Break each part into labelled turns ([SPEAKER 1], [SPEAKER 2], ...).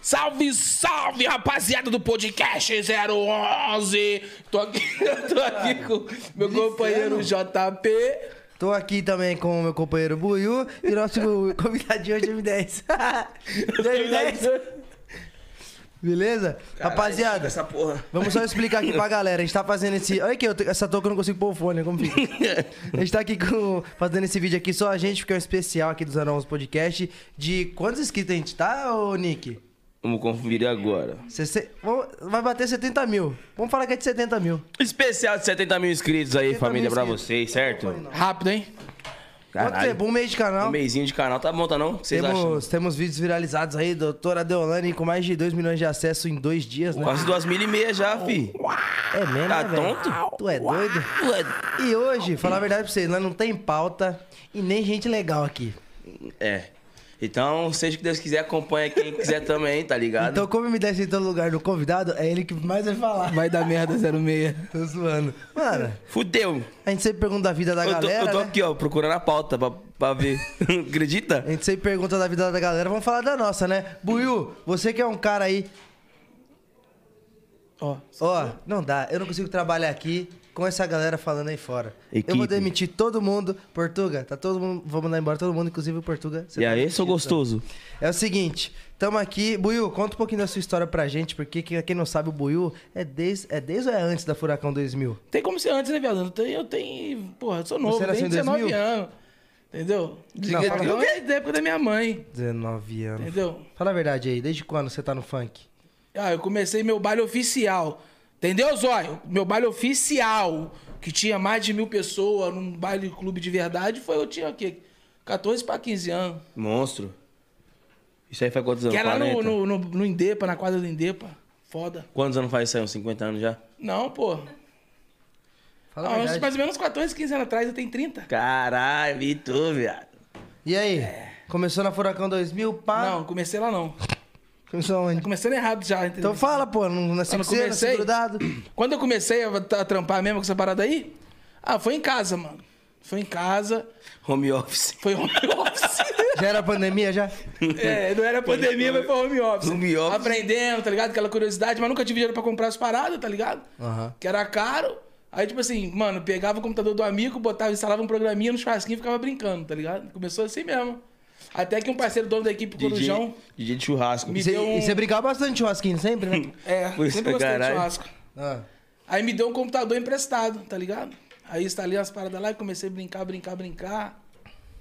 [SPEAKER 1] Salve, salve, rapaziada do podcast 011. Tô aqui, tô aqui com meu companheiro JP.
[SPEAKER 2] Tô aqui também com o meu companheiro Buiu e nosso convidado de hoje é M10.
[SPEAKER 1] é
[SPEAKER 2] M10, beleza?
[SPEAKER 1] Caralho,
[SPEAKER 2] Rapaziada,
[SPEAKER 1] essa porra.
[SPEAKER 2] vamos só explicar aqui pra galera. A gente tá fazendo esse. Olha aqui, eu tô- essa touca eu não consigo pôr o fone, como fica? A gente tá aqui com... fazendo esse vídeo aqui só a gente, porque é um especial aqui dos Anãos Podcast. De quantos inscritos a gente tá, ô Nick?
[SPEAKER 3] Vamos conferir agora.
[SPEAKER 2] Cê- vamos- Vai bater 70 mil. Vamos falar que é de 70 mil.
[SPEAKER 3] Especial de 70 mil inscritos aí,
[SPEAKER 2] 70 mil
[SPEAKER 3] família, pra
[SPEAKER 2] inscritos.
[SPEAKER 3] vocês, certo?
[SPEAKER 1] Rápido, hein?
[SPEAKER 2] Quanto tempo? Um mês de canal.
[SPEAKER 3] Um mêsinho de canal, tá bom, tá não? O que Vocês acham?
[SPEAKER 2] Temos, né? temos vídeos viralizados aí, doutora Deolane, com mais de 2 milhões de acesso em dois dias, né?
[SPEAKER 3] Quase duas mil e meia já, fi.
[SPEAKER 2] É mesmo,
[SPEAKER 3] Tá
[SPEAKER 2] né, velho?
[SPEAKER 3] tonto?
[SPEAKER 2] Tu é doido?
[SPEAKER 3] Ué,
[SPEAKER 2] E hoje, falar a verdade pra vocês, nós não tem pauta e nem gente legal aqui.
[SPEAKER 3] É. Então, seja o que Deus quiser, acompanha quem quiser também, tá ligado?
[SPEAKER 2] Então, como me desse em todo lugar do convidado, é ele que mais vai falar.
[SPEAKER 1] Vai dar merda 06.
[SPEAKER 2] Tô zoando. Mano,
[SPEAKER 3] Fudeu.
[SPEAKER 2] a gente sempre pergunta da vida da
[SPEAKER 3] eu tô,
[SPEAKER 2] galera.
[SPEAKER 3] eu tô
[SPEAKER 2] né?
[SPEAKER 3] aqui, ó, procurando a pauta pra, pra ver. Acredita?
[SPEAKER 2] A gente sempre pergunta da vida da galera, vamos falar da nossa, né? Buiu, você que é um cara aí. Ó, ó, não dá, eu não consigo trabalhar aqui com essa galera falando aí fora. Eu
[SPEAKER 3] Equipe.
[SPEAKER 2] vou demitir todo mundo. Portuga, tá todo mundo. Vamos mandar embora todo mundo, inclusive o Portuga. Você
[SPEAKER 3] E
[SPEAKER 2] tá
[SPEAKER 3] aí,
[SPEAKER 2] demitido,
[SPEAKER 3] sou gostoso.
[SPEAKER 2] é o seguinte, tamo aqui. Buiu, conta um pouquinho da sua história pra gente, porque quem quem não sabe, o Buiu é desde, é desde ou é antes da Furacão 2000?
[SPEAKER 1] Tem como ser antes, né, viado? Eu tenho, eu tenho porra, eu sou novo,
[SPEAKER 2] Você
[SPEAKER 1] tenho
[SPEAKER 2] nasceu em
[SPEAKER 1] 19
[SPEAKER 2] 2000?
[SPEAKER 1] anos. Entendeu?
[SPEAKER 2] Não, fala
[SPEAKER 1] eu
[SPEAKER 2] não.
[SPEAKER 1] ganhei da época da minha mãe,
[SPEAKER 2] 19 anos.
[SPEAKER 1] entendeu?
[SPEAKER 2] Fala a verdade aí, desde quando você tá no funk?
[SPEAKER 1] Ah, eu comecei meu baile oficial. Entendeu, Zóio? Meu baile oficial, que tinha mais de mil pessoas num baile clube de verdade, foi eu tinha o quê? 14 pra 15 anos.
[SPEAKER 3] Monstro. Isso aí faz quantos anos?
[SPEAKER 1] que era no,
[SPEAKER 3] 40?
[SPEAKER 1] no, no, no Indepa, na quadra do Indepa. Foda.
[SPEAKER 3] Quantos anos faz isso aí? Uns 50 anos já?
[SPEAKER 1] Não, pô.
[SPEAKER 2] Fala
[SPEAKER 1] Ah,
[SPEAKER 2] a
[SPEAKER 1] uns
[SPEAKER 2] verdade.
[SPEAKER 1] mais ou menos 14, 15 anos atrás, eu tenho 30.
[SPEAKER 3] Caralho, vi tu, viado.
[SPEAKER 2] E aí? Começou na Furacão 2000, pá?
[SPEAKER 1] É. Não, comecei lá não.
[SPEAKER 2] Começou onde?
[SPEAKER 1] Começando errado já, entendeu?
[SPEAKER 2] Então fala, pô, não nasceu
[SPEAKER 1] Quando
[SPEAKER 2] que você, nasceu
[SPEAKER 1] comecei-
[SPEAKER 2] grudado.
[SPEAKER 1] Quando eu comecei a, t- a trampar mesmo com essa parada aí, ah, foi em casa, mano. Foi em casa,
[SPEAKER 3] Home office.
[SPEAKER 1] foi home office.
[SPEAKER 2] Já era pandemia, já?
[SPEAKER 1] é, não era pandemia, mas foi home office.
[SPEAKER 3] Home office.
[SPEAKER 1] Aprendendo, tá ligado? Aquela curiosidade, mas nunca tive dinheiro pra comprar as paradas, tá ligado?
[SPEAKER 2] Aham.
[SPEAKER 1] Que era caro. Aí, tipo assim, mano, pegava o computador do amigo, botava, instalava um programinha no churrasquinho e ficava brincando, tá ligado? Começou assim mesmo. Até que um parceiro dono da equipe, Corujão,
[SPEAKER 3] DJ de churrasco.
[SPEAKER 1] Me
[SPEAKER 2] E você
[SPEAKER 1] deu um-
[SPEAKER 2] brincava bastante de churrasquinho sempre, né?
[SPEAKER 1] é,
[SPEAKER 3] Por isso,
[SPEAKER 1] sempre gostei de
[SPEAKER 3] caralho.
[SPEAKER 1] churrasco.
[SPEAKER 2] ah.
[SPEAKER 1] Aí me deu um computador emprestado, tá ligado? Aí instalei as paradas lá e comecei a brincar, brincar, brincar.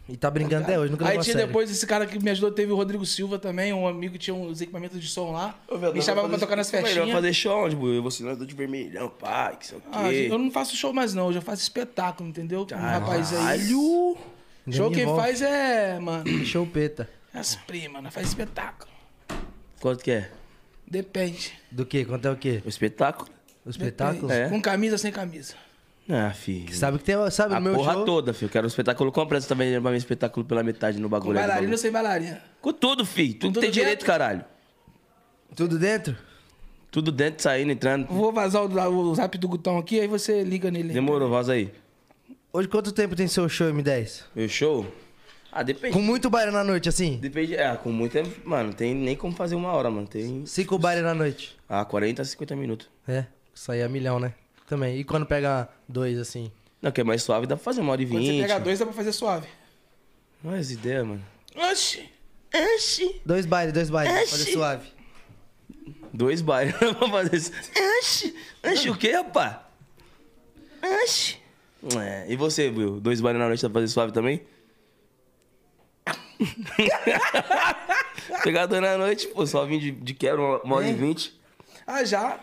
[SPEAKER 2] E tá brincando até hoje, nunca
[SPEAKER 1] Aí
[SPEAKER 2] levou a
[SPEAKER 1] tinha
[SPEAKER 2] sério.
[SPEAKER 1] depois esse cara que me ajudou, teve o Rodrigo Silva também, um amigo que tinha uns equipamentos de som lá. me chamava pra tocar nas
[SPEAKER 3] Melhor
[SPEAKER 1] festinhas.
[SPEAKER 3] fazer é show onde, Buiu? Você não é de vermelhão, pai, que sei o quê.
[SPEAKER 1] Ah, gente, eu não faço show mais não, eu já faço espetáculo, entendeu? Com um rapaz aí.
[SPEAKER 2] Uh,
[SPEAKER 3] Caralho!
[SPEAKER 1] Show
[SPEAKER 2] me
[SPEAKER 1] quem
[SPEAKER 2] envolve.
[SPEAKER 1] faz é, mano,
[SPEAKER 2] Choupeta.
[SPEAKER 1] as primas, né? faz espetáculo.
[SPEAKER 3] Quanto que é?
[SPEAKER 1] Depende.
[SPEAKER 2] Do quê? Quanto é o quê?
[SPEAKER 3] O espetáculo?
[SPEAKER 2] O espetáculo?
[SPEAKER 3] É.
[SPEAKER 1] Com camisa ou sem camisa.
[SPEAKER 3] Ah, filho.
[SPEAKER 2] Sabe que tem, sabe,
[SPEAKER 3] A
[SPEAKER 2] no meu
[SPEAKER 3] porra
[SPEAKER 2] show...
[SPEAKER 3] toda, filho. Quero um espetáculo completo. Você tá vendendo pra mim espetáculo pela metade no
[SPEAKER 1] Com
[SPEAKER 3] bagulho aí do
[SPEAKER 1] bailarina ou
[SPEAKER 3] bagulho.
[SPEAKER 1] sem bailarina.
[SPEAKER 3] Com tudo, filho. Tudo,
[SPEAKER 1] tudo
[SPEAKER 3] tem direito,
[SPEAKER 1] dentro?
[SPEAKER 3] caralho.
[SPEAKER 2] Tudo dentro?
[SPEAKER 3] Tudo dentro, saindo, entrando.
[SPEAKER 1] Vou vazar o, o zap do Gutão aqui, aí você liga nele.
[SPEAKER 3] Demorou, vaza aí.
[SPEAKER 2] Hoje quanto tempo tem seu show, M10?
[SPEAKER 3] Meu show? Ah, depende.
[SPEAKER 2] Com muito baile na noite, assim?
[SPEAKER 3] Depende. Ah, com muito tempo. Mano, tem nem como fazer uma hora, mano. Tem.
[SPEAKER 2] Cinco baile na noite.
[SPEAKER 3] Ah, 40, 50 minutos.
[SPEAKER 2] É, isso aí é milhão, né? Também. E quando pega dois, assim?
[SPEAKER 3] Não, que é mais suave, dá pra fazer uma hora e
[SPEAKER 1] Quando você
[SPEAKER 3] vinte.
[SPEAKER 1] pega dois, dá pra fazer suave.
[SPEAKER 3] Mais ideia, mano.
[SPEAKER 1] Oxi!
[SPEAKER 2] Dois baile, dois baile. Olha suave.
[SPEAKER 3] Dois bairros pra fazer isso. Anche! Anche o quê, rapá? Anche! É, e você, Will? Dois bairros na noite pra fazer suave também? Pegar dois na noite, pô, só vim de, de quebra, uma- uma hora
[SPEAKER 2] É,
[SPEAKER 3] e vinte.
[SPEAKER 1] Ah, já.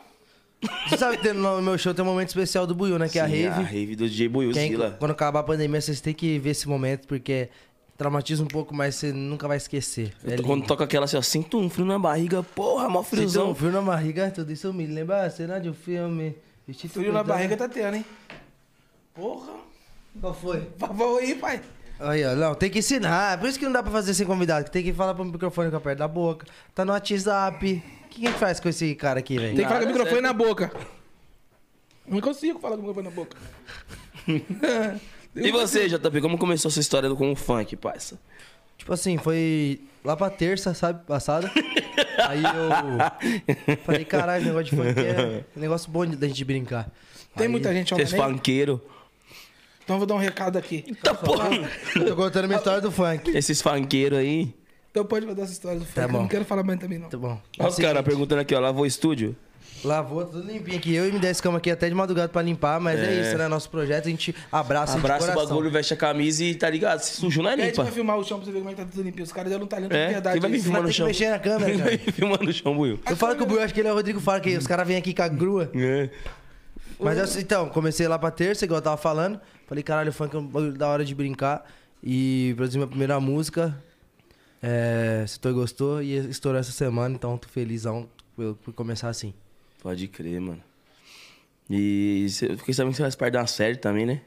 [SPEAKER 2] Você sabe que tem no meu show tem um momento especial do Buiu, né? Que é a
[SPEAKER 3] Sim,
[SPEAKER 2] rave.
[SPEAKER 3] A rave do DJ Buiu,
[SPEAKER 2] Quem-
[SPEAKER 3] Sila.
[SPEAKER 2] quando acabar a pandemia, vocês têm que ver esse momento, porque traumatiza um pouco, mas você nunca vai esquecer. É lindo.
[SPEAKER 3] Quando toca aquela assim, ó, sinto um frio na barriga, porra, mó
[SPEAKER 2] Sinto um
[SPEAKER 3] friozão.
[SPEAKER 2] frio na barriga, tudo isso me lembra a cena de um filme. Vestido
[SPEAKER 1] Frio na
[SPEAKER 3] é.
[SPEAKER 2] grudado.
[SPEAKER 1] barriga tá tendo, hein? Porra.
[SPEAKER 2] Qual foi?
[SPEAKER 1] Vamos aí, pai.
[SPEAKER 2] Aí, ó, não, tem que ensinar. É Por isso que não dá pra fazer sem convidado, que tem que falar pro microfone ficar perto da boca. Tá no WhatsApp. O que a gente faz com esse cara aqui, velho?
[SPEAKER 1] Tem que falar
[SPEAKER 3] Nada,
[SPEAKER 1] com o microfone
[SPEAKER 3] certo.
[SPEAKER 1] na boca. Não consigo falar com o microfone na boca.
[SPEAKER 3] E você, JP, como começou a sua história com o funk, parça?
[SPEAKER 2] Tipo assim, foi lá pra terça, sabe? Passada. Aí eu falei, caralho, negócio de funk é um negócio bom de- da gente brincar.
[SPEAKER 1] Tem
[SPEAKER 2] Aí- Tá
[SPEAKER 1] muita gente
[SPEAKER 3] Vocês
[SPEAKER 1] online.
[SPEAKER 3] fanqueiros.
[SPEAKER 1] Então eu vou dar um recado aqui.
[SPEAKER 3] Eita Tá, porra!
[SPEAKER 2] Eu contando minha história do funk.
[SPEAKER 3] Esses fanqueiros aí.
[SPEAKER 1] Então pode mandar essa história do
[SPEAKER 3] Tá
[SPEAKER 1] funk.
[SPEAKER 2] bom.
[SPEAKER 1] Eu não quero falar mais também, não.
[SPEAKER 2] Muito bom. Assim,
[SPEAKER 3] Olha os caras perguntando aqui, ó. Lavou o estúdio?
[SPEAKER 2] Lavou tudo limpinho aqui. Eu e me 10 cama aqui até de madrugada pra limpar, mas é,
[SPEAKER 3] É.
[SPEAKER 2] isso, né? Nosso projeto, a gente abraça,
[SPEAKER 3] Abraça
[SPEAKER 2] de
[SPEAKER 3] o
[SPEAKER 2] coração.
[SPEAKER 3] bagulho, veste a camisa e tá ligado? Se sujou na
[SPEAKER 1] Pede
[SPEAKER 3] limpa.
[SPEAKER 1] pra filmar o chão pra você ver como é que tá tudo limpinho. Os caras deram um talento
[SPEAKER 3] É,
[SPEAKER 1] de verdade.
[SPEAKER 3] quem vai me
[SPEAKER 1] aí,
[SPEAKER 3] filmar no
[SPEAKER 2] tem que
[SPEAKER 3] chão?
[SPEAKER 2] mexer na câmera,
[SPEAKER 3] Quem
[SPEAKER 2] né, cara.
[SPEAKER 3] vai me filmar no chão, Buiu?
[SPEAKER 2] Eu falo que o Buiu, acho que ele é o Rodrigo Faro, que os caras vêm aqui com a grua.
[SPEAKER 3] É.
[SPEAKER 2] Mas eu- então, comecei lá pra terça, igual eu tava falando. Falei, caralho, o funk é um bagulho da hora de brincar. E produzi minha primeira música. É, se tu gostou, e estourou essa semana, então tô felizão por, por começar assim.
[SPEAKER 3] Pode crer, mano. E cê- eu fiquei sabendo que você faz parte de uma série também, né?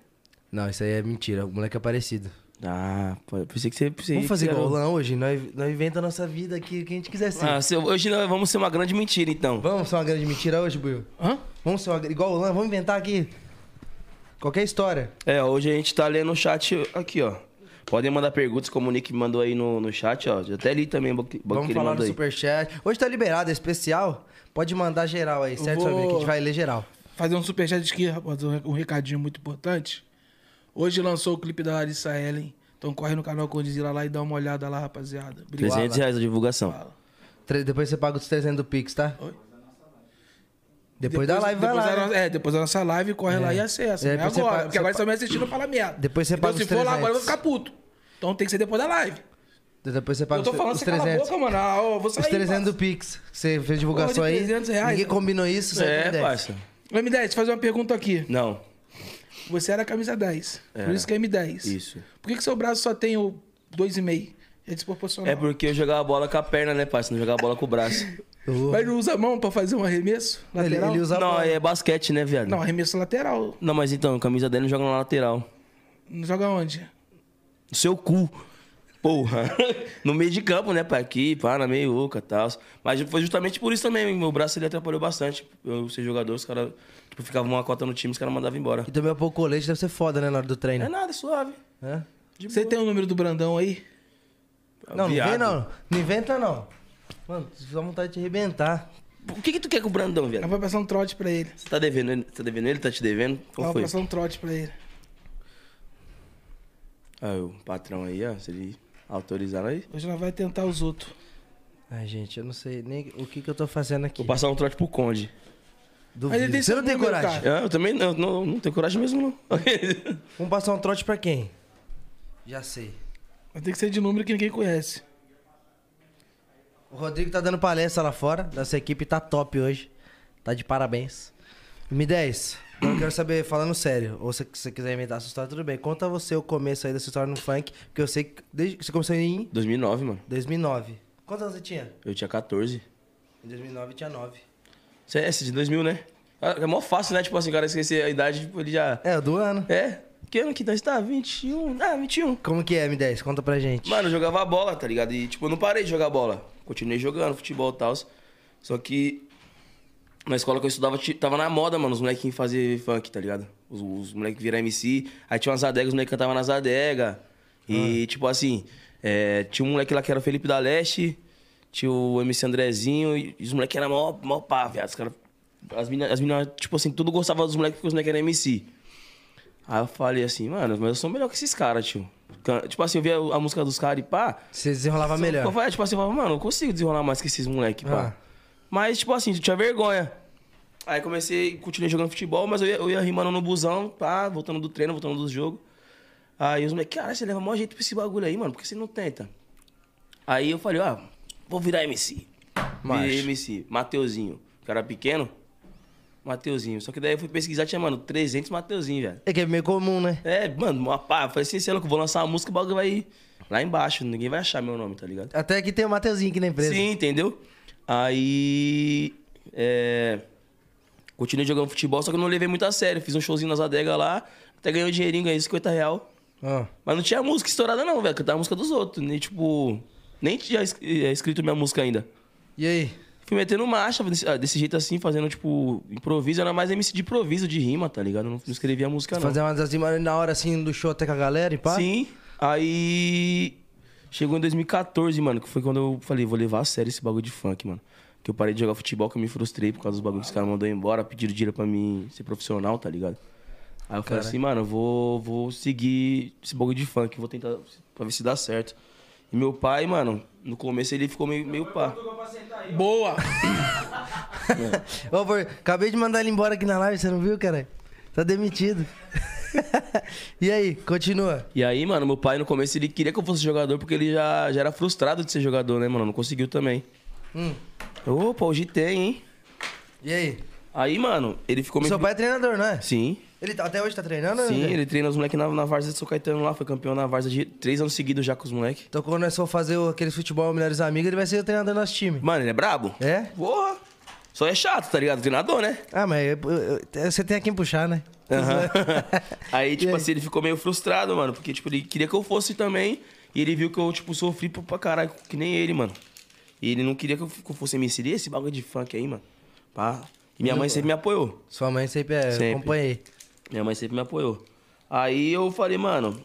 [SPEAKER 2] Não, isso aí é mentira, o moleque é parecido.
[SPEAKER 3] Ah, pô, pensei que você. pensei
[SPEAKER 2] Vamos
[SPEAKER 3] que
[SPEAKER 2] fazer
[SPEAKER 3] era um-
[SPEAKER 2] golão hoje? Nós, nós inventa a nossa vida aqui, o que a gente quiser ser.
[SPEAKER 3] Ah, se eu- hoje nós vamos ser uma grande mentira, então.
[SPEAKER 2] Vamos ser uma grande mentira hoje, Buiu?
[SPEAKER 1] Hã?
[SPEAKER 2] Vamos ser uma, igual o Lan, vamos inventar aqui. Qualquer história.
[SPEAKER 3] É, hoje a gente tá lendo o chat aqui, ó. Podem mandar perguntas, como o Nick mandou aí no, no chat, ó. Já até li também o bo- bo- que
[SPEAKER 2] Vamos
[SPEAKER 3] ele
[SPEAKER 2] falar
[SPEAKER 3] mandou
[SPEAKER 2] do
[SPEAKER 3] aí.
[SPEAKER 2] superchat. Hoje tá liberado, é especial. Pode mandar geral aí, certo,
[SPEAKER 1] vou-
[SPEAKER 2] Fabinho? Que a gente vai ler geral.
[SPEAKER 1] Fazer um superchat aqui, rapaz, um um recadinho muito importante. Hoje lançou o clipe da Larissa Ellen. Então corre no canal Condizila lá e dá uma olhada lá, rapaziada. Obrigado.
[SPEAKER 3] 300 reais a divulgação.
[SPEAKER 2] Tre- Depois você paga os 300 do Pix, tá?
[SPEAKER 1] Oi?
[SPEAKER 2] Depois, da live vai
[SPEAKER 1] depois
[SPEAKER 2] lá.
[SPEAKER 1] da
[SPEAKER 2] né?
[SPEAKER 1] nossa- É, depois da nossa live, corre lá e acessa.
[SPEAKER 2] É,
[SPEAKER 1] não é
[SPEAKER 2] depois você
[SPEAKER 1] agora,
[SPEAKER 2] paga-
[SPEAKER 1] porque agora você vai me assistindo fala merda.
[SPEAKER 2] Depois você paga
[SPEAKER 1] Então, se
[SPEAKER 2] os
[SPEAKER 1] for lá agora, eu vou
[SPEAKER 2] 300.
[SPEAKER 1] ficar puto. Então tem que ser depois da live.
[SPEAKER 2] Depois você paga
[SPEAKER 1] eu tô
[SPEAKER 2] os-
[SPEAKER 1] falando,
[SPEAKER 2] os
[SPEAKER 1] você cala a
[SPEAKER 2] 300.
[SPEAKER 1] boca, mano. Ah, ó, eu vou sair.
[SPEAKER 2] Os 300
[SPEAKER 1] parça.
[SPEAKER 2] do Pix. que Você fez divulgação
[SPEAKER 1] Porra, de
[SPEAKER 2] aí.
[SPEAKER 1] 300 reais,
[SPEAKER 2] Ninguém
[SPEAKER 1] cara.
[SPEAKER 2] combinou isso, você
[SPEAKER 3] É,
[SPEAKER 2] deve.
[SPEAKER 3] parça.
[SPEAKER 1] M10, deixa eu fazer uma pergunta aqui.
[SPEAKER 3] Não,
[SPEAKER 1] Você era camisa 10. Por
[SPEAKER 3] Era.
[SPEAKER 1] isso que é M10.
[SPEAKER 3] isso.
[SPEAKER 1] Por que, que seu braço só tem o 2,5? É desproporcional.
[SPEAKER 3] É porque eu jogava bola com a perna, né, parça? Não jogava bola com o braço.
[SPEAKER 2] Eu-
[SPEAKER 1] Mas não usa a mão pra fazer um arremesso
[SPEAKER 2] Ele,
[SPEAKER 1] lateral?
[SPEAKER 2] ele usa a
[SPEAKER 3] Não,
[SPEAKER 2] bola.
[SPEAKER 3] é basquete, né, viado?
[SPEAKER 1] Não, é- arremesso lateral.
[SPEAKER 3] Não, mas então, a camisa dele não joga na lateral.
[SPEAKER 1] Não joga onde?
[SPEAKER 3] No seu cu. Porra. No meio de campo, né? Pra aqui, pá, na meiuca e tal. Mas foi justamente por isso também. Meu braço ele atrapalhou bastante. Eu ser jogador, os caras. Tipo, ficava uma cota no time, os caras mandavam embora.
[SPEAKER 2] E também é pouco colete, deve ser foda, né, na hora do
[SPEAKER 3] É
[SPEAKER 2] treino.
[SPEAKER 3] nada, suave.
[SPEAKER 2] É?
[SPEAKER 1] Você tem o número do Brandão aí? É um
[SPEAKER 2] Não, não
[SPEAKER 3] É um Viado.
[SPEAKER 2] vem não. Não inventa não. Mano, só vontade de arrebentar.
[SPEAKER 3] O que, que tu quer com o Brandão,
[SPEAKER 1] Eu
[SPEAKER 3] velho?
[SPEAKER 1] vou passar um trote pra ele.
[SPEAKER 3] Você tá devendo ele? Tá devendo ele? Tá te devendo? Qual
[SPEAKER 1] Eu vou
[SPEAKER 3] foi?
[SPEAKER 1] passar um trote pra ele.
[SPEAKER 3] Ah, o patrão aí, ó. Se ele autorizar aí.
[SPEAKER 1] Hoje nós vai tentar os outros.
[SPEAKER 2] Ai, gente, eu não sei nem o que, que eu tô fazendo aqui.
[SPEAKER 3] Vou passar um trote pro Conde.
[SPEAKER 2] Duvido.
[SPEAKER 1] Mas ele tem
[SPEAKER 2] Você não
[SPEAKER 1] seu
[SPEAKER 2] tem
[SPEAKER 1] número,
[SPEAKER 2] coragem.
[SPEAKER 1] cara.
[SPEAKER 3] Ah, eu também não, não, não tenho coragem mesmo, não.
[SPEAKER 2] Vamos passar um trote pra quem? Já sei.
[SPEAKER 1] Mas tem que ser de número que ninguém conhece.
[SPEAKER 2] O Rodrigo tá dando palestra lá fora. Nossa equipe tá top hoje. Tá de parabéns. M10, eu quero saber, falando sério, ou se você quiser inventar essa história, tudo bem. Conta você o começo aí dessa história no funk, porque eu sei que desde que você começou em
[SPEAKER 3] 2009, mano.
[SPEAKER 2] 2009. Quantos anos você tinha?
[SPEAKER 3] Eu tinha 14.
[SPEAKER 2] Em 2009 tinha 9.
[SPEAKER 3] Você é esse de 2000, né? Ah, É mó fácil, né? Tipo assim, o cara esquecer a idade, tipo, ele já.
[SPEAKER 2] É, do ano.
[SPEAKER 3] É? Que ano que nós tá? 21. Ah, 21.
[SPEAKER 2] Como que é, M10? Conta pra gente.
[SPEAKER 3] Mano, eu jogava bola, tá ligado? E, tipo, eu não parei de jogar bola. Continuei jogando futebol e tal. Só que na escola que eu estudava, ti- tava na moda, mano, os molequinhos fazer funk, tá ligado? Os, os moleques virar MC. Aí tinha umas adegas, os moleques cantavam nas adegas. E, tipo assim, é, tinha um moleque lá que era o Felipe da Leste, tinha o MC Andrezinho, e os moleques eram mó, mó pá, viado. Os cara, as meninas, as meninas, tipo assim, tudo gostava dos moleques porque os moleques eram MC. Aí eu falei assim, mano, mas eu sou melhor que esses caras, tio. Can- Tipo assim, eu via a música dos caras e pá.
[SPEAKER 2] Você desenrolava melhor.
[SPEAKER 3] Eu falei, tipo assim, eu falava, mano, eu consigo desenrolar mais que esses moleque, pá.
[SPEAKER 2] Ah.
[SPEAKER 3] Mas, tipo assim, eu tinha vergonha. Aí comecei, continuei jogando futebol, mas eu ia, eu ia rimando no busão, pá, voltando do treino, voltando do jogo. Aí os moleques, cara, você leva maior jeito pra esse bagulho aí, mano, por que você não tenta? Aí eu falei, ó, vou virar MC.
[SPEAKER 2] Macho.
[SPEAKER 3] Virei MC, Mateuzinho. O cara pequeno, Mateuzinho. Só que daí eu fui pesquisar, tinha, mano, 300 Mateuzinho, velho.
[SPEAKER 2] É que é meio comum, né?
[SPEAKER 3] É, mano, uma pá, eu falei assim, sei lá, que eu vou lançar uma música, o bagulho vai ir lá embaixo, ninguém vai achar meu nome, tá ligado?
[SPEAKER 2] Até que tem o Mateuzinho aqui na empresa.
[SPEAKER 3] Sim, entendeu? Aí. É. Continuei jogando futebol, só que eu não levei muito a sério. Fiz um showzinho nas adegas lá, até ganhei um dinheirinho, ganhei 50 real.
[SPEAKER 2] Ah.
[SPEAKER 3] Mas não tinha música estourada, não, velho. Cantava a música dos outros. Nem, tipo. Nem tinha es- eh, escrito minha música ainda.
[SPEAKER 2] E aí?
[SPEAKER 3] Fui metendo marcha desse, ah, desse jeito assim, fazendo, tipo, improviso. Era mais MC de improviso, de rima, tá ligado? Eu não não escrevia música, não.
[SPEAKER 2] Fazer umas assim, na hora assim do show até com a galera e pá?
[SPEAKER 3] Sim. Aí. Chegou em 2014, mano, que foi quando eu falei, vou levar a sério esse bagulho de funk, mano. Que eu parei de jogar futebol, que eu me frustrei por causa dos bagulhos que os caras mandaram embora, pediram dinheiro pra mim ser profissional, tá ligado? Aí eu falei assim, mano, eu vou, vou seguir esse bagulho de funk, vou tentar pra ver se dá certo. E meu pai, mano, no começo ele ficou meio, meio pá.
[SPEAKER 1] Boa!
[SPEAKER 2] Ô, por- acabei de mandar ele embora aqui na live, você não viu, cara? Tá demitido. e aí, continua.
[SPEAKER 3] E aí, mano, meu pai no começo ele queria que eu fosse jogador porque ele já, já era frustrado de ser jogador, né, mano? Não conseguiu também.
[SPEAKER 2] Hum,
[SPEAKER 3] Opa, hoje tem, hein?
[SPEAKER 2] e aí?
[SPEAKER 3] Aí, mano, ele ficou
[SPEAKER 2] O
[SPEAKER 3] meio.
[SPEAKER 2] seu pai é treinador, não é?
[SPEAKER 3] Sim.
[SPEAKER 2] Ele tá- até hoje tá treinando?
[SPEAKER 3] Sim,
[SPEAKER 2] André?
[SPEAKER 3] ele treina os moleques na, na Várzea de São Caetano lá, foi campeão na Várzea de três anos seguidos já com os moleques.
[SPEAKER 2] Então quando nós for fazer o- aqueles futebol melhores amigos, ele vai ser o treinador do nosso time.
[SPEAKER 3] Mano, ele é brabo?
[SPEAKER 2] É?
[SPEAKER 3] Porra! Só é chato, tá ligado? Treinador, né?
[SPEAKER 2] Ah, mas eu- eu- eu- você tem a quem puxar, né?
[SPEAKER 3] aí, tipo
[SPEAKER 2] E aí?
[SPEAKER 3] assim, ele ficou meio frustrado, mano, porque, tipo, ele queria que eu fosse também. E ele viu que eu, tipo, sofri pra- pra caralho, que nem ele, mano. E ele não queria que eu, f- que eu fosse MC. E esse bagulho de funk aí, mano. Pá. E minha mãe sempre me apoiou.
[SPEAKER 2] Sua mãe sempre, é,
[SPEAKER 3] Sempre.
[SPEAKER 2] acompanhei.
[SPEAKER 3] Minha mãe sempre me apoiou. Aí eu falei, mano,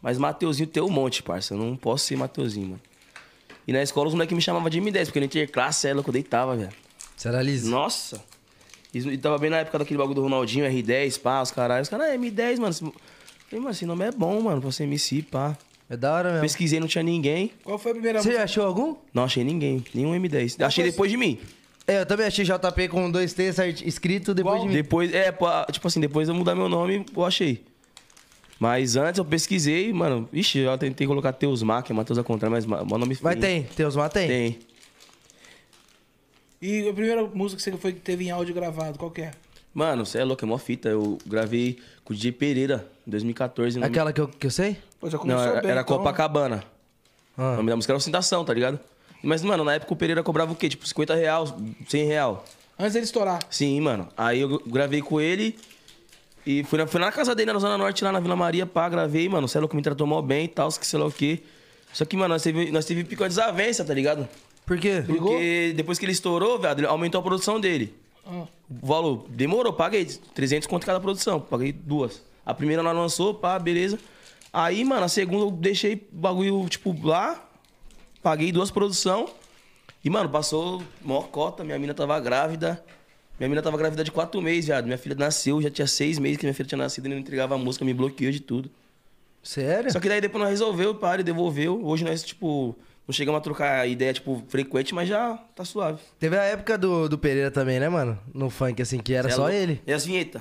[SPEAKER 3] mas Mateuzinho tem um monte, parça. Eu não posso ser Mateuzinho, mano. E na escola os moleques me chamavam de M10, porque no interclasse é louco, eu deitava, velho.
[SPEAKER 2] Você era liso?
[SPEAKER 3] Nossa! E e tava bem na época daquele bagulho do Ronaldinho, R10, pá, os caralho. Os caras, ah, M10, mano. Esse- Eu Falei, mano, esse nome é bom, mano, pra ser MC, pá.
[SPEAKER 2] É da hora mesmo.
[SPEAKER 3] Pesquisei, não tinha ninguém.
[SPEAKER 1] Qual foi a primeira
[SPEAKER 2] Você já achou algum?
[SPEAKER 3] Não achei ninguém, nenhum M10. Achei
[SPEAKER 1] coisa-
[SPEAKER 3] depois de mim.
[SPEAKER 2] É, eu também achei JP com dois T's art- escrito depois de mim.
[SPEAKER 3] Depois, é, pá, tipo assim, depois de eu mudar meu nome, eu achei. Mas antes eu pesquisei, mano. Ixi, eu tentei colocar Teus Mac, que é Matheus a Contra, mas ma- meu nome
[SPEAKER 2] Mas
[SPEAKER 3] feio.
[SPEAKER 2] tem, tem os matem?
[SPEAKER 3] Tem.
[SPEAKER 1] E a primeira música que você foi que teve em áudio gravado, qual que é?
[SPEAKER 3] Mano, você é louco, é mó fita. Eu gravei com o DJ Pereira, em 2014. o nome-
[SPEAKER 2] Aquela É que eu, que eu sei?
[SPEAKER 1] Pô, já
[SPEAKER 3] Não, era, era
[SPEAKER 1] então.
[SPEAKER 3] Copacabana. O
[SPEAKER 2] Ah.
[SPEAKER 3] nome da música era Ostentação, tá ligado? Mas, mano, na época o Pereira cobrava o quê? Tipo, 50 reais, 100 real.
[SPEAKER 1] Antes dele estourar.
[SPEAKER 3] Sim, mano. Aí eu gravei com ele e fui na, fui na casa dele, na Zona Norte, lá na Vila Maria, pá, gravei, mano. Sei lá o que me tratou mal bem e tal, que sei lá o quê. Só que, mano, nós teve, nós teve pico de desavença, tá ligado?
[SPEAKER 2] Por quê?
[SPEAKER 3] Porque depois que ele estourou, velho, ele aumentou a produção dele.
[SPEAKER 1] Ah.
[SPEAKER 3] O valor demorou, paguei 300 conto cada produção, paguei duas. A primeira nós lançou, pá, beleza. Aí, mano, a segunda eu deixei o bagulho, tipo, lá, paguei duas produção. E, mano, passou mó cota, minha mina tava grávida. Minha mina tava grávida de quatro meses, viado. Minha filha nasceu, já tinha seis meses que minha filha tinha nascido e não entregava a música, me bloqueou de tudo.
[SPEAKER 2] Sério?
[SPEAKER 3] Só que daí depois nós resolveu, pá, ele devolveu. Hoje nós, tipo, não chegamos a trocar ideia, tipo, frequente, mas já tá suave.
[SPEAKER 2] Teve a época do, do Pereira também, né, mano? No funk, assim, que era
[SPEAKER 3] Cê é
[SPEAKER 2] só
[SPEAKER 3] louco. É
[SPEAKER 2] ele.
[SPEAKER 3] E as vinhetas?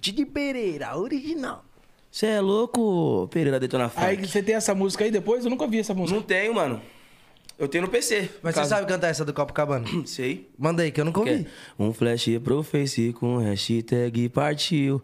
[SPEAKER 2] Titi Pereira, original.
[SPEAKER 3] Você é louco, Pereira Detona Funk.
[SPEAKER 1] Aí você tem essa música aí depois? Eu nunca vi essa música.
[SPEAKER 3] Não tenho, mano. Eu tenho no PC.
[SPEAKER 2] Mas
[SPEAKER 3] Caso-
[SPEAKER 2] você sabe cantar essa do Copacabana?
[SPEAKER 3] Sei.
[SPEAKER 2] Manda aí, que eu nunca ouvi.
[SPEAKER 3] Um flash pro Face com hashtag partiu.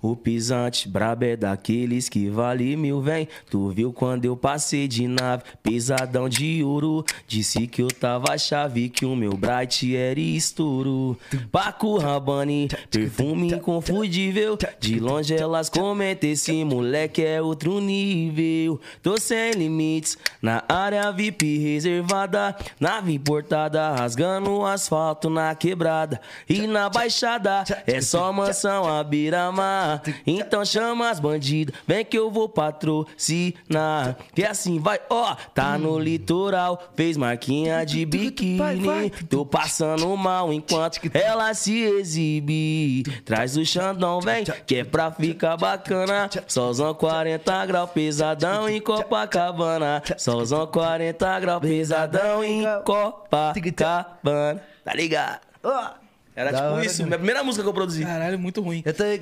[SPEAKER 3] O pisante brabo é daqueles que vale mil, vem. Tu viu quando eu passei de nave, pisadão de ouro. Disse que eu tava chave, que o meu bright era estouro. Paco Rabanne, perfume inconfundível. De longe elas comentam, esse moleque é outro nível. Tô sem limites, na área VIP reservada. Nave importada, rasgando o asfalto na quebrada. E na baixada, é só mansão à beira-mar. Então chama as bandidas, vem que eu vou patrocinar. Que assim vai, ó, tá no litoral, fez marquinha de biquíni. Tô passando mal enquanto ela se exibe. Traz o Xandão, vem, que é pra ficar bacana. Solzão 40 grau, pesadão em Copacabana. Solzão 40 grau, pesadão em Copacabana. Tá ligado?
[SPEAKER 2] Ó.
[SPEAKER 3] Era
[SPEAKER 2] Da
[SPEAKER 3] tipo
[SPEAKER 2] hora,
[SPEAKER 3] isso,
[SPEAKER 2] cara.
[SPEAKER 3] minha primeira música que eu produzi.
[SPEAKER 1] Caralho, é muito ruim.
[SPEAKER 2] Eu tô aí.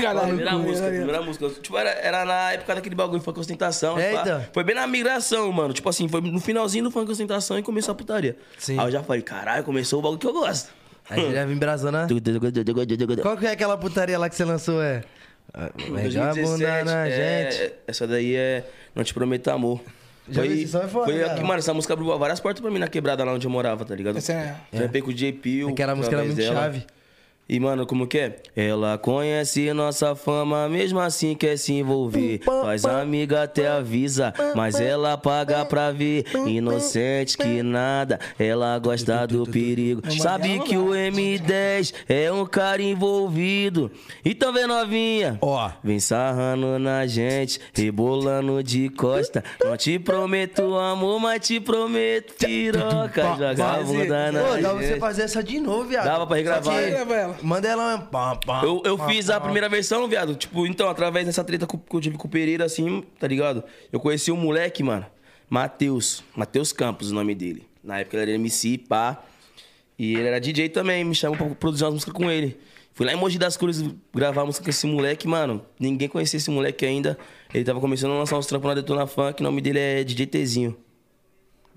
[SPEAKER 1] Caralho, muito
[SPEAKER 3] Primeira
[SPEAKER 1] ruim,
[SPEAKER 2] né,
[SPEAKER 3] música,
[SPEAKER 1] caralho.
[SPEAKER 3] primeira música. Tipo, era, era na época daquele bagulho, funk ostentação.
[SPEAKER 2] É,
[SPEAKER 3] pá.
[SPEAKER 2] então.
[SPEAKER 3] Foi bem na migração, mano. Tipo assim, foi no finalzinho do funk ostentação e começou a putaria.
[SPEAKER 2] Sim.
[SPEAKER 3] Aí eu já falei, caralho, começou o bagulho que eu gosto.
[SPEAKER 2] Aí ele já vem brasando. Qual que é aquela putaria lá que você lançou? É. Ah, Melhor bunda na
[SPEAKER 3] é,
[SPEAKER 2] gente.
[SPEAKER 3] Essa daí é Não Te Prometo Amor.
[SPEAKER 2] Já vi, esse som é foda,
[SPEAKER 3] foi
[SPEAKER 2] cara.
[SPEAKER 3] aqui, mano, essa música abriu várias portas pra mim na quebrada lá onde eu morava, tá ligado?
[SPEAKER 1] Essa é-
[SPEAKER 3] Trampei com o JP.
[SPEAKER 2] Aquela música era muito chave.
[SPEAKER 3] E, mano, como que é? Ela conhece nossa fama, mesmo assim quer se envolver. Faz amiga até avisa, mas ela paga pra ver. Inocente que nada, ela gosta do perigo. Sabe que o M10 é um cara envolvido. Então vem novinha.
[SPEAKER 4] Ó.
[SPEAKER 3] Vem sarrando na gente, rebolando de costa. Não te prometo amor, mas te prometo piroca. Joga a bunda
[SPEAKER 2] Pô, dá pra
[SPEAKER 3] na
[SPEAKER 2] você
[SPEAKER 3] gente.
[SPEAKER 2] fazer essa de novo, viado.
[SPEAKER 3] é. Dava pra regravar,
[SPEAKER 2] Só que-
[SPEAKER 3] hein?
[SPEAKER 1] Grava ela.
[SPEAKER 2] Manda ela um... Pá, pá,
[SPEAKER 3] Eu, eu
[SPEAKER 2] pá,
[SPEAKER 3] fiz
[SPEAKER 2] pá.
[SPEAKER 3] a primeira versão, viado. Tipo, então, através dessa treta com- que eu tive com o Pereira, assim, tá ligado? Eu conheci um moleque, mano. Matheus. Matheus Campos, o nome dele. Na época ele era MC, pá. E ele era DJ também, me chamou pra produzir umas músicas com ele. Fui lá em Mogi das Cruzes gravar música com esse moleque, mano. Ninguém conhecia esse moleque ainda. Ele tava começando a lançar uns trampos na Detona Funk. O nome dele é DJ Tzinho.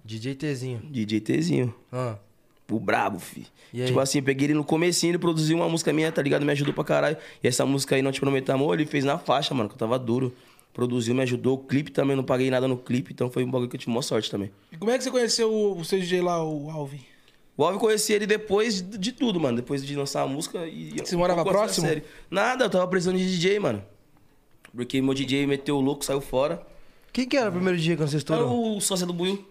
[SPEAKER 2] DJ Tzinho.
[SPEAKER 3] DJ Tzinho.
[SPEAKER 2] Ah.
[SPEAKER 3] O brabo, fi.
[SPEAKER 2] E aí?
[SPEAKER 3] Tipo assim, eu peguei ele no comecinho, ele produziu uma música minha, tá ligado? Me ajudou pra caralho. E essa música aí, Não Te Prometo Amor, ele fez na faixa, mano, que eu tava duro. Produziu, me ajudou. O clipe também, eu não paguei nada no clipe, então foi um bagulho que eu tive maior sorte também.
[SPEAKER 1] E como é que você conheceu o, o seu DJ lá, o Alvin?
[SPEAKER 3] O Alvin conheci ele depois de, de tudo, mano. Depois de lançar a música e...
[SPEAKER 1] Você morava
[SPEAKER 3] eu gosto da
[SPEAKER 1] próximo?
[SPEAKER 3] série. Nada, eu tava precisando de DJ, mano. Porque meu DJ meteu o louco, saiu fora.
[SPEAKER 2] Quem que era o primeiro dia quando vocês
[SPEAKER 3] Era
[SPEAKER 2] estourou?
[SPEAKER 3] o sócio do Buiu.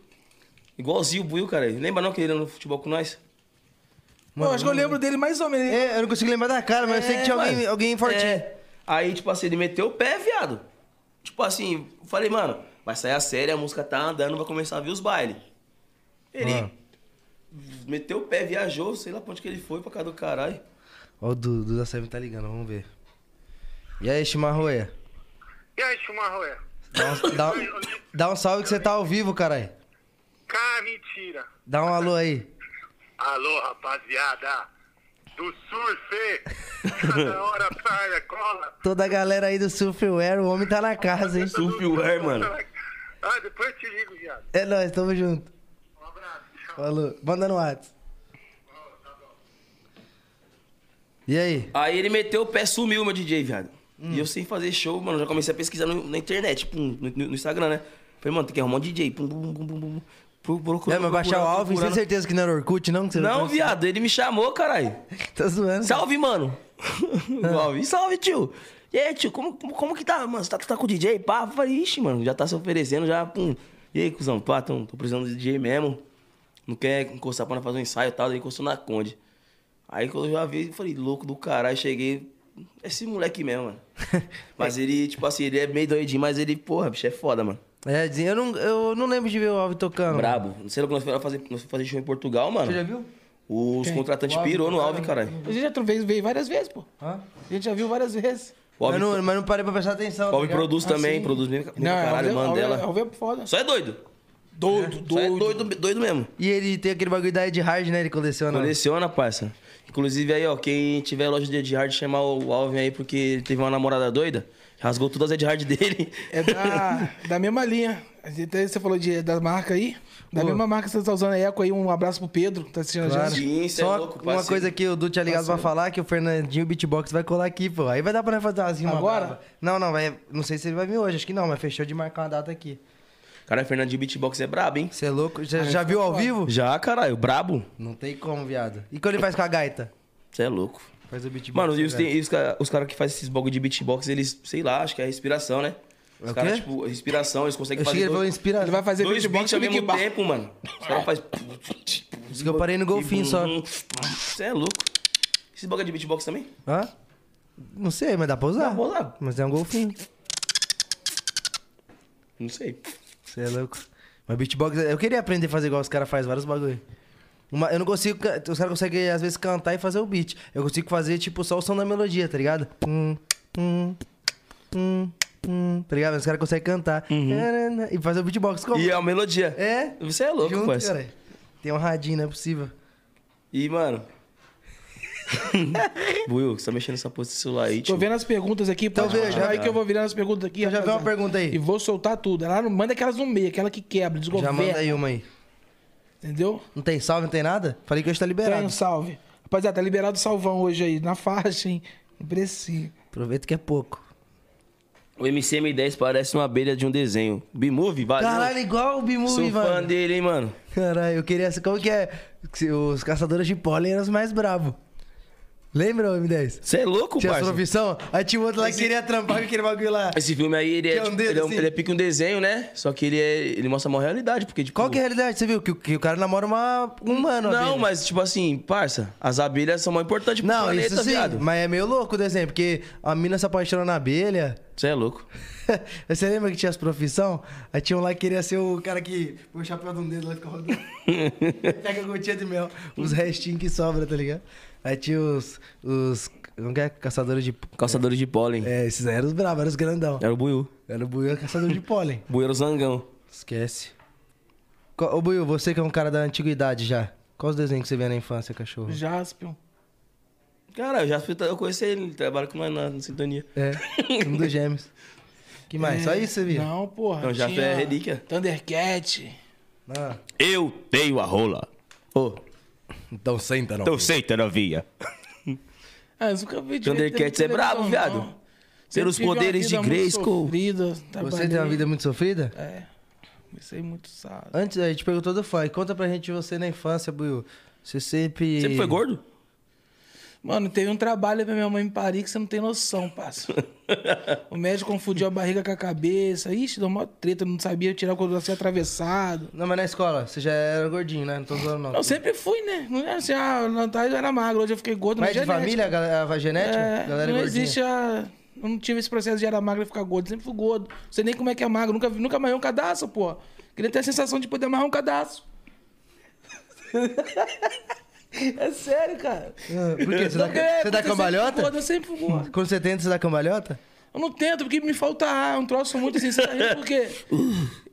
[SPEAKER 3] Igualzinho o Buiu, cara. Lembra não que ele era no futebol com nós?
[SPEAKER 1] Mano, acho que eu lembro dele mais ou menos.
[SPEAKER 2] É, eu não consigo lembrar da cara, mas eu sei que tinha
[SPEAKER 3] É, mano.
[SPEAKER 2] alguém, alguém fortinho.
[SPEAKER 3] É. Aí, tipo assim, ele meteu o pé, viado. Tipo assim, eu falei, mano, vai sair a série, a música tá andando, vai começar a vir os bailes. Ele
[SPEAKER 2] Ah.
[SPEAKER 3] meteu o pé, viajou, sei lá pra onde que ele foi, pra cá do caralho.
[SPEAKER 2] Ó, o Dudu Duda Seven tá ligando, vamos ver. E aí, Chimarroé?
[SPEAKER 5] E aí, é? Chumarroé?
[SPEAKER 2] Dá, um- dá, um- dá um salve que você tá ao vivo, caralho.
[SPEAKER 5] Cara, mentira.
[SPEAKER 2] Dá um alô aí.
[SPEAKER 5] Alô, rapaziada do surf. Cada hora praia, cola.
[SPEAKER 2] Toda a galera aí do Surfwear, o homem tá na casa, hein?
[SPEAKER 3] Surfwear, é, mano.
[SPEAKER 5] Ah, depois eu te ligo, viado.
[SPEAKER 2] É nóis, tamo junto.
[SPEAKER 5] Um abraço. Tchau.
[SPEAKER 2] Falou. Manda no WhatsApp. E aí?
[SPEAKER 3] Aí ele meteu o pé, sumiu meu DJ, viado. E eu sem fazer show, mano, já comecei a pesquisar no- na internet, pum, no, no- no Instagram, né? Falei, mano, tem que arrumar um DJ, pum, pum, pum, pum, pum. Pro, procurando,
[SPEAKER 2] É, mas baixar o
[SPEAKER 3] procurando,
[SPEAKER 2] Alvin, tem
[SPEAKER 3] procurando.
[SPEAKER 2] certeza que não era Orkut, não? Que você
[SPEAKER 3] Não, viado, ele me chamou, caralho.
[SPEAKER 2] Tá zoando.
[SPEAKER 3] Salve, mano. Salve, salve, tio. E aí, tio, como, como, como que tá, mano? Você tá, tá com o DJ? Pá, eu falei, ixi, mano, já tá se oferecendo, já, pum. E aí, cuzão, pá, tô, tô precisando de DJ mesmo. Não quer encostar pra nós fazer um ensaio e tal, daí encostou na Conde. Aí quando eu já vi, eu falei, louco do caralho, cheguei. Esse moleque mesmo, mano. mas ele, tipo assim, ele é meio doidinho, mas ele, porra, bicho, é foda, mano.
[SPEAKER 2] É, dizem- eu não, eu não lembro de ver o Alvin tocando.
[SPEAKER 3] Brabo. Não sei lá quando nós fomos fazer, nós fomos fazer show em Portugal, mano.
[SPEAKER 2] Você já viu?
[SPEAKER 3] Os contratantes pirou no Alves, caralho.
[SPEAKER 1] A gente já tu- veio, veio várias vezes, pô. A gente já viu várias vezes.
[SPEAKER 3] O Alves
[SPEAKER 2] Mas não, mas não parei pra prestar atenção.
[SPEAKER 3] Bob
[SPEAKER 2] Tá ligado?
[SPEAKER 3] produz também, produz bem, bem
[SPEAKER 2] é
[SPEAKER 3] pra caralho,
[SPEAKER 1] Alvin-
[SPEAKER 3] mano dela.
[SPEAKER 1] Alvin- Alvin é foda.
[SPEAKER 3] Só é doido.
[SPEAKER 1] Doido,
[SPEAKER 3] Só é
[SPEAKER 1] doido.
[SPEAKER 3] doido, doido mesmo.
[SPEAKER 2] E ele tem aquele bagulho da Ed Hard, né? Ele coleciona.
[SPEAKER 3] Coleciona, parça. Inclusive aí, ó, quem tiver loja de Ed Hard, chamar o Alvin aí, porque ele teve uma namorada doida, rasgou todas as Ed Hard dele.
[SPEAKER 1] É da, da mesma linha. Até você falou de, da marca aí. Da mesma marca que você tá usando a Eco aí. Um abraço pro Pedro, que tá assistindo a
[SPEAKER 2] Claro.
[SPEAKER 1] gente.
[SPEAKER 3] Sim, cê é
[SPEAKER 2] Só
[SPEAKER 3] louco,
[SPEAKER 2] uma
[SPEAKER 3] parceiro.
[SPEAKER 2] coisa que o Du tinha ligado pra falar, que o Fernandinho Beatbox vai colar aqui, pô. Aí vai dar pra nós fazer umas rimas
[SPEAKER 1] Agora?
[SPEAKER 2] brava. Não, não, vai, não sei se ele vai vir hoje, acho que não, mas fechou de marcar uma data aqui.
[SPEAKER 3] Caralho, Fernandinho Beatbox é brabo, hein?
[SPEAKER 2] Você é louco? Já, já viu ao vivo?
[SPEAKER 3] Já, caralho, brabo.
[SPEAKER 2] Não tem como, viado. E quando ele faz com a gaita?
[SPEAKER 3] Você é louco.
[SPEAKER 2] Faz o beatbox. é né,
[SPEAKER 3] Mano, e os,
[SPEAKER 2] velho.
[SPEAKER 3] tem- e os, ca- os caras que fazem esses bagulho de beatbox, eles, sei lá, acho que é respiração, né? Os
[SPEAKER 2] É o
[SPEAKER 3] caras,
[SPEAKER 2] quê?
[SPEAKER 3] tipo, respiração, eles
[SPEAKER 2] Eu
[SPEAKER 3] conseguem
[SPEAKER 2] achei que
[SPEAKER 3] fazer
[SPEAKER 2] ele falou
[SPEAKER 3] dois,
[SPEAKER 2] inspirado.
[SPEAKER 1] Ele vai fazer
[SPEAKER 3] dois beats
[SPEAKER 1] beatbox
[SPEAKER 3] ao
[SPEAKER 1] e Big
[SPEAKER 3] mesmo
[SPEAKER 1] Bar.
[SPEAKER 3] tempo, mano. Os caras fazem...
[SPEAKER 2] É. Isso que eu parei no golfinho só.
[SPEAKER 3] Você é louco. Esses bagulho de beatbox também? Tá
[SPEAKER 2] Hã? Não sei, mas dá pra usar.
[SPEAKER 3] Dá pra usar.
[SPEAKER 2] Mas é um golfinho.
[SPEAKER 3] Não sei.
[SPEAKER 2] Você é louco. Mas beatbox, eu queria aprender a fazer igual os caras fazem vários bagulho. Uma- eu não consigo. ca- Os caras conseguem, às vezes, cantar e fazer o beat. Eu consigo fazer, tipo, só o som da melodia, tá ligado? Hum, hum, hum, hum, tá ligado? Os caras conseguem cantar. E fazer o beatbox como?
[SPEAKER 3] Uhum. E a melodia.
[SPEAKER 2] É?
[SPEAKER 3] Você é louco,
[SPEAKER 2] Junto,
[SPEAKER 3] parça.
[SPEAKER 2] cara. Tem um radinho, não é possível.
[SPEAKER 3] E, mano. Will, você tá mexendo nessa porra do celular aí,
[SPEAKER 1] Tô
[SPEAKER 3] tio.
[SPEAKER 1] vendo as perguntas aqui. Pode
[SPEAKER 2] veja,
[SPEAKER 1] continuar aí
[SPEAKER 2] já-
[SPEAKER 1] que eu vou virando as perguntas aqui.
[SPEAKER 2] Eu já vi uma
[SPEAKER 1] rapaziada.
[SPEAKER 2] pergunta aí.
[SPEAKER 1] E vou soltar tudo. Ela não manda aquelas no meio, aquela que quebra,
[SPEAKER 2] Já manda
[SPEAKER 1] desgoverna.
[SPEAKER 2] aí uma aí.
[SPEAKER 1] Entendeu?
[SPEAKER 2] Não tem salve, não tem nada? Falei que hoje tá liberado.
[SPEAKER 1] Tem um salve. Rapaziada, tá liberado o salvão hoje aí, na faixa, hein? No Precinho.
[SPEAKER 2] Aproveita que é pouco.
[SPEAKER 3] O MCM10 parece uma abelha de um desenho. B-Movie, valeu.
[SPEAKER 2] Caralho, igual o
[SPEAKER 3] Sou
[SPEAKER 2] B-Movie,
[SPEAKER 3] fã
[SPEAKER 2] mano.
[SPEAKER 3] dele, hein, mano.
[SPEAKER 2] Caralho, eu queria. Como que é? Os caçadores de pólen eram os mais bravos. Lembra, ô M10?
[SPEAKER 3] Você é louco,
[SPEAKER 2] Tinha essa
[SPEAKER 3] parça?
[SPEAKER 2] profissão? Aí tinha um outro lá que queria trampar com aquele bagulho lá.
[SPEAKER 3] Esse filme aí, ele é,
[SPEAKER 2] Que é um
[SPEAKER 3] tipo,
[SPEAKER 2] dedo,
[SPEAKER 3] ele, é um-
[SPEAKER 2] assim.
[SPEAKER 3] ele é pique um desenho, né? Só que ele, é, ele mostra a maior realidade, porque, tipo...
[SPEAKER 2] Qual que é a realidade? Você viu que, o- que o cara namora uma, um humano.
[SPEAKER 3] Não,
[SPEAKER 2] abelha.
[SPEAKER 3] mas, tipo assim, parça, as abelhas são mais importantes pro
[SPEAKER 2] Não,
[SPEAKER 3] planeta,
[SPEAKER 2] isso sim,
[SPEAKER 3] viado.
[SPEAKER 2] mas é meio louco o desenho, porque a mina se apaixona na abelha.
[SPEAKER 3] Você é louco.
[SPEAKER 2] Você lembra que tinha as profissão? Aí tinha um lá que queria ser o cara que põe o chapéu de um dedo lá e fica rodando. Pega a gotinha de mel, os restinhos que sobra, tá ligado? Aí tinha os. os como que é? Caçadores de.
[SPEAKER 3] Caçadores de pólen.
[SPEAKER 2] É, esses aí eram os bravos, eram os grandão.
[SPEAKER 3] Era o Buiu.
[SPEAKER 2] Era o Buiu, caçador de pólen.
[SPEAKER 3] Buiu era o Zangão.
[SPEAKER 2] Esquece. Qual- Ô Buiu, você que é um cara da antiguidade já. Quais os desenhos que você vê na infância, cachorro?
[SPEAKER 3] Uhum.
[SPEAKER 1] Jaspion.
[SPEAKER 3] Cara, eu já fui- eu conheci ele, ele trabalha com nós na, na sintonia.
[SPEAKER 2] É, um dos gêmeos. Que
[SPEAKER 3] é
[SPEAKER 2] mais? Só isso, você viu?
[SPEAKER 1] É. Não, porra.
[SPEAKER 3] Não, Jaspion
[SPEAKER 1] tinha
[SPEAKER 3] é relíquia.
[SPEAKER 1] Thundercat.
[SPEAKER 2] Ah.
[SPEAKER 3] Eu tenho a rola. Ô,
[SPEAKER 2] Então senta, não.
[SPEAKER 3] senta na via.
[SPEAKER 1] Ah, eu nunca vi
[SPEAKER 3] Thundercats é brabo, viado. Pelos poderes de Grayskull.
[SPEAKER 2] Você tem uma vida muito sofrida?
[SPEAKER 1] É. Comecei muito sábado.
[SPEAKER 2] Antes, a gente perguntou do fã. Conta pra gente você na infância, Buiu. Você sempre...
[SPEAKER 3] Sempre foi gordo?
[SPEAKER 1] Mano, teve um trabalho pra minha mãe em Paris que você não tem noção, parça. o médico confundiu a barriga com a cabeça. Ixi, deu uma treta, não sabia tirar quando você atravessado.
[SPEAKER 2] Não, mas na escola, você já era gordinho, né? Não tô zoando, não.
[SPEAKER 1] Eu sempre fui, né? Não era assim, ah, na tarde eu era magro, hoje eu fiquei gordo.
[SPEAKER 2] mas é de
[SPEAKER 1] mas genética.
[SPEAKER 2] família, a galera, a genética?
[SPEAKER 1] É,
[SPEAKER 2] galera
[SPEAKER 1] não
[SPEAKER 2] gordinha.
[SPEAKER 1] existe a. Eu não tive esse processo de era magro e ficar gordo. Sempre fui gordo. Não sei nem como é que é magro. Nunca, vi- nunca amarrei um cadastro, pô. Queria ter a sensação de poder amarrar um cadastro. é sério, cara.
[SPEAKER 2] Ah, Por quê? Você dá,
[SPEAKER 1] Não, é, porque-
[SPEAKER 2] você
[SPEAKER 1] porque eu sempre
[SPEAKER 2] dá
[SPEAKER 1] fui
[SPEAKER 2] cambalhota?
[SPEAKER 1] gordo, Eu sempre fui gordo.
[SPEAKER 2] Quando você tenta, você dá cambalhota?
[SPEAKER 1] Eu não tento, porque me falta ar. É um troço muito assim. Você tá rindo por quê?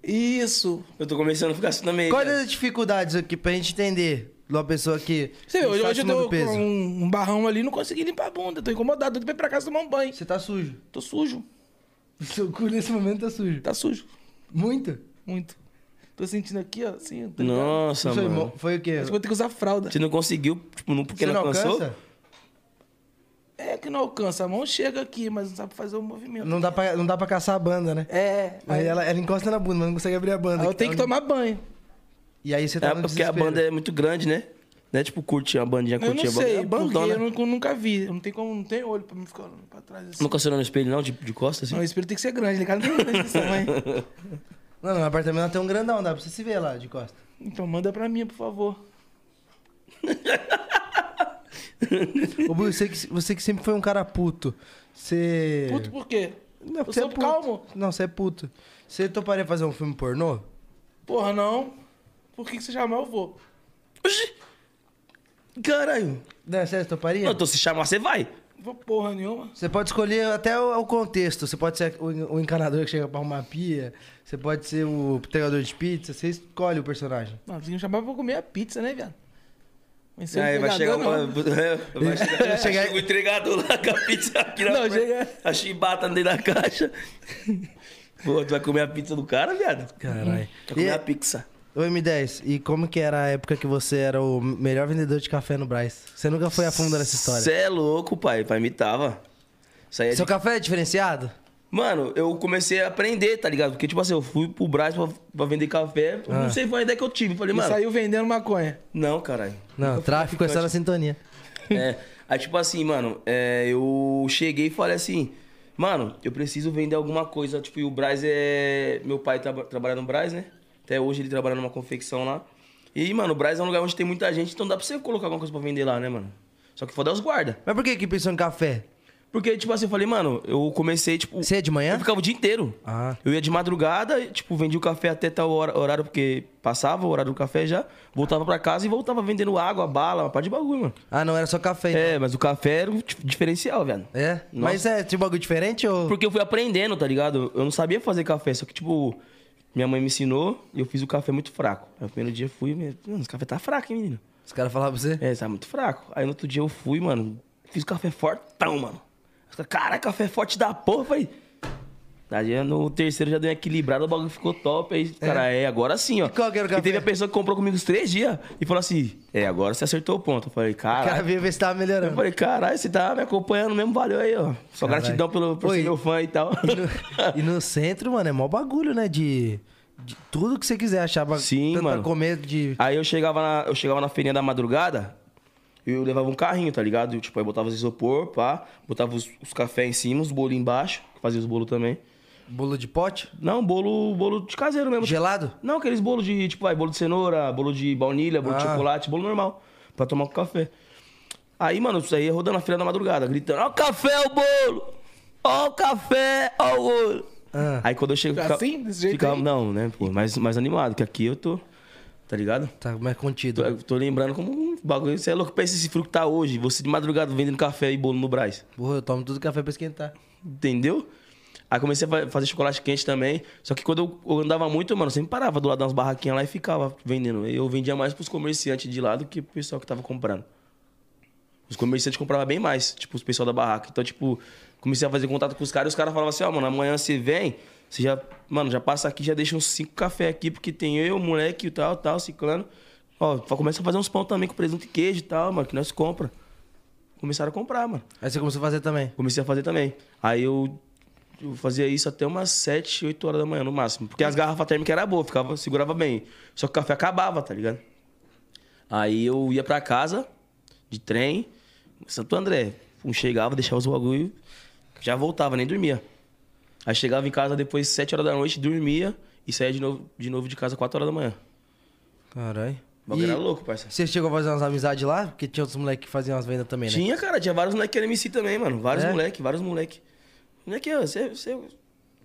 [SPEAKER 1] Isso.
[SPEAKER 3] Eu tô começando a ficar assim também.
[SPEAKER 2] Quais
[SPEAKER 3] cara.
[SPEAKER 2] as dificuldades aqui pra gente entender de uma pessoa que
[SPEAKER 1] Você vê, hoje,
[SPEAKER 2] está
[SPEAKER 1] hoje eu
[SPEAKER 2] acima
[SPEAKER 1] tô
[SPEAKER 2] do peso?
[SPEAKER 1] com um um barrão ali não consegui limpar a bunda. Tô incomodado. Tô indo pra casa tomar um banho.
[SPEAKER 2] Você tá sujo.
[SPEAKER 1] Tô sujo.
[SPEAKER 2] O seu cu nesse momento tá sujo.
[SPEAKER 1] Tá sujo.
[SPEAKER 2] Muito?
[SPEAKER 1] Muito. Tô sentindo aqui, ó. Assim,
[SPEAKER 2] é-
[SPEAKER 1] tá ligado?
[SPEAKER 3] Nossa,
[SPEAKER 2] Foi,
[SPEAKER 3] mano.
[SPEAKER 2] mo- foi o quê?
[SPEAKER 1] Acho que vou ter que usar fralda.
[SPEAKER 3] Você não conseguiu, tipo, não, porque
[SPEAKER 2] Você
[SPEAKER 3] não,
[SPEAKER 2] não
[SPEAKER 3] alcançou?
[SPEAKER 2] alcança?
[SPEAKER 1] É que não alcança. A mão chega aqui, mas não sabe fazer o movimento.
[SPEAKER 2] Não dá, pra, não dá pra caçar a banda, né?
[SPEAKER 1] É.
[SPEAKER 2] Aí ela, ela encosta na bunda, mas não consegue abrir a banda.
[SPEAKER 1] Aí eu tenho que tomar banho.
[SPEAKER 2] E aí você tá
[SPEAKER 3] É,
[SPEAKER 2] no
[SPEAKER 3] porque a
[SPEAKER 2] desespero.
[SPEAKER 3] banda é muito grande, né? Não é tipo curtir a bandinha,
[SPEAKER 1] Eu
[SPEAKER 3] curtir
[SPEAKER 1] não
[SPEAKER 3] a bandinha.
[SPEAKER 1] sei,
[SPEAKER 3] é
[SPEAKER 1] porque
[SPEAKER 3] bandona.
[SPEAKER 1] eu nunca, nunca vi. Eu não tenho como, não tem olho pra me ficar olhando pra trás assim.
[SPEAKER 3] Nunca olhou no espelho, não? De, de costas,
[SPEAKER 1] Não,
[SPEAKER 3] assim?
[SPEAKER 1] o espelho tem que ser grande, né, cara? Não tem grande desse tamanho.
[SPEAKER 2] Não, não, no apartamento ela tem um grandão, dá pra você se ver lá de costa.
[SPEAKER 1] Então manda pra mim, por favor.
[SPEAKER 2] Ô, Buiu, você que, você que sempre foi um cara puto. Você.
[SPEAKER 1] Puto por quê?
[SPEAKER 2] É. Não, é
[SPEAKER 1] eu sou calmo.
[SPEAKER 2] Não, você é puto. Você toparia fazer um filme pornô?
[SPEAKER 1] Porra, não. Por que, que você chamar, eu vou.
[SPEAKER 3] Oxi! Caralho!
[SPEAKER 2] Não, sério, você toparia?
[SPEAKER 3] Não, então se chamar, você vai.
[SPEAKER 1] Não vou porra nenhuma.
[SPEAKER 2] Você pode escolher até o, o contexto. Você pode ser o, o encanador que chega pra arrumar a pia. Você pode ser o entregador de pizza. Você escolhe o personagem.
[SPEAKER 1] Não, você me chamar pra comer a pizza, né, viado? Mas você
[SPEAKER 3] Aí
[SPEAKER 1] não
[SPEAKER 3] vai chegar
[SPEAKER 1] pegador,
[SPEAKER 3] uma-
[SPEAKER 1] não.
[SPEAKER 3] é, vai
[SPEAKER 2] Chega-
[SPEAKER 3] chegar, chega o entregador lá com a pizza aqui na
[SPEAKER 1] Não,
[SPEAKER 3] frente,
[SPEAKER 1] chega-
[SPEAKER 3] A chibata dentro da caixa. Pô, tu vai comer a pizza do cara, viado?
[SPEAKER 2] Caralho.
[SPEAKER 3] Vai comer
[SPEAKER 2] Uhum. E-
[SPEAKER 3] a pizza.
[SPEAKER 2] Ô, M10, e como que era a época que você era o melhor vendedor de café no Brás? Você nunca foi a tá fundo nessa história.
[SPEAKER 3] Você é louco, pai. Pai imitava. Isso aí é
[SPEAKER 2] Seu café é diferenciado?
[SPEAKER 3] Mano, eu comecei a aprender, tá ligado? Porque, tipo assim, eu fui pro Brás pra, pra vender café.
[SPEAKER 2] Ah.
[SPEAKER 3] eu Não sei foi a ideia que eu tive. Falei,
[SPEAKER 1] E
[SPEAKER 3] mano.
[SPEAKER 1] saiu vendendo maconha.
[SPEAKER 3] Não, caralho.
[SPEAKER 2] Não, tráfico é só na sintonia.
[SPEAKER 3] É, aí, tipo assim, mano, é, eu cheguei e falei assim, mano, eu preciso vender alguma coisa. Tipo, e o Braz é. Meu pai traba- trabalha no Braz, né? Até hoje ele trabalha numa confecção lá. E, mano, o Braz é um lugar onde tem muita gente, então dá pra você colocar alguma coisa pra vender lá, né, mano? Só que foda é os guarda.
[SPEAKER 2] Mas por que que pensou em café?
[SPEAKER 3] Porque, tipo assim, eu falei, mano, eu comecei, tipo.
[SPEAKER 2] Você é de manhã?
[SPEAKER 3] Eu ficava o dia inteiro.
[SPEAKER 2] Ah.
[SPEAKER 3] Eu ia de madrugada, e, tipo, vendia o café até tal hora- horário, porque passava o horário do café já, voltava pra casa e voltava vendendo água, bala, uma parte de bagulho, mano.
[SPEAKER 2] Ah, não, era só café.
[SPEAKER 3] É, mas o café era um tipo, diferencial, velho.
[SPEAKER 2] É? Mas é tipo bagulho diferente ou...
[SPEAKER 3] Porque eu fui aprendendo, tá ligado? Eu não sabia fazer café, só que, tipo, minha mãe me ensinou e eu fiz o café muito fraco. Aí o primeiro dia eu fui, meu, mano, esse café tá fraco, hein, menino?
[SPEAKER 2] Os caras falavam pra você?
[SPEAKER 3] É, tá muito fraco. Aí no outro dia eu fui, mano, fiz o café fortão, mano. Os caras, Caraca, café forte da porra, eu falei. Aí eu, no terceiro já deu uma equilibrada, o bagulho ficou top. Aí, cara, é, agora sim, ó.
[SPEAKER 2] E qual que era o
[SPEAKER 3] E teve
[SPEAKER 2] café?
[SPEAKER 3] a pessoa que comprou comigo os três dias e falou assim: É, agora você acertou o ponto. Eu falei,
[SPEAKER 2] O cara
[SPEAKER 3] cara.
[SPEAKER 2] veio ver se tava
[SPEAKER 3] Eu
[SPEAKER 2] melhorando.
[SPEAKER 3] falei, caralho, você tá me acompanhando mesmo, valeu aí, ó. Só
[SPEAKER 2] Caralho.
[SPEAKER 3] gratidão pelo, por
[SPEAKER 2] Oi.
[SPEAKER 3] ser meu fã e tal.
[SPEAKER 2] E no, e no centro, mano, é mó bagulho, né? De, de tudo que você quiser achar. ba-
[SPEAKER 3] Sim,
[SPEAKER 2] tanto
[SPEAKER 3] mano.
[SPEAKER 2] pra comer, de...
[SPEAKER 3] Aí eu chegava, na, eu chegava na feirinha da madrugada, eu levava um carrinho, tá ligado? Eu, tipo, aí botava os isopor, pá, botava os, os cafés em cima, os bolos embaixo, que fazia os bolos também.
[SPEAKER 2] Bolo de pote?
[SPEAKER 3] Não, bolo, bolo de caseiro mesmo.
[SPEAKER 2] Gelado?
[SPEAKER 3] Não, aqueles bolos de, tipo, vai, bolo de cenoura, bolo de baunilha, bolo de
[SPEAKER 2] Ah.
[SPEAKER 3] chocolate, bolo normal, pra tomar com café. Aí, mano, isso aí ia rodando a fila da madrugada, gritando, ó o café, ó o bolo! Ó o café, ó o bolo!
[SPEAKER 2] Ah.
[SPEAKER 3] Aí quando eu chego... fica-
[SPEAKER 1] Assim, desse jeito
[SPEAKER 3] ficava-
[SPEAKER 1] aí?
[SPEAKER 3] Não, né, pô, mais, mais animado, que aqui eu tô, tá ligado?
[SPEAKER 2] Tá mais contido.
[SPEAKER 3] Tô, tô lembrando como um bagulho, você é louco, pensa esse frio que tá hoje, você de madrugada vendendo café e bolo no Brás.
[SPEAKER 2] Porra, eu tomo tudo café pra esquentar.
[SPEAKER 3] Entendeu? Aí comecei a fa- fazer chocolate quente também. Só que quando eu- eu andava muito, mano, eu sempre parava do lado das barraquinhas lá e ficava vendendo. Eu vendia mais pros comerciantes de lá do que pro pessoal que tava comprando. Os comerciantes compravam bem mais, tipo, os pessoal da barraca. Então, tipo, comecei a fazer contato com os caras e os caras falavam assim, ó, mano, amanhã você vem, você já, mano, já passa aqui, já deixa uns cinco cafés aqui, porque tem eu, o moleque e tal, tal, ciclano. Ó, fa- começa a fazer uns pão também com presunto e queijo e tal, mano, que nós compra. Começaram a comprar, mano.
[SPEAKER 2] Aí você começou a fazer também.
[SPEAKER 3] Comecei a fazer também. Aí eu, eu fazia isso até umas 7, 8 horas da manhã, no máximo. Porque as garrafas térmicas eram boas, ficava, segurava bem. Só que o café acabava, tá ligado? Aí eu ia pra casa, de trem, Santo André. Pum, chegava, deixava os bagulho, já voltava, nem dormia. Aí chegava em casa depois 7 horas da noite, dormia e saía de novo de, novo de casa 4 horas da manhã.
[SPEAKER 2] Caralho.
[SPEAKER 3] O bagulho era louco, parça.
[SPEAKER 2] Você chegou a fazer umas amizades lá? Porque tinha outros moleques que faziam umas vendas também, né?
[SPEAKER 3] Tinha, cara, tinha vários moleque que era MC também, mano. Vários
[SPEAKER 2] É?
[SPEAKER 3] moleque, vários moleque. Moleque, ó, você, você,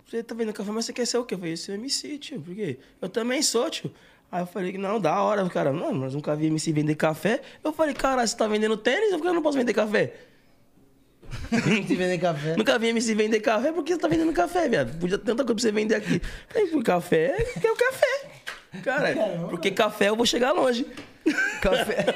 [SPEAKER 3] você tá vendo café, mas você quer ser o quê? Eu falei, eu sou MC, tio, por quê? Eu também sou, tio. Aí eu falei, não, da hora, cara. Não, mas nunca vi MC vender café. Eu falei, cara, você tá vendendo tênis? Por que eu não posso vender café?
[SPEAKER 2] Se vender café.
[SPEAKER 3] Nunca vi MC vender café, por que você tá vendendo café, viado? Podia ter tanta coisa pra você vender aqui. Falei, por café, é eu quero café. Cara,
[SPEAKER 2] é
[SPEAKER 3] porque café eu vou chegar longe.
[SPEAKER 2] Café.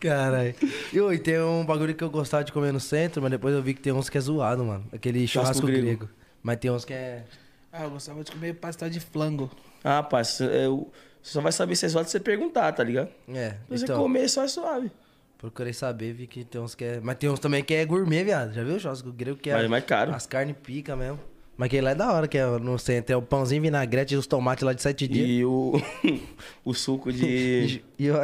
[SPEAKER 2] Caralho. E oi, tem um bagulho que eu gostava de comer no centro, mas depois eu vi que tem uns que é zoado, mano. Aquele churrasco,
[SPEAKER 3] Churrasco
[SPEAKER 2] grego.
[SPEAKER 3] grego.
[SPEAKER 2] Mas tem uns que é.
[SPEAKER 1] Ah, eu gostava de comer pastel de flango.
[SPEAKER 3] Ah, parça, eu- você só vai saber se é suave se você perguntar, tá ligado?
[SPEAKER 2] É,
[SPEAKER 3] Se você
[SPEAKER 2] então.
[SPEAKER 3] comer, só é suave.
[SPEAKER 2] Procurei saber, vi que tem uns que é. Mas tem uns também que é gourmet, viado. Já viu o churrasco grego que é.
[SPEAKER 3] Mas é mais caro.
[SPEAKER 2] As carnes pica mesmo. Mas aquele lá é da hora, que é no centro. É o pãozinho vinagrete e os tomates lá de sete dias.
[SPEAKER 3] E o, o suco de.
[SPEAKER 2] E, o-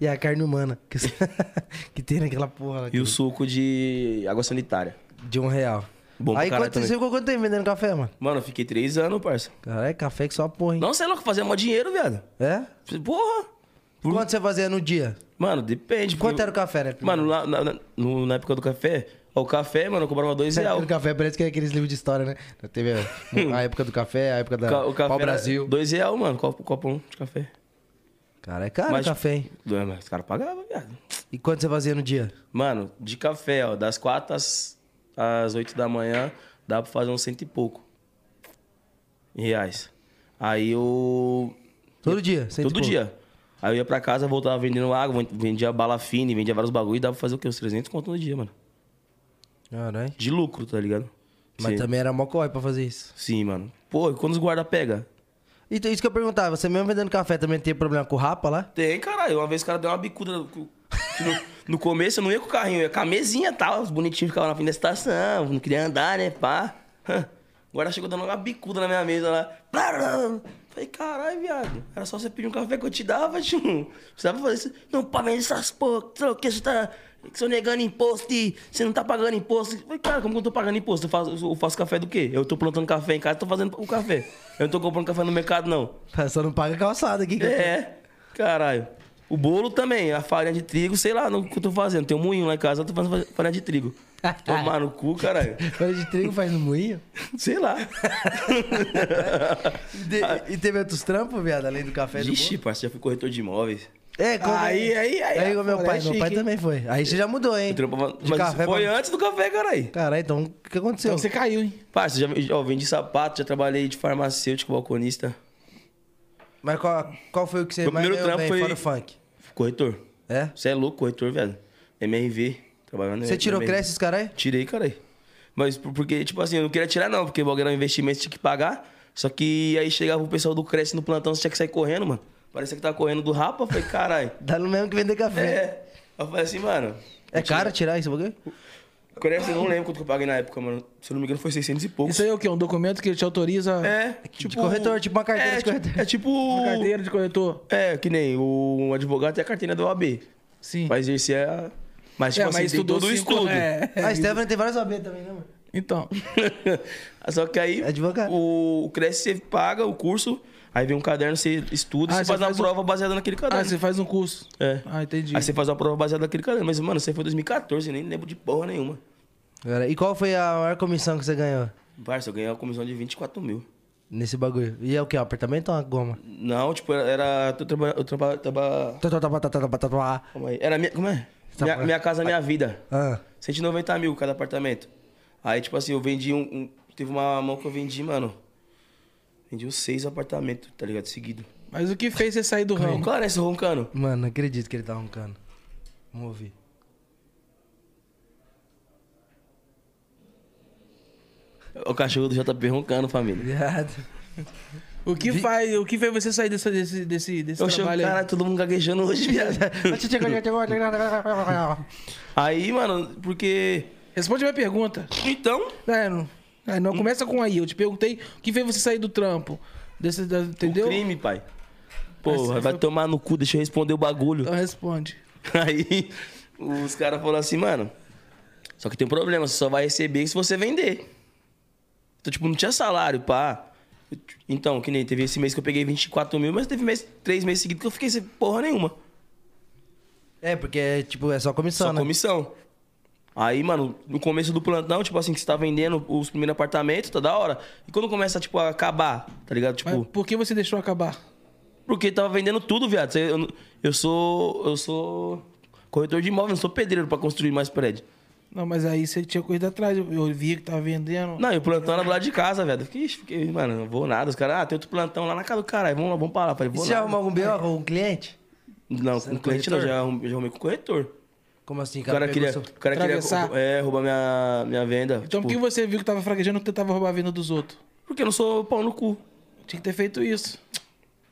[SPEAKER 2] e a carne humana que, os- que tem naquela porra lá.
[SPEAKER 3] e
[SPEAKER 2] que-
[SPEAKER 3] o suco de água sanitária.
[SPEAKER 2] De um real.
[SPEAKER 3] Bom pra
[SPEAKER 2] Aí
[SPEAKER 3] caralho
[SPEAKER 2] quanto, você
[SPEAKER 3] também.
[SPEAKER 2] ficou quanto tempo vendendo café, mano?
[SPEAKER 3] Mano, eu fiquei três anos, parça.
[SPEAKER 2] Caralho, café que só porra, hein?
[SPEAKER 3] Não, sei lá, fazer mó dinheiro, viado.
[SPEAKER 2] É?
[SPEAKER 3] Porra! Por-
[SPEAKER 2] Quanto você fazia no dia?
[SPEAKER 3] Mano, depende. porque
[SPEAKER 2] Quanto
[SPEAKER 3] eu-
[SPEAKER 2] era o café, né?
[SPEAKER 3] Mano, lá, na, na- no- na época do café, ó, o café, mano, eu cobrava dois reais.
[SPEAKER 2] O café parece que é aqueles livros de história, né? Teve a época do café, a época da
[SPEAKER 3] Ca- O café.
[SPEAKER 2] Pau
[SPEAKER 3] era
[SPEAKER 2] Brasil.
[SPEAKER 3] Dois reais, mano, copo, copão de café.
[SPEAKER 2] Cara, é caro o
[SPEAKER 3] Mas-
[SPEAKER 2] café, hein?
[SPEAKER 3] Dois, mas os caras pagavam, viado.
[SPEAKER 2] E quanto você fazia no dia?
[SPEAKER 3] Mano, de café, ó, das quatro às, às oito da manhã, dá pra fazer uns cento e pouco. Em reais. Aí eu.
[SPEAKER 2] Todo dia? cento e
[SPEAKER 3] Todo
[SPEAKER 2] pouco.
[SPEAKER 3] dia. Aí eu ia pra casa, voltava vendendo água, vendia bala fine, vendia vários bagulho, dava pra fazer o quê? Uns 300 conto no dia, mano.
[SPEAKER 2] Caralho.
[SPEAKER 3] De lucro, tá ligado?
[SPEAKER 2] Mas
[SPEAKER 3] Sim.
[SPEAKER 2] também era mó corre pra fazer isso.
[SPEAKER 3] Sim, mano. Pô, e quando os guarda pega?
[SPEAKER 2] Então, isso que eu perguntava, você mesmo vendendo café também tem problema com o rapa lá?
[SPEAKER 3] Tem, caralho. Uma vez o cara deu uma bicuda. no- que No, no começo eu não ia com o carrinho, eu ia com a mesinha e tal. Os bonitinhos ficavam na frente da estação, não queria andar, né? Pá. Hã. O guarda chegou dando uma bicuda na minha mesa lá. Blá, blá, blá. Falei, caralho, viado. Era só você pedir um café que eu te dava, tio. Não Precisava fazer isso. Não, pra vender essas porra, que sei lá o que você tá. Que você negando imposto e você não tá pagando imposto. Falei, cara, como que eu tô pagando imposto? Eu faço, eu faço café do quê? Eu tô plantando café em casa, tô fazendo o café. Eu não tô comprando café no mercado, não.
[SPEAKER 2] Só não paga calçada aqui. que eu-
[SPEAKER 3] É, caralho. O bolo também, a farinha de trigo, sei lá no que eu tô fazendo. Tem um moinho lá em casa, eu tô fazendo farinha de trigo. Tomar no cu, caralho.
[SPEAKER 2] Farinha de trigo faz no moinho.
[SPEAKER 3] Sei lá.
[SPEAKER 2] E, te- e teve outros trampos, viado, além do café
[SPEAKER 3] Ah. Ixi,
[SPEAKER 2] do
[SPEAKER 3] parceiro, já fui corretor de imóveis.
[SPEAKER 2] bolo? É, como...
[SPEAKER 1] Aí, aí, aí,
[SPEAKER 2] Aí, o meu
[SPEAKER 1] é
[SPEAKER 2] pai, meu
[SPEAKER 1] chique,
[SPEAKER 2] pai
[SPEAKER 1] hein?
[SPEAKER 2] também foi. Aí você já mudou, hein?
[SPEAKER 3] Eu trampava-
[SPEAKER 2] De
[SPEAKER 3] Mas
[SPEAKER 2] café
[SPEAKER 3] foi
[SPEAKER 2] pra-
[SPEAKER 3] antes do café, caralho.
[SPEAKER 2] Caralho, então o que aconteceu?
[SPEAKER 1] Então você caiu, hein?
[SPEAKER 3] Parceiro, já ó, vendi sapato, já trabalhei de farmacêutico, balconista.
[SPEAKER 2] Mas qual, qual foi o que você
[SPEAKER 3] Meu
[SPEAKER 2] mais
[SPEAKER 3] primeiro
[SPEAKER 2] ganhou bem,
[SPEAKER 3] trampo foi-
[SPEAKER 2] fora o funk?
[SPEAKER 3] Corretor.
[SPEAKER 2] É?
[SPEAKER 3] Você é louco, corretor, velho. MRV. Trabalhando
[SPEAKER 2] Você
[SPEAKER 3] na
[SPEAKER 2] tirou
[SPEAKER 3] MRV.
[SPEAKER 2] creche, os caralho?
[SPEAKER 3] Tirei, caralho. Mas por- porque, tipo assim, eu não queria tirar, não, porque o bagulho era um investimento, tinha que pagar. Só que aí chegava o pessoal do Cresce no plantão, você tinha que sair correndo, mano. Parecia que tava correndo do rapa, eu falei, caralho.
[SPEAKER 2] Dá no mesmo que vender café.
[SPEAKER 3] É. Eu falei assim, mano.
[SPEAKER 2] É, caro tirar esse bagulho?
[SPEAKER 3] Cresce, eu não lembro quanto que eu paguei na época, mano. Se eu não me engano, foi 600 e pouco.
[SPEAKER 1] Isso aí é o quê? Um documento que te autoriza
[SPEAKER 3] É,
[SPEAKER 2] De corretor, tipo uma carteira
[SPEAKER 3] é,
[SPEAKER 2] de corretor.
[SPEAKER 3] É tipo.
[SPEAKER 1] uma carteira de corretor?
[SPEAKER 3] É, que nem o advogado tem a carteira da OAB.
[SPEAKER 1] Sim.
[SPEAKER 3] Pra exercer a. Mas, tipo
[SPEAKER 1] é,
[SPEAKER 3] assim,
[SPEAKER 1] mas
[SPEAKER 3] tem
[SPEAKER 1] estudou
[SPEAKER 3] todo o
[SPEAKER 1] cinco-
[SPEAKER 3] estudo.
[SPEAKER 1] É.
[SPEAKER 2] A Ah, Stephanie tem vários OAB também, né, mano?
[SPEAKER 1] Então.
[SPEAKER 3] Só que
[SPEAKER 1] É
[SPEAKER 3] aí
[SPEAKER 2] Advogado.
[SPEAKER 3] o, o Cresce você paga o curso, aí vem um caderno, você estuda,
[SPEAKER 1] Ah,
[SPEAKER 3] você
[SPEAKER 1] você
[SPEAKER 3] faz uma
[SPEAKER 1] faz o-
[SPEAKER 3] prova baseada naquele
[SPEAKER 1] Ah,
[SPEAKER 3] caderno.
[SPEAKER 1] você faz um curso.
[SPEAKER 3] É.
[SPEAKER 1] Ah, entendi.
[SPEAKER 3] Aí você faz uma prova baseada naquele caderno. Mas, mano, você foi em 2014, nem lembro de porra nenhuma.
[SPEAKER 2] Cara, e qual foi a maior comissão que você ganhou
[SPEAKER 3] Parça, eu ganhei uma comissão de 24 mil.
[SPEAKER 2] nesse bagulho? E é o quê? Um apartamento ou uma goma?
[SPEAKER 3] Não, tipo, era. Eu trabalhava. Eu traba, traba,
[SPEAKER 2] Tá, tá, tá, tá, tá, tá, tá, tá.
[SPEAKER 3] como aí? Era minha. Como é?
[SPEAKER 2] Tá
[SPEAKER 3] Minha,
[SPEAKER 2] bom.
[SPEAKER 3] minha casa, minha vida.
[SPEAKER 2] Ah,
[SPEAKER 3] 190 mil cada apartamento. Aí, tipo assim, eu vendi um. um- teve uma mão que eu vendi, mano. Vendi uns seis apartamentos, tá ligado? Seguido.
[SPEAKER 1] Mas o que fez você sair do
[SPEAKER 3] Não,
[SPEAKER 1] ramo?
[SPEAKER 3] claro, esse roncando.
[SPEAKER 2] mano, não acredito que ele tá roncando. Vamos ouvir.
[SPEAKER 3] O cachorro do JP roncando, família.
[SPEAKER 2] Viado.
[SPEAKER 1] O que, faz, o que fez você sair desse, desse, desse, desse
[SPEAKER 3] Eu chamo,
[SPEAKER 1] trabalho aí?
[SPEAKER 3] cara, todo mundo gaguejando hoje, viado. Aí, mano, porque.
[SPEAKER 1] Responde a minha pergunta.
[SPEAKER 3] Então,
[SPEAKER 1] É, não, é, não começa com aí. Eu te perguntei o que fez você sair do trampo. Desse, da- entendeu?
[SPEAKER 3] o crime, pai.
[SPEAKER 1] Mas
[SPEAKER 3] Porra,
[SPEAKER 1] você
[SPEAKER 3] vai
[SPEAKER 1] foi-
[SPEAKER 3] tomar no cu, deixa eu responder o bagulho.
[SPEAKER 1] Então responde.
[SPEAKER 3] Aí os caras falaram assim, mano. Só que tem um problema, você só vai receber se você vender. Então, tipo, não tinha salário, pá. Então, que nem teve esse mês que eu peguei 24 mil, mas teve mês, três meses seguidos que eu fiquei sem porra nenhuma.
[SPEAKER 2] É, porque, tipo, é só comissão,
[SPEAKER 3] Só
[SPEAKER 2] né?
[SPEAKER 3] comissão. Aí, mano, no começo do plantão, tipo assim, que você tá vendendo os primeiros apartamentos, tá da hora. E quando começa, tipo, a acabar, tá ligado? Tipo.
[SPEAKER 1] Mas por que você deixou acabar?
[SPEAKER 3] Porque tava vendendo tudo, viado. Cê- Eu, não- eu sou. Eu sou corretor de imóvel, não sou pedreiro pra construir mais prédio.
[SPEAKER 1] Não, mas aí você tinha corrido atrás. Eu, eu vi que tava vendendo.
[SPEAKER 3] Não, e o plantão era do lado de casa, velho. Eu Fiquei, fiquei, mano, não vou nada. Os caras, ah, tem outro plantão lá na casa do caralho, vamos lá, vamos pra lá. Eu Falei,
[SPEAKER 2] E
[SPEAKER 3] vou
[SPEAKER 2] você
[SPEAKER 3] nada.
[SPEAKER 2] arrumou algum B.O. com um cliente?
[SPEAKER 3] Não, com
[SPEAKER 2] era
[SPEAKER 3] o cliente não,
[SPEAKER 2] corretor?
[SPEAKER 3] já arrumei, já arrumei com o corretor.
[SPEAKER 2] Como assim?
[SPEAKER 3] O cara
[SPEAKER 2] pegou
[SPEAKER 3] queria,
[SPEAKER 2] seu-
[SPEAKER 3] o cara queria
[SPEAKER 1] Atravessar.
[SPEAKER 3] rou- é, roubar minha, minha venda.
[SPEAKER 1] Então
[SPEAKER 3] tipo,
[SPEAKER 1] por que você viu que tava fraquejando que tentava roubar a venda dos outros?
[SPEAKER 3] Porque eu não sou pau no cu.
[SPEAKER 1] Tinha que ter feito isso.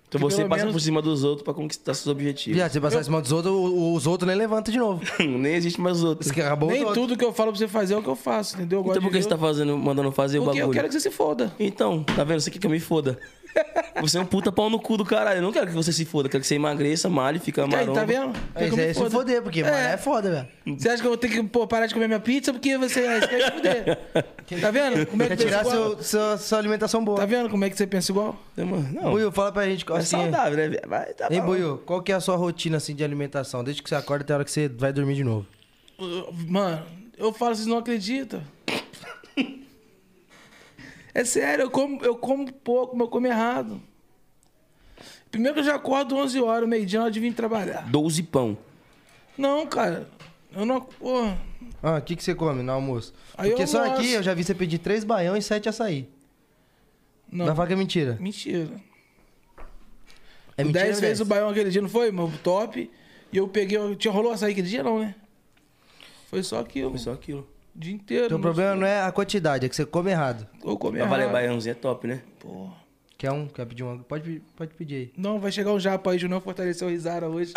[SPEAKER 3] Então
[SPEAKER 1] Que
[SPEAKER 3] você
[SPEAKER 1] pelo
[SPEAKER 3] passa
[SPEAKER 1] menos-
[SPEAKER 3] por cima dos outros pra conquistar seus objetivos.
[SPEAKER 2] Viado, se passar em cima dos outros, o- os outros nem levantam de novo.
[SPEAKER 3] Nem existe mais os outros.
[SPEAKER 2] Isso que acabou
[SPEAKER 1] Nem
[SPEAKER 2] os outros.
[SPEAKER 1] tudo que eu falo pra você fazer é o que eu faço, entendeu? Eu gosto
[SPEAKER 3] Então por que
[SPEAKER 1] de
[SPEAKER 3] você
[SPEAKER 1] ver-
[SPEAKER 3] tá fazendo, mandando fazer
[SPEAKER 1] Porque
[SPEAKER 3] o
[SPEAKER 1] eu
[SPEAKER 3] bagulho?
[SPEAKER 1] quero que você se foda.
[SPEAKER 3] Então, tá vendo? Você quer que eu me foda. Você é um puta pau no cu do caralho. Eu não quero que você se foda. Eu quero que você emagreça, malhe, fica
[SPEAKER 1] E aí,
[SPEAKER 3] maromba.
[SPEAKER 1] tá vendo? Quer
[SPEAKER 2] Mas
[SPEAKER 1] que eu me
[SPEAKER 2] é se
[SPEAKER 1] foda?
[SPEAKER 2] foder, porque, mano, é foda, velho.
[SPEAKER 1] Você acha que eu vou ter que pô, parar de comer minha pizza porque você, você quer se fuder? Tá vendo? Como é que pensa
[SPEAKER 2] Quer tirar
[SPEAKER 1] igual?
[SPEAKER 2] seu, sua, sua alimentação boa.
[SPEAKER 1] Tá vendo como é que você pensa igual?
[SPEAKER 3] É, mano, Não,
[SPEAKER 2] Buiu, fala pra gente.
[SPEAKER 3] é
[SPEAKER 2] Assim,
[SPEAKER 3] saudável, né? velho? Vai, tá
[SPEAKER 2] Hein,
[SPEAKER 3] bom.
[SPEAKER 2] Buiu, qual que é a sua rotina, assim, de alimentação? Desde que você acorda até a hora que você vai dormir de novo.
[SPEAKER 1] Uh, Mano, eu falo, vocês não acreditam. É sério, eu como, eu como pouco, mas eu como errado. Primeiro que eu já acordo 11 horas, meio-dia, na hora de vir trabalhar.
[SPEAKER 3] 12 pão.
[SPEAKER 1] Não, cara, eu não. Porra.
[SPEAKER 2] Ah, o que, que você come no almoço?
[SPEAKER 1] Aí eu
[SPEAKER 2] Porque só
[SPEAKER 1] almoço.
[SPEAKER 2] aqui eu já vi você pedir três baião e sete açaí.
[SPEAKER 1] Não.
[SPEAKER 2] Não. Vai falar que é mentira.
[SPEAKER 1] Mentira.
[SPEAKER 2] É mentira
[SPEAKER 1] 10 vezes o baião aquele dia, não foi, meu top. E eu peguei, eu tinha rolou açaí aquele dia, não, né? Foi só que eu,
[SPEAKER 3] Foi só aquilo.
[SPEAKER 1] o dia inteiro.
[SPEAKER 2] Teu
[SPEAKER 1] não-
[SPEAKER 2] problema não é a quantidade, é que você come errado.
[SPEAKER 1] Eu comi
[SPEAKER 3] Mas vale
[SPEAKER 1] errado.
[SPEAKER 3] baiãozinho é top, né?
[SPEAKER 1] Porra.
[SPEAKER 2] Quer um? Quer pedir um? Pode, pe- pode pedir aí.
[SPEAKER 1] Não, vai chegar um japa aí, Junão fortaleceu o Rizara hoje.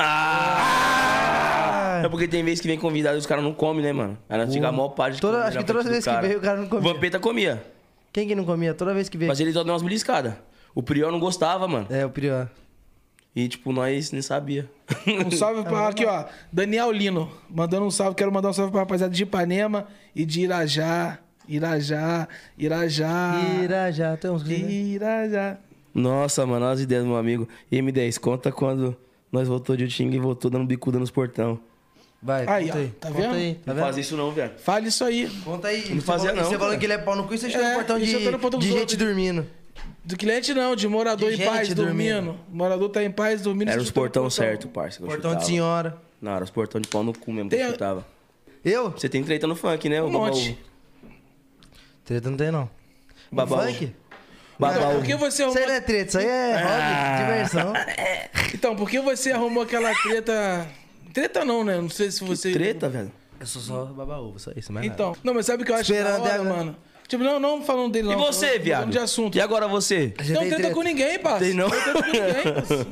[SPEAKER 3] É porque tem vezes que vem convidado e os caras não comem, né, mano? Aí nós fica a maior parte de
[SPEAKER 2] Toda-
[SPEAKER 3] comer
[SPEAKER 2] acho
[SPEAKER 3] na
[SPEAKER 2] que todas
[SPEAKER 3] frente
[SPEAKER 2] as
[SPEAKER 3] do
[SPEAKER 2] vezes que veio, o cara não comia.
[SPEAKER 3] Vampeta comia.
[SPEAKER 2] Quem que não comia toda vez que veio?
[SPEAKER 3] Mas ele só deu umas beliscadas. O Prior não gostava, mano.
[SPEAKER 2] É, o Pirió.
[SPEAKER 3] E, tipo, nós nem sabia.
[SPEAKER 1] Um salve
[SPEAKER 2] Tá
[SPEAKER 1] pra aqui, ó. Daniel Lino, mandando um salve. Quero mandar um salve pra rapaziada de Ipanema e de Irajá. Irajá, Irajá.
[SPEAKER 2] Irajá, tem uns que- né?
[SPEAKER 1] Irajá.
[SPEAKER 3] Nossa, mano, olha as ideias do meu amigo. E M10, conta quando nós voltou de Utinga e voltou dando bicuda nos portão.
[SPEAKER 2] Vai,
[SPEAKER 1] Aí,
[SPEAKER 2] conta
[SPEAKER 1] ó,
[SPEAKER 2] aí.
[SPEAKER 1] tá
[SPEAKER 2] conta
[SPEAKER 1] vendo?
[SPEAKER 2] aí, tá
[SPEAKER 3] não
[SPEAKER 2] vendo?
[SPEAKER 3] faz isso não, velho.
[SPEAKER 1] Fala isso aí.
[SPEAKER 2] Conta aí.
[SPEAKER 3] Não
[SPEAKER 2] Você
[SPEAKER 3] fazia
[SPEAKER 2] falou-
[SPEAKER 3] não,
[SPEAKER 2] Você falou
[SPEAKER 3] cara.
[SPEAKER 2] que ele é pau no cu e você chegou
[SPEAKER 1] É,
[SPEAKER 2] no portão
[SPEAKER 1] ele
[SPEAKER 2] de,
[SPEAKER 1] chegou no portão
[SPEAKER 2] de
[SPEAKER 1] dos
[SPEAKER 2] gente
[SPEAKER 1] outros.
[SPEAKER 2] dormindo.
[SPEAKER 1] Do cliente não, de morador
[SPEAKER 2] De
[SPEAKER 1] em paz,
[SPEAKER 2] gente
[SPEAKER 1] dormindo. Morador tá em paz, dormindo.
[SPEAKER 3] Era
[SPEAKER 1] você
[SPEAKER 3] os
[SPEAKER 1] chuta no
[SPEAKER 3] portão certo, parça. que eu
[SPEAKER 2] Portão de
[SPEAKER 3] chutava.
[SPEAKER 2] senhora.
[SPEAKER 3] Não, era os portão de pau no cu mesmo que
[SPEAKER 1] Tem
[SPEAKER 3] eu
[SPEAKER 1] a-
[SPEAKER 3] chutava.
[SPEAKER 2] Eu?
[SPEAKER 3] Você tem treta no funk, né?
[SPEAKER 1] Um monte.
[SPEAKER 2] Treta não tem, não.
[SPEAKER 3] Babaú.
[SPEAKER 2] Funk?
[SPEAKER 1] Então,
[SPEAKER 3] Babau.
[SPEAKER 1] por que você
[SPEAKER 2] Isso
[SPEAKER 1] arrumou...
[SPEAKER 2] aí não é treta, isso aí é hobby, diversão.
[SPEAKER 1] Então, por que você arrumou aquela treta... Treta não, né? Não sei se você...
[SPEAKER 3] Treta, velho.
[SPEAKER 2] Eu sou só babaúvo, só isso, mas
[SPEAKER 1] Então. Não, mas sabe o que eu acho da
[SPEAKER 2] Esperando
[SPEAKER 1] hora,
[SPEAKER 2] ela.
[SPEAKER 1] mano? Tipo, não, não falando dele, não.
[SPEAKER 3] E você,
[SPEAKER 1] falando-
[SPEAKER 3] viado?
[SPEAKER 1] falando de assunto.
[SPEAKER 3] E agora você?
[SPEAKER 2] Você
[SPEAKER 1] Não
[SPEAKER 2] tem
[SPEAKER 1] treta,
[SPEAKER 2] treta?
[SPEAKER 1] com ninguém, parça.
[SPEAKER 3] Tem não?
[SPEAKER 1] Não treta com ninguém, parça.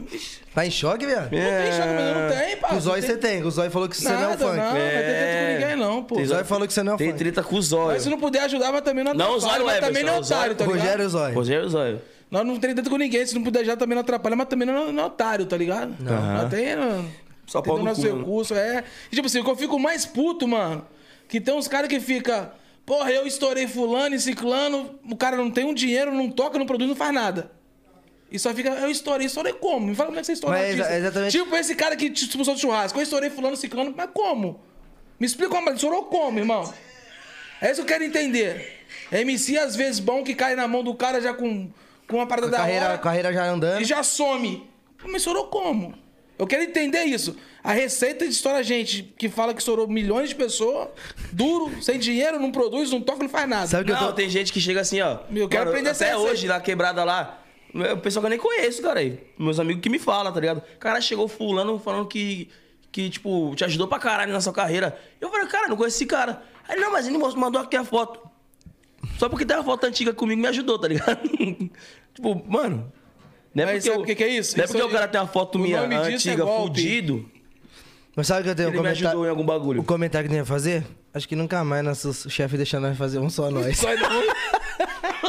[SPEAKER 2] Tá em choque, velho?
[SPEAKER 1] Não
[SPEAKER 3] É.
[SPEAKER 1] tem choque, mas eu não tem, parça.
[SPEAKER 2] O Zói você tem, o Zói falou que você
[SPEAKER 1] Nada,
[SPEAKER 2] não é funk.
[SPEAKER 1] não, não tem treta com
[SPEAKER 3] É.
[SPEAKER 1] ninguém, não, pô.
[SPEAKER 3] Tem
[SPEAKER 2] O Zói falou que você não é
[SPEAKER 3] Tem
[SPEAKER 2] funk.
[SPEAKER 3] treta com o zóio.
[SPEAKER 1] Mas se não puder ajudar, mas também não
[SPEAKER 3] Não,
[SPEAKER 1] atrapalha.
[SPEAKER 3] o Zóio
[SPEAKER 1] mas
[SPEAKER 3] é,
[SPEAKER 1] também não é
[SPEAKER 3] pessoal, o Zóio-
[SPEAKER 1] otário, tá ligado?
[SPEAKER 2] Rogério Zói.
[SPEAKER 3] Rogério Zóio.
[SPEAKER 1] um, Nós não tem treta com ninguém. Se não puder ajudar, também não atrapalha, mas também não é, não é otário, tá ligado? Não, tem... Não,
[SPEAKER 3] Só
[SPEAKER 1] Tentando
[SPEAKER 3] pau no cu, né?
[SPEAKER 1] nosso
[SPEAKER 3] mano.
[SPEAKER 1] recurso, é. E tipo assim, o que eu fico mais puto, mano, que tem uns caras que fica, porra, eu estourei fulano e ciclano, o cara não tem um dinheiro, não toca, não produz, não faz nada. E só fica, eu estourei, estourei como? Me fala como é que você estourou
[SPEAKER 2] Mas é exa-
[SPEAKER 1] artista.
[SPEAKER 2] exatamente-
[SPEAKER 1] Tipo esse cara que te expulsou do churrasco, eu estourei fulano, ciclano, mas como? Me explica como, ele estourou como, irmão? É isso que eu quero entender. MC às vezes bom que cai na mão do cara já com, com uma parada da
[SPEAKER 2] Carreira,
[SPEAKER 1] hora
[SPEAKER 2] carreira já andando.
[SPEAKER 1] e já some. Mas estourou como? Eu quero entender isso. A receita de estourar gente que fala que estourou milhões de pessoas, duro, sem dinheiro, não produz, não toca, não faz nada.
[SPEAKER 2] Sabe o que
[SPEAKER 3] Não,
[SPEAKER 2] eu tô...
[SPEAKER 3] tem gente que chega assim, ó.
[SPEAKER 1] Eu quero aprender assim. essa
[SPEAKER 3] Até
[SPEAKER 1] receita.
[SPEAKER 3] hoje, na quebrada lá, o pessoal que eu nem conheço, cara. aí. Meus amigos que me falam, tá ligado? Cara, chegou fulano falando que, que, tipo, te ajudou pra caralho na sua carreira. Eu falei, cara, não conheço esse cara. Aí, ele, não, mas ele mostrou- mandou aqui a foto. Só porque tem uma foto antiga comigo me ajudou, tá ligado? tipo, mano. Não é
[SPEAKER 1] Mas
[SPEAKER 3] porque
[SPEAKER 1] sabe
[SPEAKER 3] eu-
[SPEAKER 1] o que que é isso?
[SPEAKER 3] Não é
[SPEAKER 1] Isso
[SPEAKER 3] porque o
[SPEAKER 1] aí-
[SPEAKER 3] cara tem uma foto
[SPEAKER 1] o
[SPEAKER 3] minha
[SPEAKER 1] nome disso é
[SPEAKER 3] antiga,
[SPEAKER 1] golpe.
[SPEAKER 3] fudido.
[SPEAKER 2] Mas sabe o que eu tenho?
[SPEAKER 3] Ele me ajudou em algum bagulho.
[SPEAKER 2] O comentário que eu ia fazer? Acho que nunca mais nosso chefe deixa nós fazer um só nós.
[SPEAKER 1] Só é não-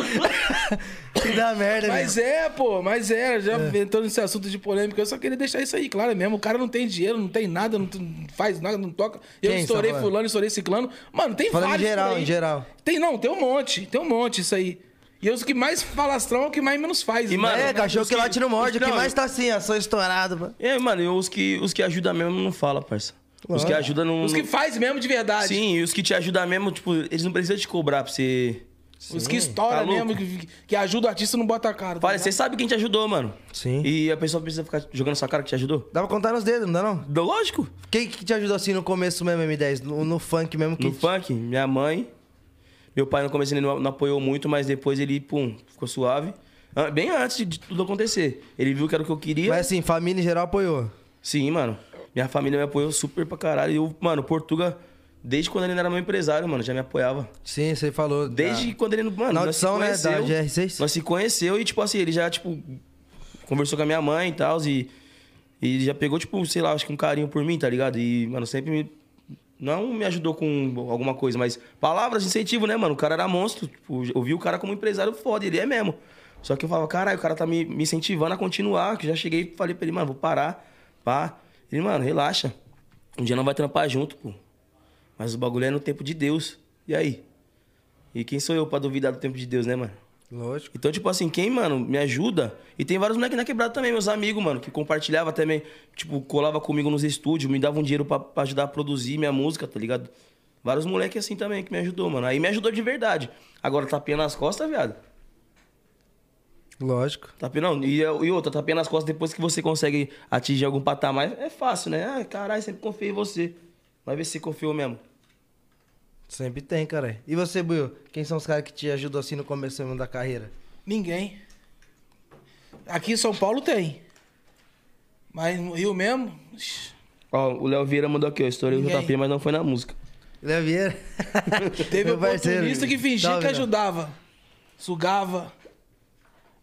[SPEAKER 2] que dá merda,
[SPEAKER 1] Mas é, pô, mas é. Já entrou nesse assunto de polêmica, eu só queria deixar isso aí, claro mesmo. O cara não tem dinheiro, não tem nada, não, t- não faz nada, não toca. Eu
[SPEAKER 2] Quem você tá
[SPEAKER 1] estourei
[SPEAKER 2] falando?
[SPEAKER 1] fulano, estourei ciclano. Mano, tem
[SPEAKER 2] Falando em
[SPEAKER 1] vários por
[SPEAKER 2] geral,
[SPEAKER 1] aí.
[SPEAKER 2] em geral.
[SPEAKER 1] Tem, não, tem um monte, tem um monte isso aí. E os que mais falastrão é o que mais menos faz.
[SPEAKER 3] E,
[SPEAKER 1] né?
[SPEAKER 3] mano,
[SPEAKER 2] É, cachorro que late não morde. O que
[SPEAKER 3] Não,
[SPEAKER 2] mais tá assim, ó, sou estourado, mano.
[SPEAKER 3] É, mano, e os que, os que ajudam mesmo não fala, parça. Os
[SPEAKER 2] Claro.
[SPEAKER 3] que ajudam não.
[SPEAKER 1] Os que faz mesmo de verdade.
[SPEAKER 3] um- Sim, e os que te ajudam mesmo, tipo, eles não precisam te cobrar pra você.
[SPEAKER 1] Os que estouram
[SPEAKER 3] Tá louco?
[SPEAKER 1] mesmo, que, que ajuda o artista e não bota a cara. tá
[SPEAKER 3] Fala,
[SPEAKER 1] ligado?
[SPEAKER 3] você sabe quem te ajudou, mano.
[SPEAKER 2] Sim.
[SPEAKER 3] E a pessoa precisa ficar jogando sua cara que te ajudou?
[SPEAKER 2] Dá pra contar nos dedos, não dá não?
[SPEAKER 3] Lógico.
[SPEAKER 2] Quem que te ajudou assim no começo mesmo, M10? No, no funk mesmo que.
[SPEAKER 3] No funk, minha mãe. Meu pai no começo ele não, não apoiou muito, mas depois ele, pum, ficou suave. Ah, Bem antes de tudo acontecer. Ele viu que era o que eu queria.
[SPEAKER 2] Mas assim, família em geral apoiou.
[SPEAKER 3] Sim, mano. Minha família me apoiou super pra caralho. E eu, mano, Portuga, desde quando ele não era meu empresário, mano, já me apoiava.
[SPEAKER 2] Sim, você falou.
[SPEAKER 3] Desde
[SPEAKER 2] Ah.
[SPEAKER 3] quando ele. Mano,
[SPEAKER 2] Na
[SPEAKER 3] nós se
[SPEAKER 2] audição, né, da
[SPEAKER 3] conheceu.
[SPEAKER 2] GR6?
[SPEAKER 3] Nós se conheceu e, tipo assim, ele já, tipo, conversou com a minha mãe e tal. E, e ele já pegou, tipo, sei lá, acho que um carinho por mim, tá ligado? E, mano, sempre me. Não é um me ajudou com alguma coisa, mas palavras de incentivo, né, mano? O cara era monstro. Tipo, eu vi o cara como empresário foda, ele é mesmo. Só que eu falava, caralho, o cara tá me, me incentivando a continuar. Que eu já cheguei e falei pra ele, mano, vou parar. Pá. Ele, mano, relaxa. Um dia não vai trampar junto, pô. Mas o bagulho é no tempo de Deus. E aí? E quem sou eu pra duvidar do tempo de Deus, né, mano?
[SPEAKER 2] Lógico.
[SPEAKER 3] Então, tipo assim, quem, mano, me ajuda. E tem vários moleques na quebrada também, meus amigos, mano, que compartilhava também, tipo, colava comigo nos estúdios, me davam dinheiro pra, pra ajudar a produzir minha música, tá ligado? Vários moleques assim também que me ajudou, mano. Aí me ajudou de verdade. Agora, tapinha nas costas, viado.
[SPEAKER 2] Lógico.
[SPEAKER 3] Tapinha não. E, e outra, tapinha nas costas depois que você consegue atingir algum patamar. É fácil, né? Ah, caralho, sempre confiei em você. Vai ver se você confiou mesmo.
[SPEAKER 2] Sempre tem, cara. E você, Buiu? Quem são os caras que te ajudou assim no começo mesmo da carreira?
[SPEAKER 1] Ninguém. Aqui em São Paulo tem. Mas no Rio mesmo. ixi,
[SPEAKER 3] Ó, o Léo Vieira mandou aqui, ó. Estourei o
[SPEAKER 1] E aí?
[SPEAKER 3] tapinha, mas não foi na música.
[SPEAKER 2] Léo Vieira.
[SPEAKER 1] Teve
[SPEAKER 2] Meu parceiro. Tá
[SPEAKER 1] oportunista que fingia
[SPEAKER 2] Salve,
[SPEAKER 1] que
[SPEAKER 2] Léo.
[SPEAKER 1] ajudava. Sugava.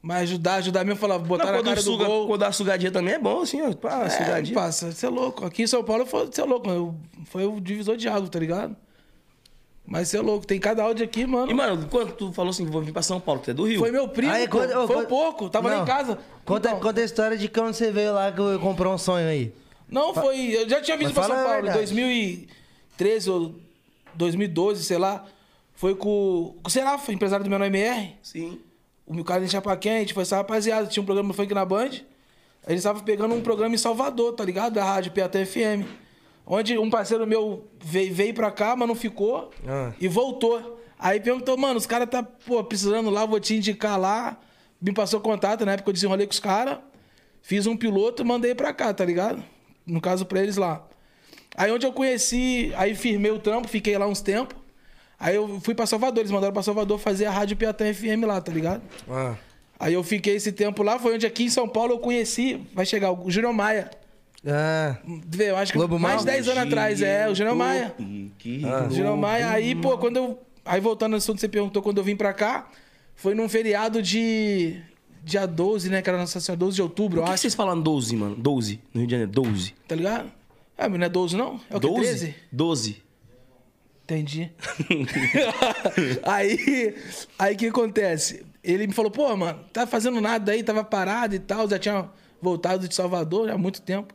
[SPEAKER 1] Mas ajudar, ajudar mesmo, falava, botar
[SPEAKER 3] Não,
[SPEAKER 1] na
[SPEAKER 3] quando,
[SPEAKER 1] cara
[SPEAKER 3] suga,
[SPEAKER 1] do gol.
[SPEAKER 3] quando dá sugadinha também é bom, assim, ó. Pá,
[SPEAKER 1] É,
[SPEAKER 3] sugadinha.
[SPEAKER 1] passa, você é louco. Aqui em São Paulo foi, você é louco. eu- foi o divisor de água, tá ligado? Mas você é louco. Tem cada áudio aqui, mano.
[SPEAKER 3] E, mano, quando tu falou assim, vou vir pra São Paulo, tu é do Rio.
[SPEAKER 1] Foi meu primo,
[SPEAKER 2] Aí,
[SPEAKER 1] pô.
[SPEAKER 2] conta- ô,
[SPEAKER 1] foi
[SPEAKER 2] conta-
[SPEAKER 1] pouco, tava lá
[SPEAKER 2] Não.
[SPEAKER 1] em casa.
[SPEAKER 2] Conta,
[SPEAKER 1] Então,
[SPEAKER 2] conta a história de quando você veio lá que eu comprou um sonho aí.
[SPEAKER 1] Não, foi. Eu já tinha vindo
[SPEAKER 2] Mas
[SPEAKER 1] pra São
[SPEAKER 2] fala a
[SPEAKER 1] Paulo em
[SPEAKER 2] verdade.
[SPEAKER 1] 2013 ou 2012, sei lá. Foi com, com o Serafa, empresário do meu é MR.
[SPEAKER 3] Sim.
[SPEAKER 1] O meu cara em Chapaquente, foi essa rapaziada. Tinha um programa funk na Band. Aí Eles estavam pegando um programa em Salvador, tá ligado? Da rádio PATFM. Onde um parceiro meu veio, veio pra cá, mas não ficou.
[SPEAKER 2] Ah.
[SPEAKER 1] E voltou. Aí perguntou, mano, os caras tá pô, precisando lá, vou te indicar lá. Me passou contato, na época eu desenrolei com os caras. Fiz um piloto e mandei pra cá, tá ligado? No caso, pra eles lá. Aí onde eu conheci, aí firmei o trampo, fiquei lá uns tempos. Aí eu fui pra Salvador, eles mandaram pra Salvador fazer a rádio Piatã FM lá, tá ligado?
[SPEAKER 2] Ah,
[SPEAKER 1] Aí eu fiquei esse tempo lá, foi onde aqui em São Paulo eu conheci, vai chegar, o Júnior Maia.
[SPEAKER 2] ah
[SPEAKER 1] Vê, Eu acho que
[SPEAKER 2] Lobo
[SPEAKER 1] mais de
[SPEAKER 2] Mal?
[SPEAKER 1] 10 anos atrás, é, o Júnior Maia.
[SPEAKER 3] Que
[SPEAKER 1] O Júnior Maia, aí, pô, quando eu. Aí voltando ao assunto que você perguntou quando eu vim pra cá, foi num feriado de. Dia 12, né? Que era Nossa Senhora, 12 de outubro, eu
[SPEAKER 3] Por que que
[SPEAKER 1] acho,
[SPEAKER 3] vocês falam 12, mano? 12, no Rio de Janeiro, 12.
[SPEAKER 1] tá ligado? Ah, mas não é 12, não? É o que? 13?
[SPEAKER 3] 12.
[SPEAKER 1] Entendi. aí, aí o que acontece? Ele me falou, pô, mano, tá fazendo nada aí, tava parado e tal, já tinha voltado de Salvador já há muito tempo.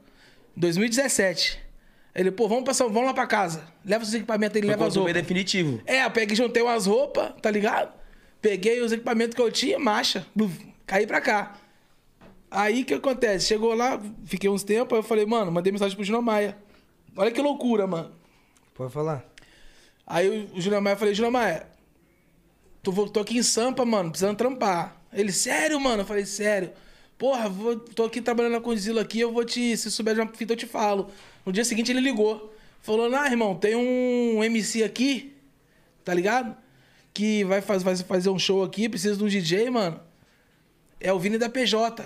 [SPEAKER 1] 2017. Ele, pô, vamos, pra, São- vamos lá pra casa. Leva os equipamentos, ele
[SPEAKER 3] Foi
[SPEAKER 1] leva
[SPEAKER 3] quando
[SPEAKER 1] as
[SPEAKER 3] eu tomei
[SPEAKER 1] roupas.
[SPEAKER 3] definitivo.
[SPEAKER 1] É, eu peguei, juntei umas roupas, tá ligado? Peguei os equipamentos que eu tinha, marcha. bluf, caí pra cá. Aí o que acontece? Chegou lá, fiquei uns tempos, aí eu falei, mano, mandei mensagem pro Junior Maia. Olha que loucura, mano.
[SPEAKER 2] Pode falar.
[SPEAKER 1] Aí o- o Júnior Maia, eu falei, Júnior Maia, tu voltou aqui em Sampa, mano, precisando trampar. Ele, sério, mano? Eu falei, sério. Porra, vou- tô aqui trabalhando na Condzilla aqui, eu vou te... Se souber de uma fita, eu te falo. No dia seguinte ele ligou. Falou, não, irmão, tem um MC aqui, tá ligado? Que vai, faz- vai fazer um show aqui, precisa de um DJ, mano. É o Vini da PJ.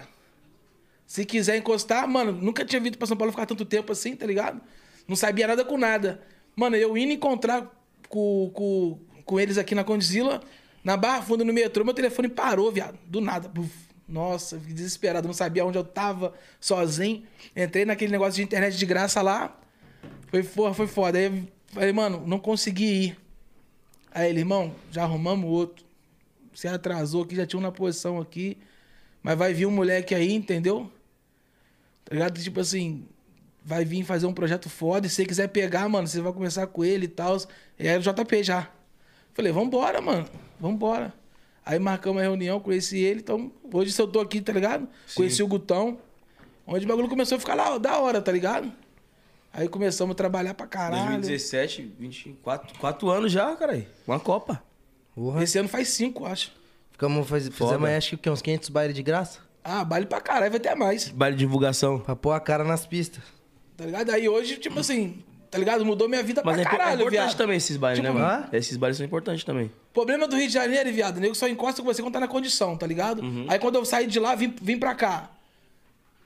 [SPEAKER 1] Se quiser encostar, mano, nunca tinha vindo pra São Paulo ficar tanto tempo assim, tá ligado? Não sabia nada com nada. Mano, eu indo encontrar com, com, com eles aqui na Condizila, na Barra Funda, no metrô, meu telefone parou, viado. Do nada. Buf. Nossa, fiquei desesperado, não sabia onde eu tava, sozinho. Entrei naquele negócio de internet de graça lá. Foi, foi, foi foda. Aí eu falei, mano, não consegui ir. Aí ele, irmão, já arrumamos outro. Você atrasou aqui, já tinha um na posição aqui. Mas vai vir um moleque aí, entendeu? Tá ligado? Tipo assim, vai vir fazer um projeto foda. E se você quiser pegar, mano, você vai conversar com ele e tal. E era o JP já. Falei, vambora, mano. Vambora. Aí marcamos a reunião, conheci ele. Então, hoje se eu tô aqui, tá ligado? Conheci o Gutão. Onde o bagulho começou a ficar lá, da hora, tá ligado? Aí começamos a trabalhar pra caralho.
[SPEAKER 3] 2017, 24, 4 anos já, caralho. Uma Copa.
[SPEAKER 2] Porra.
[SPEAKER 1] Esse ano faz cinco, acho.
[SPEAKER 2] Ficamos faz, fizemos aí, acho que o quê? uns 500 bailes de graça?
[SPEAKER 1] Ah, baile pra caralho, vai ter mais.
[SPEAKER 3] Baile de divulgação.
[SPEAKER 2] Pra pôr a cara nas pistas.
[SPEAKER 1] Tá ligado? Aí hoje, tipo assim, tá ligado? Mudou minha vida
[SPEAKER 3] Mas
[SPEAKER 1] pra
[SPEAKER 3] é impo- é
[SPEAKER 1] caralho,
[SPEAKER 3] importante
[SPEAKER 1] viado.
[SPEAKER 3] também esses bailes,
[SPEAKER 2] Tipo,
[SPEAKER 3] né, mano?
[SPEAKER 2] hã?
[SPEAKER 3] Esses bailes são importantes também.
[SPEAKER 1] Problema do Rio de Janeiro, viado. O nego só encosta com você quando tá na condição, tá ligado?
[SPEAKER 3] Uhum.
[SPEAKER 1] Aí quando eu saí de lá, vim, vim pra cá.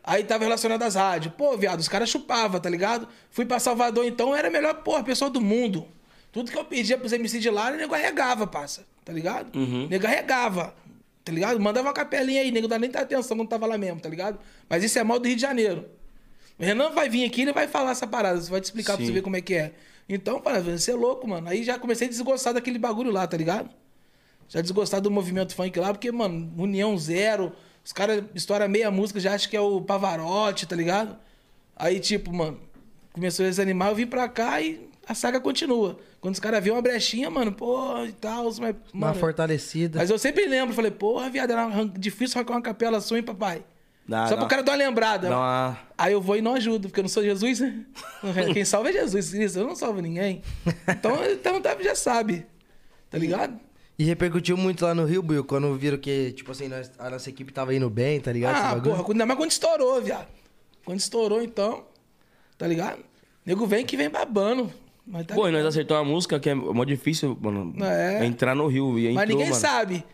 [SPEAKER 1] Aí tava relacionado às rádios. Pô, viado, os caras chupavam, tá ligado? Fui pra Salvador, então era a melhor, porra, pessoa do mundo. Tudo que eu pedia pros MC de lá, o nego arregava, parça. Tá ligado? Nego arregava. Tá ligado? Mandava uma capelinha aí, nego dá nem atenção quando tava lá mesmo, tá ligado? Mas isso é mal do Rio de Janeiro. O Renan vai vir aqui, ele vai falar essa parada, você vai te explicar pra você ver como é que é. Então, para, você é louco, mano. Aí já comecei a desgostar daquele bagulho lá, tá ligado? Já desgostar do movimento funk lá, porque, mano, União Zero, os caras estouram meia música, já acham que é o Pavarotti, tá ligado? Aí, tipo, mano, começou a desanimar, eu vim pra cá e a saga continua. Quando os caras viram uma brechinha, mano, pô, e tal, mas,
[SPEAKER 2] Uma
[SPEAKER 1] mano...
[SPEAKER 2] fortalecida.
[SPEAKER 1] Mas eu sempre lembro, falei, porra, viado, era arran- difícil arrancar uma capela sua, hein, papai?
[SPEAKER 3] Dá-
[SPEAKER 1] Só
[SPEAKER 3] Ah, dá
[SPEAKER 1] pro cara dar uma lembrada.
[SPEAKER 3] Dá uma-
[SPEAKER 1] Aí eu vou e não ajudo, porque eu não sou Jesus, né? Quem salva é Jesus Cristo, eu não salvo ninguém. Então, então tá, já sabe, tá ligado?
[SPEAKER 2] E repercutiu muito lá no Rio, Bill, quando viram que, tipo assim, nós- a nossa equipe tava indo bem, tá ligado? Esse
[SPEAKER 1] Ah,
[SPEAKER 2] bagulho.
[SPEAKER 1] porra, ainda mais quando estourou, viado. Quando estourou, então, tá ligado? Nego vem que vem babando. Mas, tá
[SPEAKER 3] Pô, né? e nós acertamos uma música que é mó difícil, mano.
[SPEAKER 1] É.
[SPEAKER 3] É. Entrar no Rio. E entrou,
[SPEAKER 1] mas ninguém
[SPEAKER 3] mano.
[SPEAKER 1] sabe.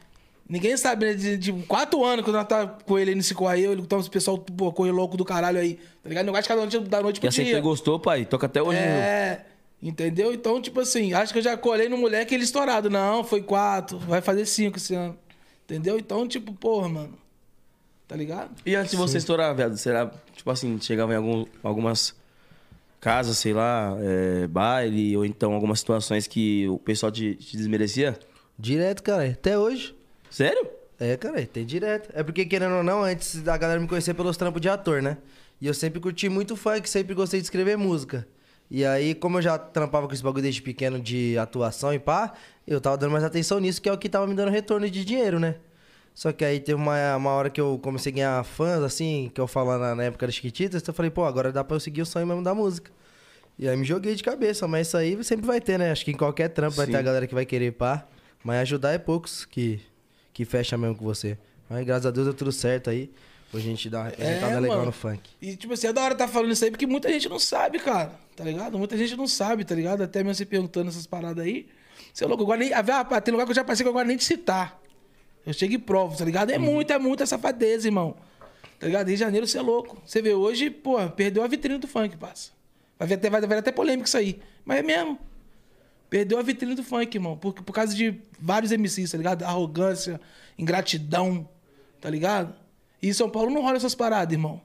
[SPEAKER 1] Ninguém sabe, né? De, de quatro anos que nós tá com ele aí nesse correio, ele tá o pessoal, pô, correio louco do caralho aí, tá ligado? Negócio de cada noite da noite
[SPEAKER 3] E assim,
[SPEAKER 1] pro
[SPEAKER 3] a
[SPEAKER 1] dia.
[SPEAKER 3] sempre gostou, pai. Toca até hoje. no Rio.
[SPEAKER 1] É, entendeu? Então, tipo assim, acho que eu já colei no moleque ele estourado. Não, foi quatro, vai fazer cinco esse ano. Entendeu? Então, tipo, porra, mano. Tá ligado?
[SPEAKER 3] E antes de você estourar, viado, será, tipo assim, chegava em algum- algumas casas, sei lá, é, baile, ou então algumas situações que o pessoal te, te desmerecia?
[SPEAKER 2] Direto, cara. Até hoje.
[SPEAKER 3] Sério?
[SPEAKER 2] É, cara, tem direto. É porque, querendo ou não, antes da galera me conhecer pelos trampos de ator, né? E eu sempre curti muito funk, sempre gostei de escrever música. E aí, como eu já trampava com esse bagulho desde pequeno de atuação e pá, eu tava dando mais atenção nisso, que é o que tava me dando retorno de dinheiro, né? Só que aí teve uma, uma hora que eu comecei a ganhar fãs, assim, que eu falava na, na época das Chiquititas, então eu falei, pô, agora dá pra eu seguir o sonho mesmo da música. E aí me joguei de cabeça, mas isso aí sempre vai ter, né? Acho que em qualquer trampo vai ter a galera que vai querer pá. Mas ajudar é poucos que, que fecha mesmo com você. Mas graças a Deus deu tudo certo aí. Hoje a gente dá uma
[SPEAKER 1] É,
[SPEAKER 2] representada legal no funk.
[SPEAKER 1] E, tipo assim, é da hora tá falando isso aí, porque muita gente não sabe, cara. Tá ligado? Muita gente não sabe, tá ligado? Até mesmo se perguntando essas paradas aí. Você é louco, agora nem. Ah, rapaz, tem lugar que eu já passei que eu agora nem te citar. Eu chego e provo, tá ligado?
[SPEAKER 2] Uhum.
[SPEAKER 1] É muito, é muita safadeza, irmão. Tá ligado? Rio de Janeiro, você é louco. Você vê hoje, pô, perdeu a vitrine do funk, parça. Vai ver até, vai, vai dar até polêmica isso aí. Mas é mesmo. Perdeu a vitrine do funk, irmão. Por, por causa de vários MCs, tá ligado? Arrogância, ingratidão, tá ligado? E em São Paulo não rola essas paradas, irmão.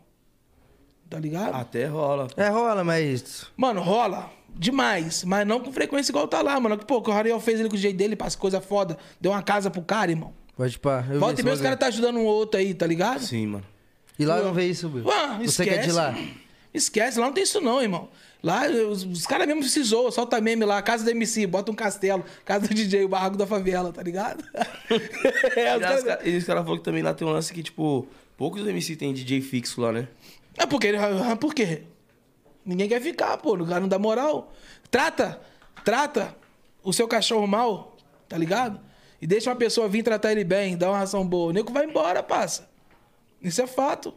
[SPEAKER 1] Tá ligado?
[SPEAKER 3] Até rola.
[SPEAKER 2] É, rola, mas.
[SPEAKER 1] Mano, rola demais, mas não com frequência igual tá lá, mano. Pô, o que o Ariel fez ele com o jeito dele, passa coisa foda, deu uma casa pro cara, irmão.
[SPEAKER 2] Pode pá. Eu vi é.
[SPEAKER 1] Volta
[SPEAKER 2] esse
[SPEAKER 1] e meia os
[SPEAKER 2] bagulho.
[SPEAKER 1] caras tá ajudando um outro aí, tá ligado?
[SPEAKER 3] Sim, mano.
[SPEAKER 2] E lá não vê isso, Bill.
[SPEAKER 1] Ah,
[SPEAKER 2] Você que é de
[SPEAKER 1] esquece.
[SPEAKER 2] lá.
[SPEAKER 1] Esquece, lá não tem isso não, irmão. Lá os, os caras mesmo se zoam, solta meme lá, casa do MC, bota um castelo, casa do DJ, o barraco da favela, tá ligado? é,
[SPEAKER 3] E
[SPEAKER 1] os
[SPEAKER 3] lá os
[SPEAKER 1] caras-
[SPEAKER 3] cara- E os caras falaram que também lá tem um lance que, tipo, poucos MC tem DJ fixo lá, né?
[SPEAKER 1] É porque, é porque ninguém quer ficar, pô, no lugar não dá moral. Trata, trata o seu cachorro mal, tá ligado? E deixa uma pessoa vir tratar ele bem, dar uma ração boa. O nego vai embora, passa. Isso é fato.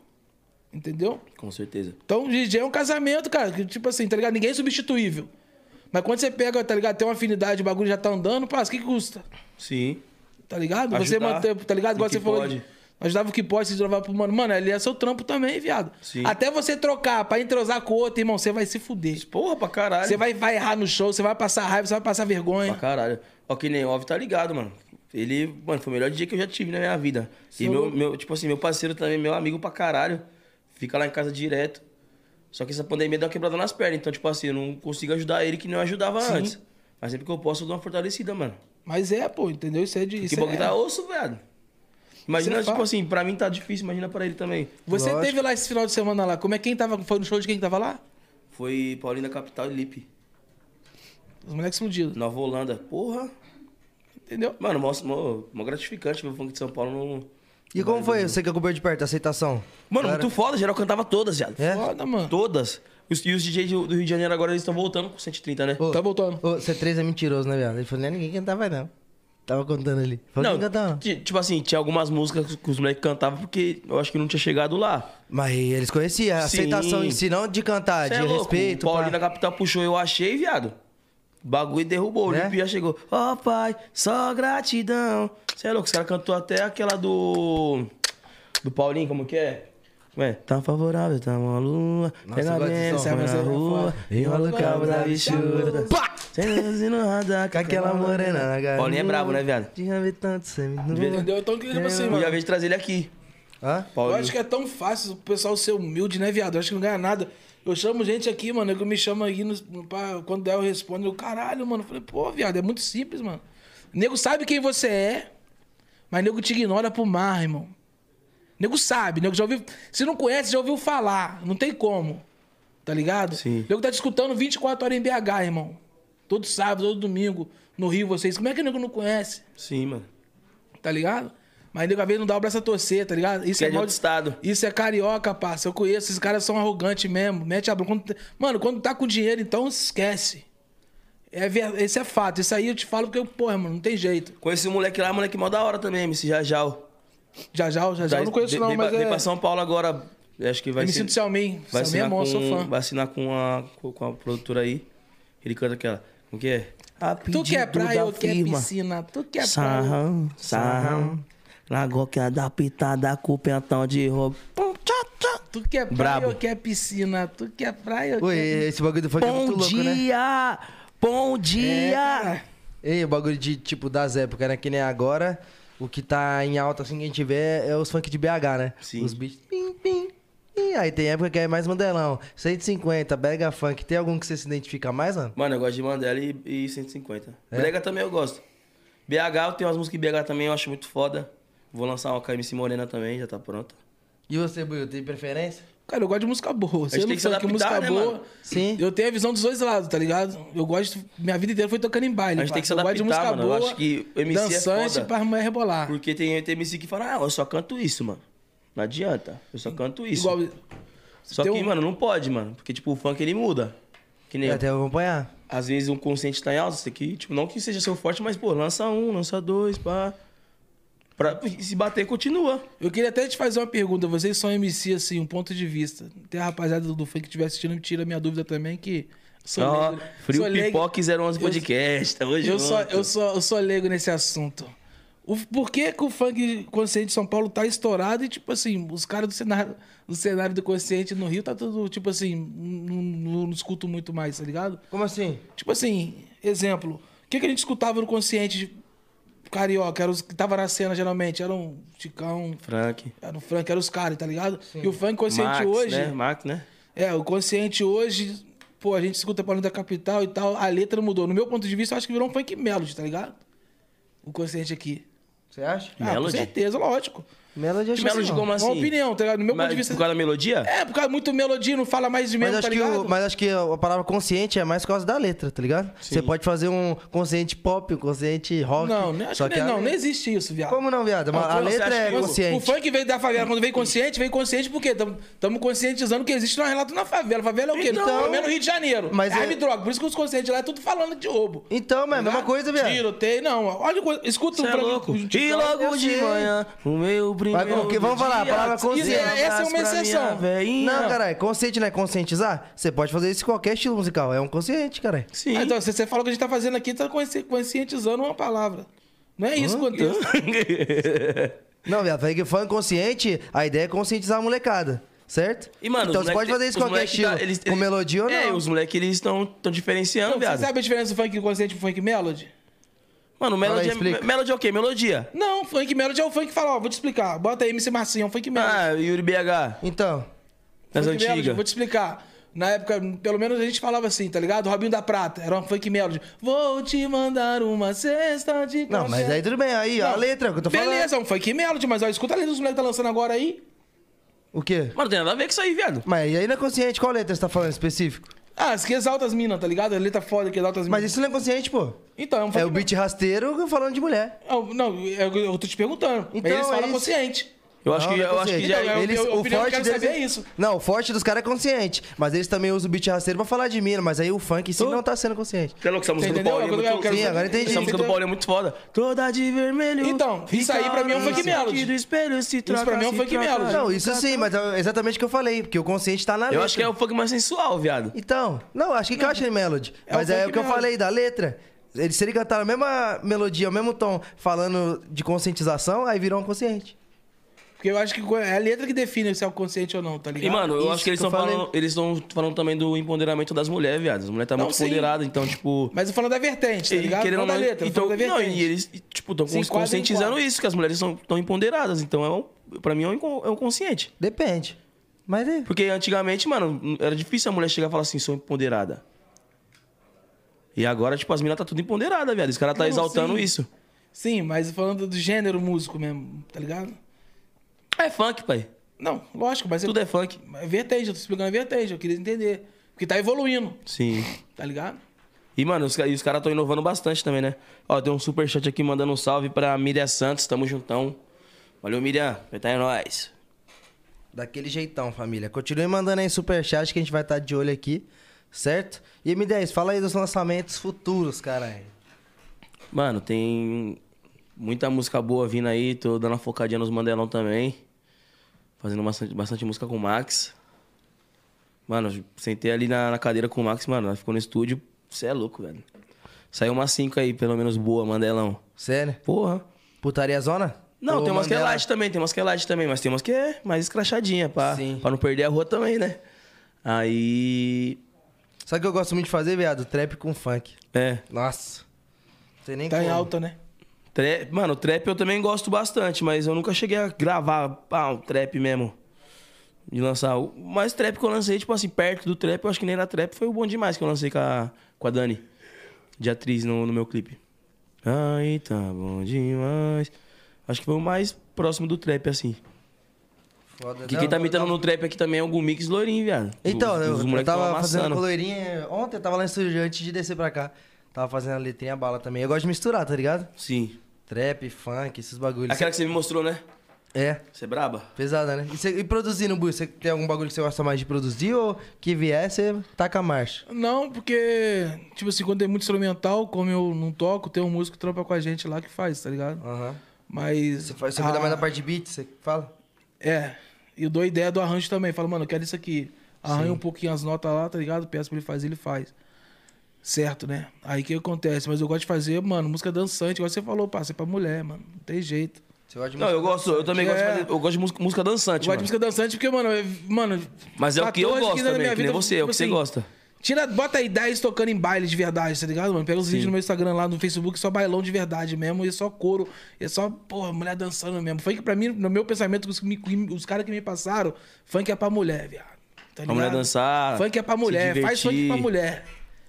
[SPEAKER 1] Entendeu?
[SPEAKER 3] Com certeza.
[SPEAKER 1] Então, DJ é um casamento, cara. que, tipo assim, tá ligado? Ninguém é substituível. Mas quando você pega, tá ligado? Tem uma afinidade, o bagulho já tá andando, passa, o que custa?
[SPEAKER 3] Sim.
[SPEAKER 1] Tá ligado? Você
[SPEAKER 3] Ajudar
[SPEAKER 1] manter, tá ligado?
[SPEAKER 3] o
[SPEAKER 1] Igual
[SPEAKER 3] que
[SPEAKER 1] você falou.
[SPEAKER 3] pode.
[SPEAKER 1] de- Ajudava o que pode se trovar pro mano. Mano, ali é seu trampo também, viado.
[SPEAKER 3] Sim.
[SPEAKER 1] Até você trocar pra entrosar com o outro, irmão, você vai se fuder.
[SPEAKER 3] Porra, pra caralho.
[SPEAKER 1] Você vai, vai errar no show, você vai passar raiva, você vai passar vergonha.
[SPEAKER 3] Pra caralho. Ó, que nem o Alves tá ligado, mano. Ele, mano, foi o melhor dia que eu já tive na minha vida. E meu, meu, tipo assim, meu parceiro também, meu amigo pra caralho. Fica lá em casa direto. Só que essa pandemia deu uma quebrada nas pernas. Então, tipo assim, eu não consigo ajudar ele que não ajudava antes. Mas sempre que eu posso, eu dou uma fortalecida, mano.
[SPEAKER 1] Mas é, pô, entendeu? Isso é de.
[SPEAKER 3] Que
[SPEAKER 1] Isso
[SPEAKER 3] bagulho
[SPEAKER 1] é...
[SPEAKER 3] tá osso, velho.
[SPEAKER 1] Isso
[SPEAKER 3] Imagina,
[SPEAKER 1] é
[SPEAKER 3] tipo
[SPEAKER 1] fato.
[SPEAKER 3] assim, pra mim tá difícil, imagina pra ele também.
[SPEAKER 1] Você
[SPEAKER 2] Lógico.
[SPEAKER 1] teve lá esse final de semana lá. Como é quem tava. Foi no show de quem que tava lá?
[SPEAKER 3] Foi Paulinho da Capital e Lipe.
[SPEAKER 1] Os moleques explodidos.
[SPEAKER 3] Nova Holanda. Porra.
[SPEAKER 1] Entendeu?
[SPEAKER 3] Mano, mó, mó, mó gratificante ver o funk de São Paulo no.
[SPEAKER 2] E como foi você que acompanhou de perto a aceitação?
[SPEAKER 3] Mano,
[SPEAKER 2] Galera-
[SPEAKER 3] muito foda, geral cantava todas, viado.
[SPEAKER 2] É?
[SPEAKER 1] Foda, mano.
[SPEAKER 3] Todas. Os- E os DJs do do Rio de Janeiro agora eles estão voltando com 130, né?
[SPEAKER 2] Ô,
[SPEAKER 1] Tá voltando.
[SPEAKER 2] Ô, C3 é mentiroso, né, viado? Ele falou, não é ninguém cantava, não. Tava contando ali. Falou, não, cantava, não.
[SPEAKER 3] ti- tipo assim, tinha algumas músicas que os moleques cantavam porque eu acho que não tinha chegado lá.
[SPEAKER 2] Mas eles conheciam a
[SPEAKER 3] Sim.
[SPEAKER 2] aceitação em si, não de cantar,
[SPEAKER 3] Cê
[SPEAKER 2] Ah, de
[SPEAKER 3] é louco,
[SPEAKER 2] respeito.
[SPEAKER 3] O Paulinho
[SPEAKER 2] pá.
[SPEAKER 3] da Capital puxou, eu achei, viado. O bagulho derrubou, o
[SPEAKER 2] Né?
[SPEAKER 3] Lipe já chegou. Ó pai, só gratidão. Você é louco, os caras cantou até aquela do. Do Paulinho, como que é? Ué, tá favorável, tá uma lua.
[SPEAKER 2] Nossa, eu
[SPEAKER 3] pega
[SPEAKER 2] gosto
[SPEAKER 3] bem,
[SPEAKER 2] dessa
[SPEAKER 3] sai
[SPEAKER 1] música.
[SPEAKER 3] na
[SPEAKER 2] é
[SPEAKER 3] rua, enrola o cabo da bichuda.
[SPEAKER 2] Pá!
[SPEAKER 3] Sem luz no radar,
[SPEAKER 2] Com aquela morena na garota.
[SPEAKER 3] Paulinho é brabo, né, viado?
[SPEAKER 2] Tinha ver tanto semi-nu.
[SPEAKER 1] Entendeu? Então, que tipo assim,
[SPEAKER 3] Eu já
[SPEAKER 1] mano.
[SPEAKER 3] vejo trazer ele aqui.
[SPEAKER 2] Hã?
[SPEAKER 1] Eu
[SPEAKER 3] Paulinho.
[SPEAKER 1] acho que é tão fácil o pessoal ser humilde, né, viado? Eu acho que não ganha nada. Eu chamo gente aqui, mano, que me chama aqui, no- pra- quando der eu respondo, eu, caralho, mano. Eu falei, pô, viado, é muito simples, mano. Nego sabe quem você é, mas nego te ignora pro mar, irmão. Nego sabe, nego já ouviu. Se não conhece, já ouviu falar. Não tem como. Tá ligado?
[SPEAKER 3] Sim.
[SPEAKER 1] Nego tá te escutando 24 horas em BH, irmão. Todo sábado, todo domingo, no Rio, vocês. Como é que o nego não conhece?
[SPEAKER 3] Sim, mano.
[SPEAKER 1] Tá ligado? Mas nego às vezes não dá o braço a torcer, tá ligado? Isso
[SPEAKER 3] Que é de
[SPEAKER 1] mal
[SPEAKER 3] outro estado.
[SPEAKER 1] isso é carioca, parça. Eu conheço, esses caras são arrogantes mesmo. Mete a bronca. Quando- Mano, quando tá com dinheiro, então esquece. É ver... Esse é fato. Isso aí eu te falo porque, eu- porra, mano, não tem jeito.
[SPEAKER 3] Conheci um moleque lá, moleque mó da hora também, MC Jajal.
[SPEAKER 1] Já já, já já. Eu não conheço,
[SPEAKER 3] Veio-
[SPEAKER 1] não,
[SPEAKER 3] veio
[SPEAKER 1] mas
[SPEAKER 3] pra- veio
[SPEAKER 1] é.
[SPEAKER 3] pra São Paulo agora. Acho que um- vai
[SPEAKER 1] MC do Xiaomin. Xiaomin é
[SPEAKER 3] Vai assinar,
[SPEAKER 1] bom, eu
[SPEAKER 3] com,
[SPEAKER 1] sou fã.
[SPEAKER 3] vai assinar com a, com a produtora aí. Ele canta aquela. Como que é? A
[SPEAKER 1] Tu quer
[SPEAKER 3] pedido
[SPEAKER 1] praia,
[SPEAKER 3] da
[SPEAKER 1] eu quero
[SPEAKER 3] firma.
[SPEAKER 1] piscina. Tu quer praia.
[SPEAKER 3] Sarrão, sarrão. Lagoca da pitada com pentão de roubo. Pum, tchá, tchá.
[SPEAKER 1] Tu quer praia,
[SPEAKER 3] Brabo.
[SPEAKER 1] eu quero piscina. Tu quer praia, eu
[SPEAKER 2] Oi,
[SPEAKER 1] quero...
[SPEAKER 2] esse bagulho do funk é
[SPEAKER 3] Bom
[SPEAKER 2] muito louco, né? É,
[SPEAKER 3] dia! Bom dia!
[SPEAKER 1] cara.
[SPEAKER 2] Ei, o bagulho de, tipo, das épocas, né? Que nem agora, o que tá em alta, assim, quem tiver, é os funk de BH, né?
[SPEAKER 3] Sim.
[SPEAKER 2] Os beats... Pim, pim. E aí tem época que é mais mandelão. 150, brega funk. Tem algum que você se identifica mais, mano?
[SPEAKER 3] Mano, eu gosto de Mandela e, e 150. Brega também eu gosto. BH, eu tenho umas músicas de BH também, eu acho muito foda. Vou lançar uma KMC Morena também, já tá pronta.
[SPEAKER 2] E você, Buiu, tem preferência?
[SPEAKER 1] Cara, eu gosto de música boa. Se eu
[SPEAKER 3] gente tem
[SPEAKER 1] não
[SPEAKER 3] que
[SPEAKER 1] sei
[SPEAKER 3] se
[SPEAKER 1] que
[SPEAKER 3] adaptar,
[SPEAKER 1] música
[SPEAKER 3] né,
[SPEAKER 1] boa.
[SPEAKER 3] mano?
[SPEAKER 2] Sim.
[SPEAKER 1] Eu tenho a visão dos dois lados, tá ligado? Eu gosto. Minha vida inteira foi tocando em baile.
[SPEAKER 3] A gente tem que se
[SPEAKER 1] parça. eu gosto de
[SPEAKER 3] adaptar,
[SPEAKER 1] música
[SPEAKER 3] mano. Eu
[SPEAKER 1] boa.
[SPEAKER 3] acho que o MC é
[SPEAKER 1] dançante
[SPEAKER 3] foda.
[SPEAKER 1] pra mulher rebolar.
[SPEAKER 3] Porque tem, tem MC que fala, ah, eu só canto isso, mano. Não adianta, eu só canto isso.
[SPEAKER 1] Igual.
[SPEAKER 3] só que,
[SPEAKER 1] tem um- É,
[SPEAKER 3] mano, não pode, mano. Porque, tipo, o funk ele muda. Que nem.
[SPEAKER 2] Eu até vou acompanhar.
[SPEAKER 3] Às vezes um consciente tá em alta, você tem que, tipo, não que seja seu forte, mas, pô, lança um, lança dois, pá. Pra, se bater, continua.
[SPEAKER 1] Eu queria até te fazer uma pergunta. Vocês são MC, assim, um ponto de vista. Tem a rapaziada do funk que estiver assistindo, me tira minha dúvida também, que. Sou
[SPEAKER 3] Ó,
[SPEAKER 1] leigo. né?
[SPEAKER 3] Frio
[SPEAKER 1] Sou leigo.
[SPEAKER 3] Pipoca e 011 Podcast, tamo
[SPEAKER 1] Eu sou,
[SPEAKER 3] junto.
[SPEAKER 1] eu, sou, eu sou leigo nesse assunto. O, por que, que o funk consciente de São Paulo tá estourado e, tipo assim, os caras do cenário, do cenário do consciente no Rio tá tudo, tipo assim, não, não, não escuto muito mais, tá ligado?
[SPEAKER 2] Como assim?
[SPEAKER 1] Tipo assim, exemplo, o que, que a gente escutava no consciente de carioca? Era os que tava na cena geralmente, eram Chicão,
[SPEAKER 3] Frank.
[SPEAKER 1] era o Frank, eram os caras, tá ligado? E o funk consciente
[SPEAKER 3] Max,
[SPEAKER 1] hoje.
[SPEAKER 3] Né? Max, né?
[SPEAKER 1] É, o consciente hoje, pô, a gente escuta Paulinho da Capital e tal, a letra mudou. No meu ponto de vista, eu acho que virou um funk melody, tá ligado? O consciente aqui.
[SPEAKER 2] Você acha?
[SPEAKER 1] Ah, com
[SPEAKER 3] Melody?
[SPEAKER 1] certeza, lógico. Tipo
[SPEAKER 2] Melody acho
[SPEAKER 3] Que
[SPEAKER 2] que
[SPEAKER 3] Melody
[SPEAKER 2] não.
[SPEAKER 3] como assim?
[SPEAKER 1] Uma opinião, tá ligado? No meu
[SPEAKER 3] Mas
[SPEAKER 1] ponto de vista.
[SPEAKER 3] Por causa da melodia?
[SPEAKER 1] É, por causa muito melodia, não fala mais de
[SPEAKER 2] Mas
[SPEAKER 1] mesmo, tá
[SPEAKER 2] acho, que
[SPEAKER 1] ligado?
[SPEAKER 2] o, mas acho que a palavra consciente é mais por causa da letra, tá ligado? Você pode fazer um consciente pop, um consciente rock.
[SPEAKER 1] Não, né? acho
[SPEAKER 2] só
[SPEAKER 1] que
[SPEAKER 2] que
[SPEAKER 1] nem-
[SPEAKER 2] a-
[SPEAKER 1] não, não existe isso, viado.
[SPEAKER 2] Como não, viado? Mas
[SPEAKER 3] Ah,
[SPEAKER 2] a
[SPEAKER 3] você
[SPEAKER 2] letra
[SPEAKER 3] acha
[SPEAKER 2] é
[SPEAKER 3] que o-
[SPEAKER 1] O
[SPEAKER 2] consciente.
[SPEAKER 1] funk veio da favela. Quando veio consciente, veio consciente porque estamos conscientizando que existe um relato na favela. Favela é o quê?
[SPEAKER 2] Então-
[SPEAKER 1] Pelo menos Rio de Janeiro.
[SPEAKER 2] Mas
[SPEAKER 1] Mas é
[SPEAKER 2] é-
[SPEAKER 1] arma e droga. Por isso que os conscientes lá é tudo falando de roubo.
[SPEAKER 2] Então, mas é a mesma
[SPEAKER 1] Ligado?
[SPEAKER 2] coisa, viado.
[SPEAKER 1] Tiroteio, não. Olha, o- escuta
[SPEAKER 3] Você é
[SPEAKER 1] pra-
[SPEAKER 3] louco.
[SPEAKER 1] de-
[SPEAKER 3] E logo
[SPEAKER 2] eu
[SPEAKER 3] de
[SPEAKER 2] sei.
[SPEAKER 3] manhã, o meu primeiro.
[SPEAKER 2] o que- vamos falar, a
[SPEAKER 3] dia,
[SPEAKER 2] palavra
[SPEAKER 3] te dei um
[SPEAKER 2] consciente.
[SPEAKER 3] abraço
[SPEAKER 1] Essa é uma
[SPEAKER 3] pra minha
[SPEAKER 1] exceção.
[SPEAKER 3] veinha.
[SPEAKER 2] Não, caralho, consciente não é conscientizar? Você pode fazer isso em qualquer estilo musical. É um consciente, caralho.
[SPEAKER 3] Sim.
[SPEAKER 1] Ah, então, você, você fala o que a gente tá fazendo aqui, tá consci- conscientizando uma palavra. Não é isso, quanto isso.
[SPEAKER 2] Não, viado, falei que funk consciente, a ideia é conscientizar a molecada, certo?
[SPEAKER 3] E, mano,
[SPEAKER 2] então
[SPEAKER 3] os
[SPEAKER 2] você pode
[SPEAKER 3] moleque-
[SPEAKER 2] fazer isso em
[SPEAKER 3] os
[SPEAKER 2] qualquer
[SPEAKER 3] moleque
[SPEAKER 2] estilo.
[SPEAKER 3] tá- eles-
[SPEAKER 2] com
[SPEAKER 3] eles-
[SPEAKER 2] melodia ou não?
[SPEAKER 3] É, os moleques, eles estão diferenciando,
[SPEAKER 1] Você
[SPEAKER 3] viado.
[SPEAKER 1] sabe a diferença do funk consciente pro funk melody?
[SPEAKER 3] Mano,
[SPEAKER 2] Fala aí,
[SPEAKER 3] melodia,
[SPEAKER 2] explica.
[SPEAKER 3] melodia é o quê? Melodia.
[SPEAKER 1] Não, funk melody é o funk que fala, ó, vou te explicar. Bota aí MC Marcinho, é um funk melody.
[SPEAKER 3] Ah, Yuri BH,
[SPEAKER 2] Então,
[SPEAKER 3] das
[SPEAKER 1] Funk Melody,
[SPEAKER 3] antigas.
[SPEAKER 1] vou te explicar. Na época, pelo menos a gente falava assim, tá ligado? Robinho da Prata, era uma funk melody. Vou te mandar uma cesta de
[SPEAKER 2] não, mas aí tudo bem. Aí, ó, a
[SPEAKER 1] Não,
[SPEAKER 2] letra que eu tô falando.
[SPEAKER 1] Beleza, é um funk melody, mas ó, escuta a letra dos moleques que tá lançando agora aí.
[SPEAKER 2] O quê?
[SPEAKER 3] Mano, tem nada a ver com isso aí, viado.
[SPEAKER 2] Mas e aí não é consciente? Qual letra você tá falando em específico?
[SPEAKER 1] Ah, isso que exalta as minas, tá ligado? A letra foda que exalta as minas.
[SPEAKER 2] Mas isso não é consciente, pô.
[SPEAKER 1] Então, é um funk
[SPEAKER 2] É o beat rasteiro falando de mulher.
[SPEAKER 1] melody. Ah, Não, eu, eu tô te perguntando.
[SPEAKER 2] Então,
[SPEAKER 1] Então, eles
[SPEAKER 2] é
[SPEAKER 1] falam
[SPEAKER 2] isso.
[SPEAKER 1] consciente.
[SPEAKER 3] Eu acho
[SPEAKER 2] Não,
[SPEAKER 3] que,
[SPEAKER 2] não é
[SPEAKER 3] eu acho que
[SPEAKER 2] consciente.
[SPEAKER 3] já.
[SPEAKER 1] Então, é-
[SPEAKER 2] Eles-
[SPEAKER 1] eu- a opinião que eu quero saber
[SPEAKER 2] deles
[SPEAKER 1] é isso.
[SPEAKER 2] Não, o forte dos caras é consciente. Mas eles também usam o beat rasteiro pra falar de mina. Mas aí o funk em si não tá sendo consciente.
[SPEAKER 3] Você é louco, essa música do
[SPEAKER 1] entendeu?
[SPEAKER 3] Paulinho é
[SPEAKER 1] Eu
[SPEAKER 3] muito...
[SPEAKER 1] quero-
[SPEAKER 2] Sim, agora entendi.
[SPEAKER 3] Essa música do Paulinho é muito foda. Toda de vermelho.
[SPEAKER 1] Então, isso aí pra mim é um
[SPEAKER 3] fica
[SPEAKER 1] funk
[SPEAKER 3] no
[SPEAKER 1] melody.
[SPEAKER 3] sentido espelho, se troca,
[SPEAKER 1] pra mim é um
[SPEAKER 2] assim,
[SPEAKER 3] se
[SPEAKER 1] funk
[SPEAKER 3] troca.
[SPEAKER 1] melody.
[SPEAKER 2] Não, isso
[SPEAKER 1] tá
[SPEAKER 2] sim, mas é exatamente o que eu falei. Porque o consciente tá na letra.
[SPEAKER 3] Eu acho que é o funk mais sensual, viado.
[SPEAKER 2] Então, não, acho que encaixa em Melody.
[SPEAKER 1] É
[SPEAKER 2] mas
[SPEAKER 1] o
[SPEAKER 2] é
[SPEAKER 1] funk
[SPEAKER 2] o que eu
[SPEAKER 1] melody.
[SPEAKER 2] falei da letra. Ele, se ele cantar a mesma melodia, o mesmo tom, falando de conscientização, aí virou um consciente.
[SPEAKER 1] Porque eu acho que é a letra que define se é o consciente ou não, tá ligado?
[SPEAKER 3] E, mano, eu
[SPEAKER 2] Isso
[SPEAKER 3] acho que eles
[SPEAKER 2] que eu
[SPEAKER 3] estão
[SPEAKER 2] falei.
[SPEAKER 3] falando. Eles estão falando também do empoderamento das mulheres, viado. As mulheres tá
[SPEAKER 1] Não,
[SPEAKER 3] muito
[SPEAKER 1] sim.
[SPEAKER 3] empoderadas, então, tipo.
[SPEAKER 1] Mas eu falo da vertente, tá
[SPEAKER 3] ele
[SPEAKER 1] ligado?
[SPEAKER 3] querendo
[SPEAKER 1] Não
[SPEAKER 3] ou
[SPEAKER 1] da
[SPEAKER 3] não,
[SPEAKER 1] letra, eu
[SPEAKER 3] então,
[SPEAKER 1] falo da
[SPEAKER 3] não,
[SPEAKER 1] vertente.
[SPEAKER 3] e eles, e, tipo, estão
[SPEAKER 1] Se enquadra em
[SPEAKER 3] conscientizando
[SPEAKER 1] quadra.
[SPEAKER 3] isso, que as mulheres estão empoderadas. Então, é um, pra mim, é um, inco- é um consciente.
[SPEAKER 2] Depende. Mas é.
[SPEAKER 3] Porque antigamente, mano, era difícil a mulher chegar e falar assim, sou empoderada. E agora, tipo, as minas tá tudo empoderada, viado. Os caras tá
[SPEAKER 1] Não,
[SPEAKER 3] exaltando
[SPEAKER 1] sim.
[SPEAKER 3] isso.
[SPEAKER 1] Sim, mas falando do gênero músico mesmo, tá ligado?
[SPEAKER 3] É funk, pai.
[SPEAKER 1] Não, lógico, mas
[SPEAKER 3] Tudo é funk.
[SPEAKER 1] É vertente, eu tô explicando a vertente, eu queria entender. Porque tá evoluindo,
[SPEAKER 3] Sim.
[SPEAKER 1] tá ligado?
[SPEAKER 3] E, mano, os, ca- e os caras estão inovando bastante também, né? Ó, tem um superchat aqui mandando um salve pra Miriam Santos, tamo juntão. Valeu, Miriam. Vai tá em nós.
[SPEAKER 2] Daquele jeitão, família. Continue mandando aí superchat que a gente vai estar de olho aqui, certo? E M10, fala aí dos lançamentos futuros, caralho.
[SPEAKER 3] Mano, tem muita música boa vindo aí. Tô dando uma focadinha nos Mandelão também. Fazendo bastante, bastante música com o Max. Mano, sentei ali na, na cadeira com o Max, mano. Ela ficou no estúdio. Você é louco, velho. Saiu umas cinco aí, pelo menos boa, Mandelão.
[SPEAKER 2] Sério?
[SPEAKER 3] Porra.
[SPEAKER 2] Putaria zona?
[SPEAKER 3] Não,
[SPEAKER 2] Ô,
[SPEAKER 3] tem umas que é
[SPEAKER 2] Mandela.
[SPEAKER 3] light também, tem umas que é light também, mas tem umas que é mais escrachadinha, pra,
[SPEAKER 2] Sim.
[SPEAKER 3] pra não perder a rua também, né? Aí.
[SPEAKER 2] Sabe o que eu gosto muito de fazer, viado? Trap com funk.
[SPEAKER 3] É.
[SPEAKER 2] Nossa. Não sei nem
[SPEAKER 1] Tá em
[SPEAKER 2] como.
[SPEAKER 1] alta, né?
[SPEAKER 3] Trap, mano, trap eu também gosto bastante, mas eu nunca cheguei a gravar pá, um trap mesmo. De lançar. O mais trap que eu lancei, tipo assim, perto do trap, eu acho que nem era trap, foi o bom demais que eu lancei com a, com a Dani, de atriz no, no meu clipe. Ai, tá bom demais. Acho que foi o mais próximo do trap, assim.
[SPEAKER 2] Foda,
[SPEAKER 3] Que
[SPEAKER 2] não,
[SPEAKER 3] quem tá
[SPEAKER 2] não,
[SPEAKER 3] me imitando no trap aqui também é o Gumix Lourinho, viado.
[SPEAKER 2] Então,
[SPEAKER 3] Os- os
[SPEAKER 2] eu, eu
[SPEAKER 3] moleques tão
[SPEAKER 2] tava fazendo
[SPEAKER 3] amassando.
[SPEAKER 2] colorinha. Ontem eu tava lá no estúdio antes de descer pra cá. Tava fazendo a letrinha bala também. Eu gosto de misturar, tá ligado?
[SPEAKER 3] Sim.
[SPEAKER 2] Trap, funk, esses bagulhos.
[SPEAKER 3] Aquela que você me mostrou, né?
[SPEAKER 2] É,
[SPEAKER 3] Você é braba?
[SPEAKER 2] pesada, né? E, você, e produzindo, Bui, você tem algum bagulho que você gosta mais de produzir ou que vier, você taca a marcha?
[SPEAKER 1] Não, porque, tipo assim, quando tem muito instrumental, como eu não toco, tem um músico que trampa com a gente lá que faz, tá ligado?
[SPEAKER 2] Aham. Ah.
[SPEAKER 1] Mas.
[SPEAKER 2] Você, faz, você
[SPEAKER 1] a-
[SPEAKER 2] cuida mais da parte de beat, você fala?
[SPEAKER 1] É. E eu dou ideia do arranjo também. Falo, mano, eu quero isso aqui. Arranha um pouquinho as notas lá, tá ligado? Peço pra ele fazer, ele faz. Certo, né? Aí o que acontece? Mas eu gosto de fazer, mano, música dançante. Igual você falou, parça, é pra mulher, mano. Não tem jeito.
[SPEAKER 2] Você gosta de
[SPEAKER 3] Não, eu gosto, eu também gosto de
[SPEAKER 1] É.
[SPEAKER 3] fazer, eu gosto de música, música dançante.
[SPEAKER 1] Eu gosto de
[SPEAKER 3] mano.
[SPEAKER 1] música dançante porque, mano, é- mano.
[SPEAKER 3] Mas é o que eu
[SPEAKER 1] 14,
[SPEAKER 3] gosto
[SPEAKER 1] 15 anos da
[SPEAKER 3] também,
[SPEAKER 1] minha
[SPEAKER 3] que nem
[SPEAKER 1] vida, tipo assim,
[SPEAKER 3] você, é o que você gosta.
[SPEAKER 1] Tira, bota aí 10 tocando em baile de verdade, tá ligado, mano? Pega os vídeos no meu Instagram lá, no Facebook, só bailão de verdade mesmo, e só couro, e só, porra, mulher dançando mesmo. Funk, pra mim, no meu pensamento, os, me- os caras que me passaram, funk é pra mulher, viado. Tá
[SPEAKER 3] Pra mulher
[SPEAKER 1] ligado?
[SPEAKER 3] dançar,
[SPEAKER 1] Funk é pra
[SPEAKER 3] se
[SPEAKER 1] mulher, faz
[SPEAKER 3] divertir.
[SPEAKER 1] funk pra mulher.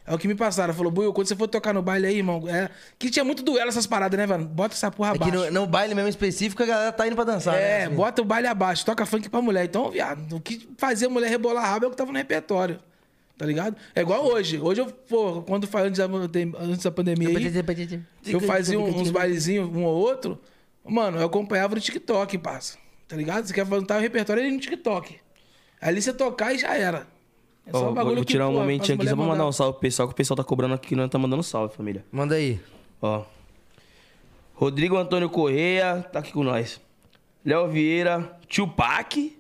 [SPEAKER 1] É o que me passaram. Falou, Buiu, quando você for tocar no baile aí, irmão. É... Que tinha muito duelo essas paradas, né, mano? Bota essa porra
[SPEAKER 2] É que
[SPEAKER 1] abaixo.
[SPEAKER 2] no, no baile mesmo específico a galera tá indo pra dançar.
[SPEAKER 1] É,
[SPEAKER 2] né? Assim.
[SPEAKER 1] bota o baile abaixo, toca funk pra mulher. Então, viado, o que fazia a mulher rebolar a raba é o que tava no repertório. Tá ligado? É igual hoje. Hoje eu, pô, quando foi antes da, antes da pandemia. aí, eu fazia um- uns bailezinhos, um ou outro. Mano, eu acompanhava no TikTok, parça. Tá ligado? Você quer montar o repertório ali no TikTok. Ali você tocar e já era. É
[SPEAKER 3] Ó,
[SPEAKER 1] um
[SPEAKER 3] vou, vou tirar um
[SPEAKER 1] pô, as
[SPEAKER 3] momentinho aqui só
[SPEAKER 1] mulheres
[SPEAKER 3] pra mandar
[SPEAKER 1] mandam.
[SPEAKER 3] um salve pro pessoal, que o pessoal tá cobrando aqui, que não tá mandando salve, família.
[SPEAKER 2] Manda aí.
[SPEAKER 3] Ó. Rodrigo Antônio Correia tá aqui com nós. Léo Vieira, Tupac,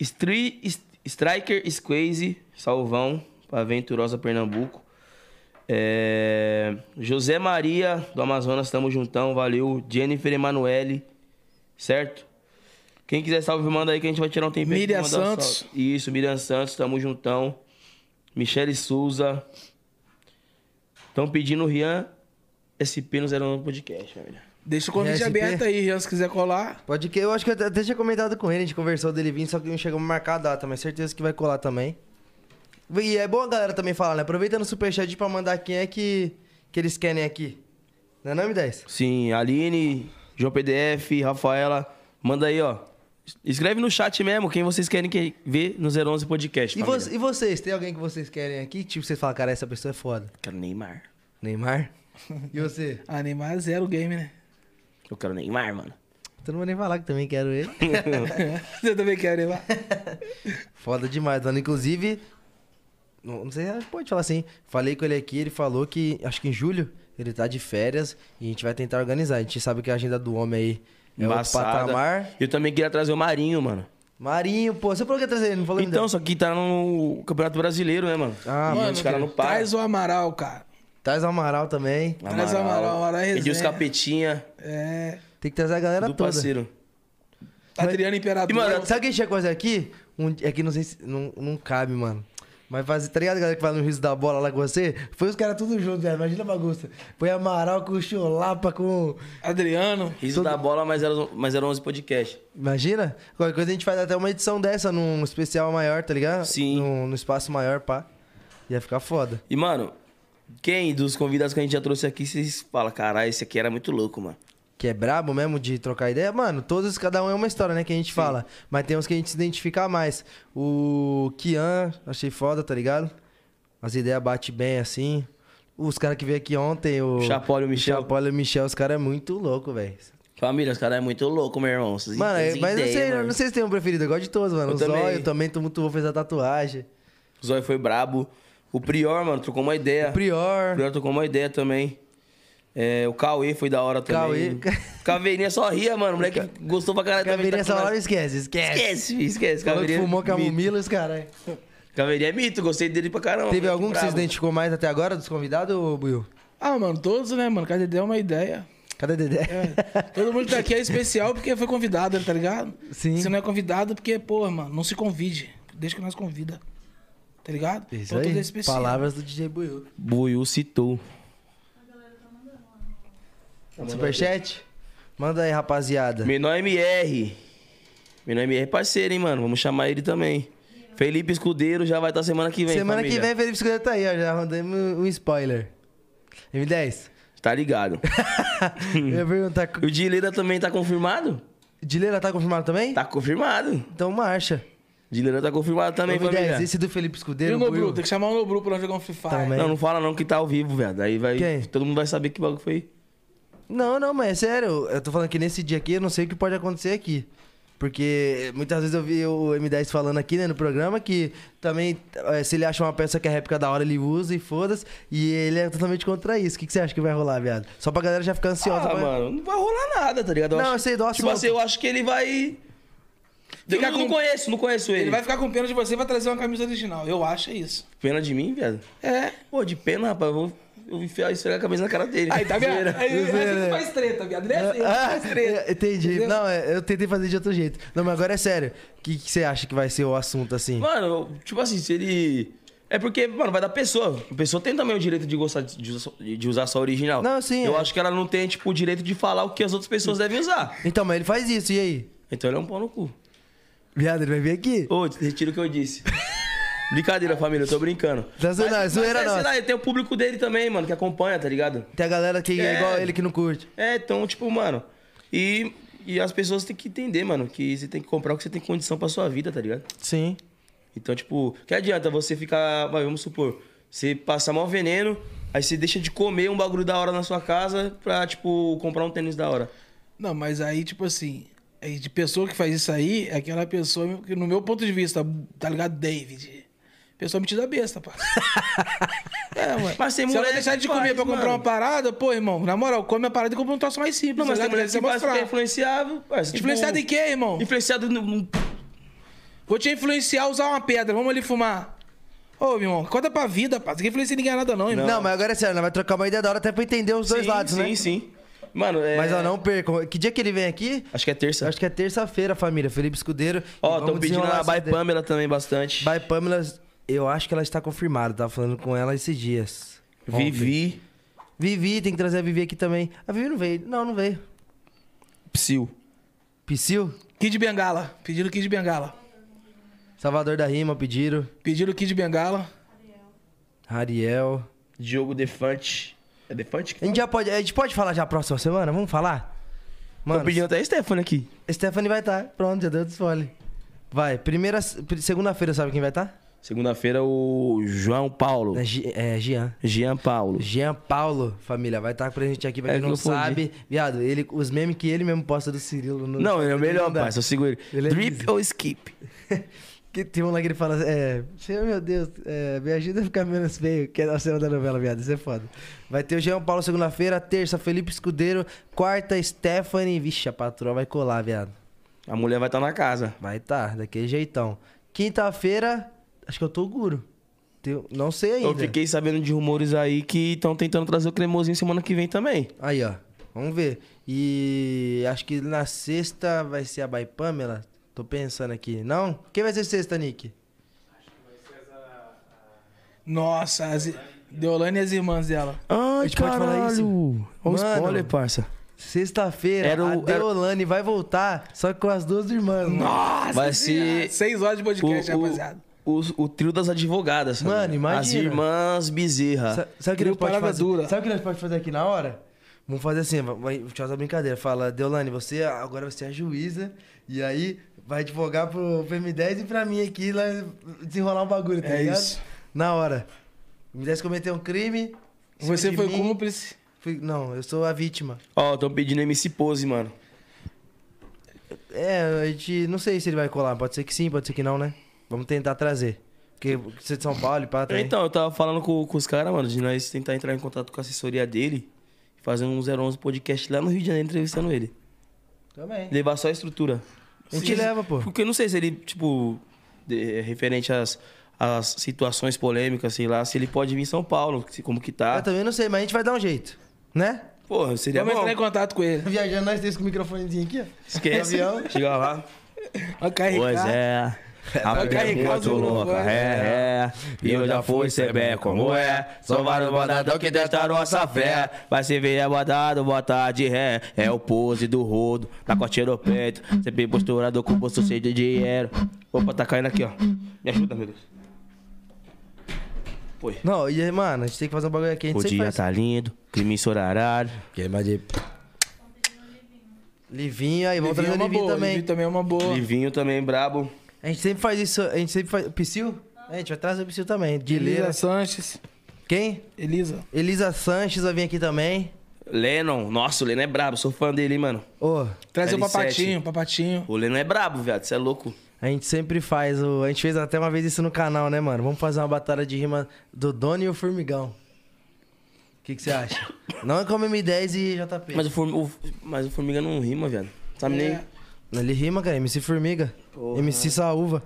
[SPEAKER 3] Stri, S- Striker Squeeze, Salvão, pra Venturosa Pernambuco. É, José Maria, do Amazonas, tamo juntão, valeu. Jennifer Emanuele, certo? Quem quiser salve, manda aí que a gente vai tirar um tempinho. aqui pra
[SPEAKER 1] Miriam
[SPEAKER 3] mandar um
[SPEAKER 1] Santos.
[SPEAKER 3] salve. Isso, Miriam Santos, tamo juntão. Michele Souza. Estão pedindo o Rian SP no 09 Podcast, família.
[SPEAKER 1] Deixa o convite
[SPEAKER 2] RSP.
[SPEAKER 1] aberto aí, Rian, se quiser colar.
[SPEAKER 2] Pode que eu acho que eu até tinha comentado com ele, a gente conversou dele vir, só que não chegamos a marcar a data, mas certeza que vai colar também. E é bom a galera também falar, né? Aproveitando o superchat pra mandar quem é que, que eles querem aqui. Não é nome 10?
[SPEAKER 3] Sim, Aline, João PDF, Rafaela. Manda aí, ó. Escreve no chat mesmo quem vocês querem que ver no 011 Podcast.
[SPEAKER 2] E,
[SPEAKER 3] família.
[SPEAKER 2] vo- e vocês, tem alguém que vocês querem aqui? Tipo, vocês falam, cara, essa pessoa é foda.
[SPEAKER 3] Quero Neymar.
[SPEAKER 2] Neymar? E você?
[SPEAKER 1] Ah, Neymar zero game, né?
[SPEAKER 3] Eu quero Neymar, mano.
[SPEAKER 2] Tu Então não vai nem falar que também quero ele.
[SPEAKER 3] É.
[SPEAKER 1] Você também quer Neymar?
[SPEAKER 2] Foda demais, mano. Inclusive, não não sei, acho que pode falar assim. Falei com ele aqui, ele falou que, acho que em julho, ele tá de férias e a gente vai tentar organizar. A gente sabe que a agenda do homem aí é
[SPEAKER 3] Embaçada.
[SPEAKER 2] outro patamar.
[SPEAKER 3] Eu também queria trazer o Marinho, mano.
[SPEAKER 2] Marinho, pô, você falou que ia trazer ele, não falou
[SPEAKER 3] então,
[SPEAKER 2] ainda?
[SPEAKER 3] só que tá no Campeonato Brasileiro, né, mano?
[SPEAKER 2] Ah,
[SPEAKER 3] E
[SPEAKER 2] mano,
[SPEAKER 3] os caras não param.
[SPEAKER 1] traz o Amaral, cara.
[SPEAKER 2] Traz o Amaral também.
[SPEAKER 1] Traz o Amaral, Amaral é
[SPEAKER 3] Edilson
[SPEAKER 1] resenha.
[SPEAKER 3] Capetinha,
[SPEAKER 1] É.
[SPEAKER 2] Tem que trazer a galera
[SPEAKER 3] do
[SPEAKER 2] toda.
[SPEAKER 3] parceiro.
[SPEAKER 1] Adriano
[SPEAKER 3] E,
[SPEAKER 1] Imperador.
[SPEAKER 3] mano,
[SPEAKER 2] Sabe o que a gente ia fazer aqui? Um, é que não sei se. Não, não cabe, mano. Mas fazer, tá ligado, a galera que vai no riso da bola lá com você? Foi os caras tudo junto, velho. Imagina a bagunça. Foi Amaral com o Chulapa, com.
[SPEAKER 1] Adriano.
[SPEAKER 3] Riso da bola, mas era, mas era 11 podcast.
[SPEAKER 2] Imagina? Qualquer coisa a gente faz até uma edição dessa num especial maior, tá ligado?
[SPEAKER 3] Sim.
[SPEAKER 2] Num, num espaço maior, pá. Ia ficar foda.
[SPEAKER 3] E, mano, quem dos convidados que a gente já trouxe aqui, vocês falam, caralho, esse aqui era muito louco, mano.
[SPEAKER 2] Que é brabo mesmo de trocar ideia. Mano, todos, cada um é uma história, né? Que a gente fala. Mas tem uns que a gente se identifica mais. O Kian, achei foda, tá ligado? As ideias batem bem assim. Os caras que veio aqui ontem, o.
[SPEAKER 3] Chapola e o Michel.
[SPEAKER 2] Chapola e o Michel, os caras é muito louco, velho.
[SPEAKER 3] Família, os caras é muito louco, meu irmão. Vocês
[SPEAKER 2] Mano, é-
[SPEAKER 3] vocês
[SPEAKER 2] mas
[SPEAKER 3] ideia,
[SPEAKER 2] não, sei,
[SPEAKER 3] mano.
[SPEAKER 2] não sei se tem um preferido. Eu gosto de todos, mano.
[SPEAKER 3] Eu
[SPEAKER 2] o Zóio
[SPEAKER 3] também.
[SPEAKER 2] também, tumultuou, fez a tatuagem.
[SPEAKER 3] O Zóio foi brabo. O Prior, mano, trocou uma ideia.
[SPEAKER 2] O
[SPEAKER 3] O
[SPEAKER 2] Prior.
[SPEAKER 3] É. Prior trocou uma ideia também. É, o Cauê foi da hora também.
[SPEAKER 2] Cauê.
[SPEAKER 3] Caveirinha só ria, mano. O moleque gostou pra caralho também.
[SPEAKER 2] Caveirinha
[SPEAKER 3] tá
[SPEAKER 2] essa
[SPEAKER 3] com
[SPEAKER 2] hora
[SPEAKER 3] nós.
[SPEAKER 2] esquece, esquece.
[SPEAKER 3] Esquece, filho, esquece.
[SPEAKER 2] Falou que é um
[SPEAKER 3] Caveirinha é
[SPEAKER 2] fumou
[SPEAKER 3] mito.
[SPEAKER 2] camomila, os caras.
[SPEAKER 3] Caveirinha é mito, gostei dele pra caramba.
[SPEAKER 2] Teve
[SPEAKER 3] moleque
[SPEAKER 2] algum que você se
[SPEAKER 3] brabo.
[SPEAKER 2] identificou mais até agora dos convidados, ô, Buiu?
[SPEAKER 1] Ah, mano, todos, né, mano? Cada ideia é uma ideia.
[SPEAKER 2] Cadê o Dedé?
[SPEAKER 1] É, Todo mundo que tá aqui é especial porque foi convidado, tá ligado?
[SPEAKER 2] Sim.
[SPEAKER 1] Se não é convidado, porque, porra, mano, não se convide. Deixa que nós convida. Tá ligado?
[SPEAKER 2] Isso
[SPEAKER 1] Então, tudo é
[SPEAKER 2] aí,
[SPEAKER 1] especial.
[SPEAKER 2] palavras do DJ Buiu.
[SPEAKER 3] Buiu citou.
[SPEAKER 2] Superchat? Manda aí, rapaziada.
[SPEAKER 3] Menor MR. Menor MR parceiro, hein, mano? Vamos chamar ele também. Felipe Escudeiro já vai estar semana que vem,
[SPEAKER 2] Semana que
[SPEAKER 3] família.
[SPEAKER 2] vem, Felipe Escudeiro tá aí, ó. Já mandamos um spoiler. M10.
[SPEAKER 3] Tá ligado.
[SPEAKER 2] Eu ia perguntar.
[SPEAKER 3] o Dileira também tá confirmado?
[SPEAKER 2] Dileira tá confirmado também?
[SPEAKER 3] Tá confirmado.
[SPEAKER 2] Então marcha.
[SPEAKER 3] Dileira tá confirmado também, família.
[SPEAKER 2] M10, é esse do Felipe
[SPEAKER 1] E o
[SPEAKER 2] Escudeiro.
[SPEAKER 1] Nobru?
[SPEAKER 2] Buiu.
[SPEAKER 1] Tem que chamar o Nobru pra nós jogar um Free Fire.
[SPEAKER 2] Também.
[SPEAKER 3] Não, não fala não que tá ao vivo, velho. Aí vai.
[SPEAKER 2] Quem?
[SPEAKER 3] Todo mundo vai saber que bagulho foi.
[SPEAKER 2] Não, não, mas é sério. Eu tô falando que nesse dia aqui eu não sei o que pode acontecer aqui. Porque muitas vezes eu vi o M10 falando aqui, né, no programa, que também, eh, se ele acha uma peça que a réplica é da hora, ele usa e foda-se. E ele é totalmente contra isso. O que, que você acha que vai rolar, viado? Só pra galera já ficar ansiosa.
[SPEAKER 3] ah,
[SPEAKER 2] pra-
[SPEAKER 3] mano, não vai rolar nada, tá ligado?
[SPEAKER 2] Não, eu sei do assunto.
[SPEAKER 3] Tipo assim, eu acho que ele vai. Eu
[SPEAKER 1] Ficar
[SPEAKER 3] não, não
[SPEAKER 1] com-
[SPEAKER 3] conheço, não conheço ele.
[SPEAKER 1] Ele vai ficar com pena de você e vai trazer uma camisa original. Eu acho é isso.
[SPEAKER 3] Pena de mim, velho?
[SPEAKER 1] É.
[SPEAKER 3] Pô, de pena, rapaz. Eu vou eu vou enfiar isso na cabeça na cara dele.
[SPEAKER 1] Aí, tá
[SPEAKER 3] Zoeira.
[SPEAKER 1] vendo? Aí, aí
[SPEAKER 2] Zoeira.
[SPEAKER 1] você faz treta, viado. Não é assim,
[SPEAKER 2] Ah,
[SPEAKER 1] faz treta.
[SPEAKER 2] é, entendi.
[SPEAKER 1] Entendeu?
[SPEAKER 2] Não, é, eu tentei fazer de outro jeito. Não, mas agora é sério. O que, que você acha que vai ser o assunto, assim?
[SPEAKER 3] Mano, tipo assim, se ele. É porque, mano, vai da pessoa. A pessoa tem também o direito de gostar de de usar, só- de usar só a original.
[SPEAKER 2] Não, sim,
[SPEAKER 3] Eu
[SPEAKER 2] é.
[SPEAKER 3] acho que ela não tem, tipo, o direito de falar o que as outras pessoas devem usar.
[SPEAKER 2] Então, mas ele faz isso, e aí?
[SPEAKER 3] Então ele é um pau no cu.
[SPEAKER 2] Viado, ele vai vir aqui?
[SPEAKER 3] Ô, retiro o que eu disse. Brincadeira, família, eu tô brincando.
[SPEAKER 2] Tá zoando, não, é zoeira
[SPEAKER 3] sei
[SPEAKER 2] nossa.
[SPEAKER 3] lá, tem o público dele também, mano, que acompanha, tá ligado?
[SPEAKER 2] Tem a galera que é
[SPEAKER 3] É.
[SPEAKER 2] igual ele que não curte.
[SPEAKER 3] É, então, tipo, mano. E, e as pessoas têm que entender, mano, que você tem que comprar o que você tem condição pra sua vida, tá ligado?
[SPEAKER 2] Sim.
[SPEAKER 3] Então, tipo, que adianta você ficar, vai, vamos supor, você passar mal veneno, aí você deixa de comer um bagulho da hora na sua casa pra, tipo, comprar um tênis da hora.
[SPEAKER 1] Não, mas aí, tipo assim, é de pessoa que faz isso aí, é aquela pessoa que, no meu ponto de vista, tá ligado, David? Pessoa metida besta, pá. É, mano.
[SPEAKER 3] Mas tem
[SPEAKER 1] Se ela
[SPEAKER 3] moleque
[SPEAKER 1] deixar de
[SPEAKER 3] que
[SPEAKER 1] comer
[SPEAKER 3] faz,
[SPEAKER 1] pra comprar
[SPEAKER 3] mano.
[SPEAKER 1] uma parada, pô, irmão, na moral, come a parada e compra um troço mais simples.
[SPEAKER 3] Não, mas
[SPEAKER 1] tá ligado?
[SPEAKER 3] tem mulher que
[SPEAKER 1] Você
[SPEAKER 3] faz que é
[SPEAKER 1] mostrar.
[SPEAKER 3] influenciável. Ué, você, tipo,
[SPEAKER 1] Influenciado em quê, irmão?
[SPEAKER 3] Influenciado no- no.
[SPEAKER 1] Vou te influenciar a usar uma pedra, vamos ali fumar. Ô, meu irmão, conta pra vida, pá. Você não influencia ninguém a nada, não, irmão.
[SPEAKER 2] Não, mas agora é sério, nós vai trocar uma ideia da hora até pra entender os dois
[SPEAKER 3] sim,
[SPEAKER 2] lados,
[SPEAKER 3] sim,
[SPEAKER 2] né?
[SPEAKER 3] sim. Mano, é.
[SPEAKER 2] Mas eu não perco. Que dia que ele vem aqui?
[SPEAKER 3] Acho que é terça.
[SPEAKER 2] Acho que é terça-feira, família. Felipe Escudeiro.
[SPEAKER 3] Ó,
[SPEAKER 2] E
[SPEAKER 3] estão
[SPEAKER 2] vamos
[SPEAKER 3] pedindo
[SPEAKER 2] desenrolar
[SPEAKER 3] a
[SPEAKER 2] essa
[SPEAKER 3] By
[SPEAKER 2] ideia.
[SPEAKER 3] Pamela também bastante.
[SPEAKER 2] By Pamela, eu acho que ela está confirmada. Tava falando com ela esses dias. Ontem.
[SPEAKER 3] Vivi
[SPEAKER 2] Vivi, tem que trazer a Vivi aqui também. A Vivi não veio. Não, não veio.
[SPEAKER 3] Psil.
[SPEAKER 2] Psyu?
[SPEAKER 1] Kid Bengala. Pediram Kid Bengala.
[SPEAKER 2] Salvador da Rima, pediram.
[SPEAKER 1] Pediram Kid Bengala.
[SPEAKER 2] Ariel.
[SPEAKER 3] Diogo Defante. É Defante?
[SPEAKER 2] A gente já pode. A gente pode falar já a próxima semana? Vamos falar?
[SPEAKER 3] Tô
[SPEAKER 2] Mano,
[SPEAKER 3] pedindo até a Stephanie aqui.
[SPEAKER 2] Stephanie vai estar. Pronto, já deu do spoiler. Vai, primeira. Segunda-feira, sabe quem vai tá? estar?
[SPEAKER 3] Segunda-feira, o João Paulo.
[SPEAKER 2] É, Gi- é Jean.
[SPEAKER 3] Jean Paulo.
[SPEAKER 2] Jean Paulo, família, vai estar presente aqui pra
[SPEAKER 3] É
[SPEAKER 2] quem
[SPEAKER 3] que
[SPEAKER 2] não
[SPEAKER 3] eu confundi.
[SPEAKER 2] sabe. Viado, ele, os memes que ele mesmo posta do Cirilo no.
[SPEAKER 3] Não, ele é o melhor,
[SPEAKER 2] dá.
[SPEAKER 3] pai. Só segura ele.
[SPEAKER 2] Ele é
[SPEAKER 3] Drip
[SPEAKER 2] liso.
[SPEAKER 3] ou skip?
[SPEAKER 2] Que tem um lá que ele fala assim, é. Senhor, meu Deus, é, me ajuda a ficar menos feio, que é a cena da novela, viado. Isso é foda. Vai ter o Jean Paulo segunda-feira, terça, Felipe Escudeiro, quarta, Stephanie. Vixe, a patroa vai colar, viado.
[SPEAKER 3] A mulher vai estar na casa.
[SPEAKER 2] Vai tá, daquele jeitão. Quinta-feira, acho que eu tô guro. Tem- Não sei ainda.
[SPEAKER 3] Eu fiquei sabendo de rumores aí que estão tentando trazer o cremosinho semana que vem também.
[SPEAKER 2] Aí, ó. Vamos ver. E acho que na sexta vai ser a By Pamela. Tô pensando aqui. Não? Quem vai ser sexta, Nick?
[SPEAKER 1] Nossa, as... Deolane e as irmãs dela.
[SPEAKER 2] A
[SPEAKER 3] Ai,
[SPEAKER 2] gente pode falar isso?
[SPEAKER 3] caralho. Olha o
[SPEAKER 2] Mano.
[SPEAKER 3] spoiler, parça.
[SPEAKER 2] Sexta-feira,
[SPEAKER 3] Era o-
[SPEAKER 2] a
[SPEAKER 3] era-
[SPEAKER 2] Deolane vai voltar, só que com as duas irmãs. mano.
[SPEAKER 1] Nossa!
[SPEAKER 3] Vai ser-
[SPEAKER 1] ah, Seis horas de podcast, rapaziada.
[SPEAKER 3] o, o, o trio das advogadas.
[SPEAKER 2] é Mano,
[SPEAKER 3] família.
[SPEAKER 2] imagina.
[SPEAKER 3] As irmãs Bezerra.
[SPEAKER 2] Sa- Sabe o que
[SPEAKER 1] Deu
[SPEAKER 2] nós pode
[SPEAKER 1] parada
[SPEAKER 2] fazer?
[SPEAKER 1] Ah. dura.
[SPEAKER 2] Sabe o que nós pode fazer aqui na hora? Vamos fazer assim, vai- vai- deixa eu fazer uma brincadeira. Fala, Deolane, você agora você é a juíza, e aí vai advogar pro PM10 e pra mim aqui lá desenrolar um bagulho, tá
[SPEAKER 1] É
[SPEAKER 2] ligado?
[SPEAKER 1] isso.
[SPEAKER 2] Na hora. O PM10 cometeu um crime. em cima
[SPEAKER 1] Você
[SPEAKER 2] de
[SPEAKER 1] foi
[SPEAKER 2] mim.
[SPEAKER 1] cúmplice.
[SPEAKER 3] Tá
[SPEAKER 2] Fui- Não, eu sou a vítima.
[SPEAKER 3] Ó, estão pedindo MC Pose, mano.
[SPEAKER 2] É, a gente. Não sei se ele vai colar. Pode ser que sim, pode ser que não, né? Vamos tentar trazer. Porque você é de São Paulo e pá, também.
[SPEAKER 3] Então, eu tava falando com, com os caras, mano, de nós tentar entrar em contato com a assessoria dele. Fazer um 011 podcast lá no Rio de Janeiro entrevistando ele.
[SPEAKER 2] Também.
[SPEAKER 3] Levar só a estrutura.
[SPEAKER 2] A gente leva, pô.
[SPEAKER 3] Porque eu não sei se ele, tipo, de- é referente às, às situações polêmicas, sei lá, se ele pode vir em São Paulo, se- como que
[SPEAKER 2] Eu
[SPEAKER 3] tá.
[SPEAKER 2] também não sei, mas a gente vai dar um jeito. Né?
[SPEAKER 3] Porra, seria
[SPEAKER 1] Vamos
[SPEAKER 3] bom.
[SPEAKER 1] entrar em contato com ele.
[SPEAKER 2] Viajando nós três com o microfonezinho aqui, ó.
[SPEAKER 3] Esquece.
[SPEAKER 2] Avião.
[SPEAKER 3] Chega lá.
[SPEAKER 1] Vai carregar.
[SPEAKER 3] é. A
[SPEAKER 1] Vai carregar os holofotes.
[SPEAKER 3] é. um E eu já fui, cê bem como é. São vários bandadão que testaram essa fé. Vai se ver é botado, botar de ré. É o pose do rodo, na cotinha no peito. Sempre posturado com o bolso cheio de dinheiro. Opa, tá caindo aqui, ó. Me ajuda, meu Deus. Foi.
[SPEAKER 2] Não, e aí, mano, a gente tem que fazer um bagulho aqui, a gente
[SPEAKER 3] O
[SPEAKER 2] sempre
[SPEAKER 3] dia
[SPEAKER 2] faz.
[SPEAKER 3] tá lindo, crime ensolarado.
[SPEAKER 1] é
[SPEAKER 2] Queima de. Livinho, aí,
[SPEAKER 1] Livinho
[SPEAKER 2] vamos trazer
[SPEAKER 1] é
[SPEAKER 2] o
[SPEAKER 1] uma
[SPEAKER 2] Livinho
[SPEAKER 1] boa.
[SPEAKER 2] também.
[SPEAKER 1] Livinho tá- também é uma boa.
[SPEAKER 3] Livinho também, brabo.
[SPEAKER 2] A gente sempre faz isso, a gente sempre faz. Psyu? A gente vai trazer o Psyu também. De
[SPEAKER 1] Elisa
[SPEAKER 2] Leira.
[SPEAKER 1] Sanches.
[SPEAKER 2] Quem?
[SPEAKER 1] Elisa.
[SPEAKER 2] Elisa Sanches vai vir aqui também.
[SPEAKER 3] Lennon, nossa, o Lennon é brabo, sou fã dele, hein, mano.
[SPEAKER 2] Ô,
[SPEAKER 1] Traz o
[SPEAKER 3] L7.
[SPEAKER 1] papatinho, papatinho.
[SPEAKER 3] O Lennon é brabo, viado, você é louco.
[SPEAKER 2] a gente sempre faz o. A gente fez até uma vez isso no canal, né, mano? Vamos fazer uma batalha de rima do Dono e o Formigão. O que que você acha? Não é como M10 e JP.
[SPEAKER 3] Mas o, form... o- Mas o Formiga não rima, viado. Sabe nem.
[SPEAKER 1] É.
[SPEAKER 2] Ele rima, cara. MC Formiga. MC Saúva.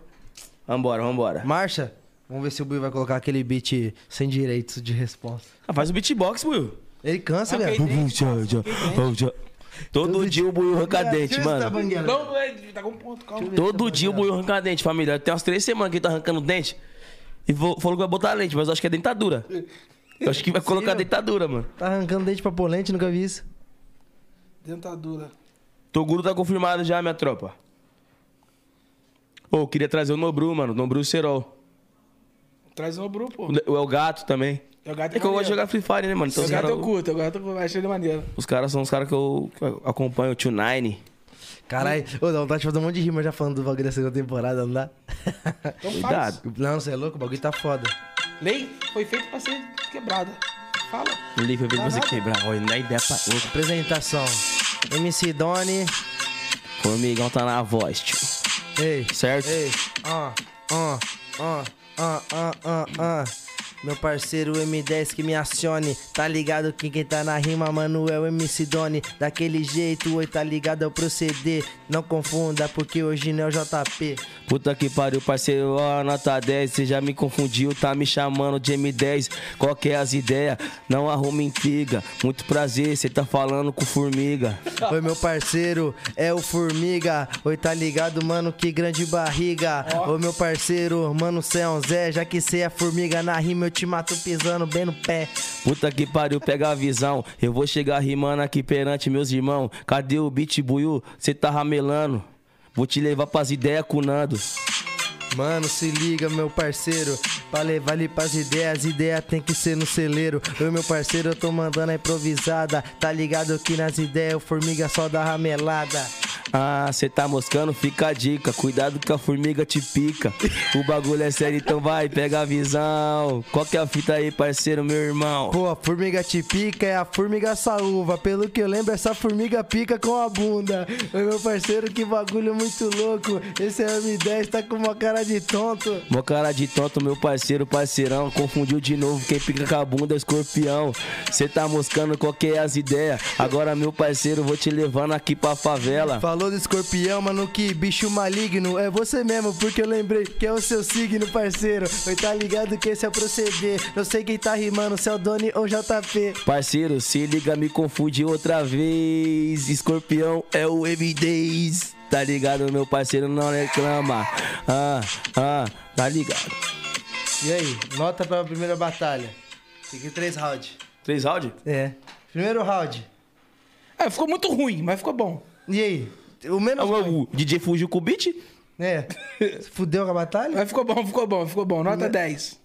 [SPEAKER 3] Vambora, vambora.
[SPEAKER 2] Marcha. Vamos ver se o Bui vai colocar aquele beat sem direitos de resposta.
[SPEAKER 3] Ah, faz o beatbox, Buiu.
[SPEAKER 2] Ele cansa,
[SPEAKER 3] Tá
[SPEAKER 2] velho.
[SPEAKER 3] Todo dia o Buiu arranca dente, mano.
[SPEAKER 1] Não, não é, tá com ponto, calma.
[SPEAKER 3] Todo dia o Buiu arranca dente, família. Tem umas três semanas que ele tá arrancando dente. E vo- falou que vai botar lente, mas eu acho que é dentadura. Eu acho que vai colocar dentadura, mano.
[SPEAKER 2] Tá arrancando dente pra polente, nunca vi isso.
[SPEAKER 1] Dentadura.
[SPEAKER 3] Toguro tá confirmado já, minha tropa. Ô, eu queria trazer o Nobru, mano. Nobru Serol.
[SPEAKER 1] Traz o Nobru, pô.
[SPEAKER 3] O El Gato também.
[SPEAKER 1] El Gato é
[SPEAKER 3] é que eu gosto de jogar
[SPEAKER 1] maneiro.
[SPEAKER 3] Free Fire, né, mano?
[SPEAKER 1] Eu
[SPEAKER 3] Então, os
[SPEAKER 1] gato
[SPEAKER 3] caras
[SPEAKER 1] eu curto, eu gato eu acho ele maneiro.
[SPEAKER 3] os caras são os caras que eu, que eu acompanho, o Tio Nine.
[SPEAKER 2] Caralho, ô, dá vontade de fazer um monte de rima já falando do bagulho da segunda temporada, não dá?
[SPEAKER 1] Então faz.
[SPEAKER 3] Cuidado.
[SPEAKER 2] Não, você é louco, o bagulho tá foda.
[SPEAKER 1] Lei foi feito pra ser quebrada. Fala.
[SPEAKER 3] Ele foi ver
[SPEAKER 1] Tá
[SPEAKER 3] você
[SPEAKER 1] nada.
[SPEAKER 3] quebrar, olha, não dá ideia pra outro.
[SPEAKER 2] Apresentação. MC Doni.
[SPEAKER 3] Formigão tá na voz, tio.
[SPEAKER 2] Ei.
[SPEAKER 3] Certo?
[SPEAKER 2] Ei. Ó, ó, ó, ó, ó, ó, ó. Meu parceiro M10 que me acione. Tá ligado que quem tá na rima, mano, é o MC Doni. Daquele jeito, oi, tá ligado ao proceder. Não confunda, porque hoje não é o JP.
[SPEAKER 3] Puta que pariu, parceiro, ó, nota 10. Cê já me confundiu, tá me chamando de M10. Qual que é as ideias? Não arruma intriga. Muito prazer, cê tá falando com formiga.
[SPEAKER 2] Oi, meu parceiro, é o Formiga. Oi, tá ligado, mano, que grande barriga. Oi, meu parceiro, mano, cê é um Zé. Já que cê é formiga na rima, eu te mato pisando bem no pé.
[SPEAKER 3] Puta que pariu, pega a visão. Eu vou chegar rimando aqui perante meus irmãos. Cadê o beat buiu? Cê tá ramelando. Vou te levar pras ideias com o Nando.
[SPEAKER 2] Mano, se liga, meu parceiro. Pra levar ele pras ideias, ideia tem que ser no celeiro. Eu, meu parceiro, eu tô mandando a improvisada. Tá ligado que nas ideias, o formiga só dá ramelada.
[SPEAKER 3] Ah, cê tá moscando, fica a dica. Cuidado que a formiga te pica. O bagulho é sério, então vai, pega a visão. Qual que é a fita aí, parceiro, meu irmão?
[SPEAKER 2] Pô, a formiga te pica é a formiga saúva. Pelo que eu lembro, essa formiga pica com a bunda. Oi, meu parceiro, que bagulho muito louco. Esse é o M10, tá com uma cara de tonto.
[SPEAKER 3] Mó cara de tonto, meu parceiro, parceirão. Confundiu de novo, quem pica com a bunda é escorpião. Cê tá moscando qual que é as ideias. Agora, meu parceiro, vou te levando aqui pra favela.
[SPEAKER 2] Falou do escorpião, mano, que bicho maligno. É você mesmo, porque eu lembrei que é o seu signo, parceiro. Oi, tá ligado que esse é o proceder. Não sei quem tá rimando, se é o Doni ou JP.
[SPEAKER 3] Parceiro, se liga, me confundi outra vez. Escorpião é o M10. Tá ligado, meu parceiro, não reclama. Ah, ah, tá ligado.
[SPEAKER 2] E aí, nota pra primeira batalha. Fiquei três rounds.
[SPEAKER 3] Três rounds?
[SPEAKER 2] É. Primeiro round.
[SPEAKER 1] É, ficou muito ruim, mas ficou bom.
[SPEAKER 2] E aí? O menos. ruim.
[SPEAKER 3] É O DJ fugiu com o beat?
[SPEAKER 2] É. Fudeu com a batalha?
[SPEAKER 1] Mas ficou bom, ficou bom, ficou bom.
[SPEAKER 3] Né?
[SPEAKER 1] Nota 10.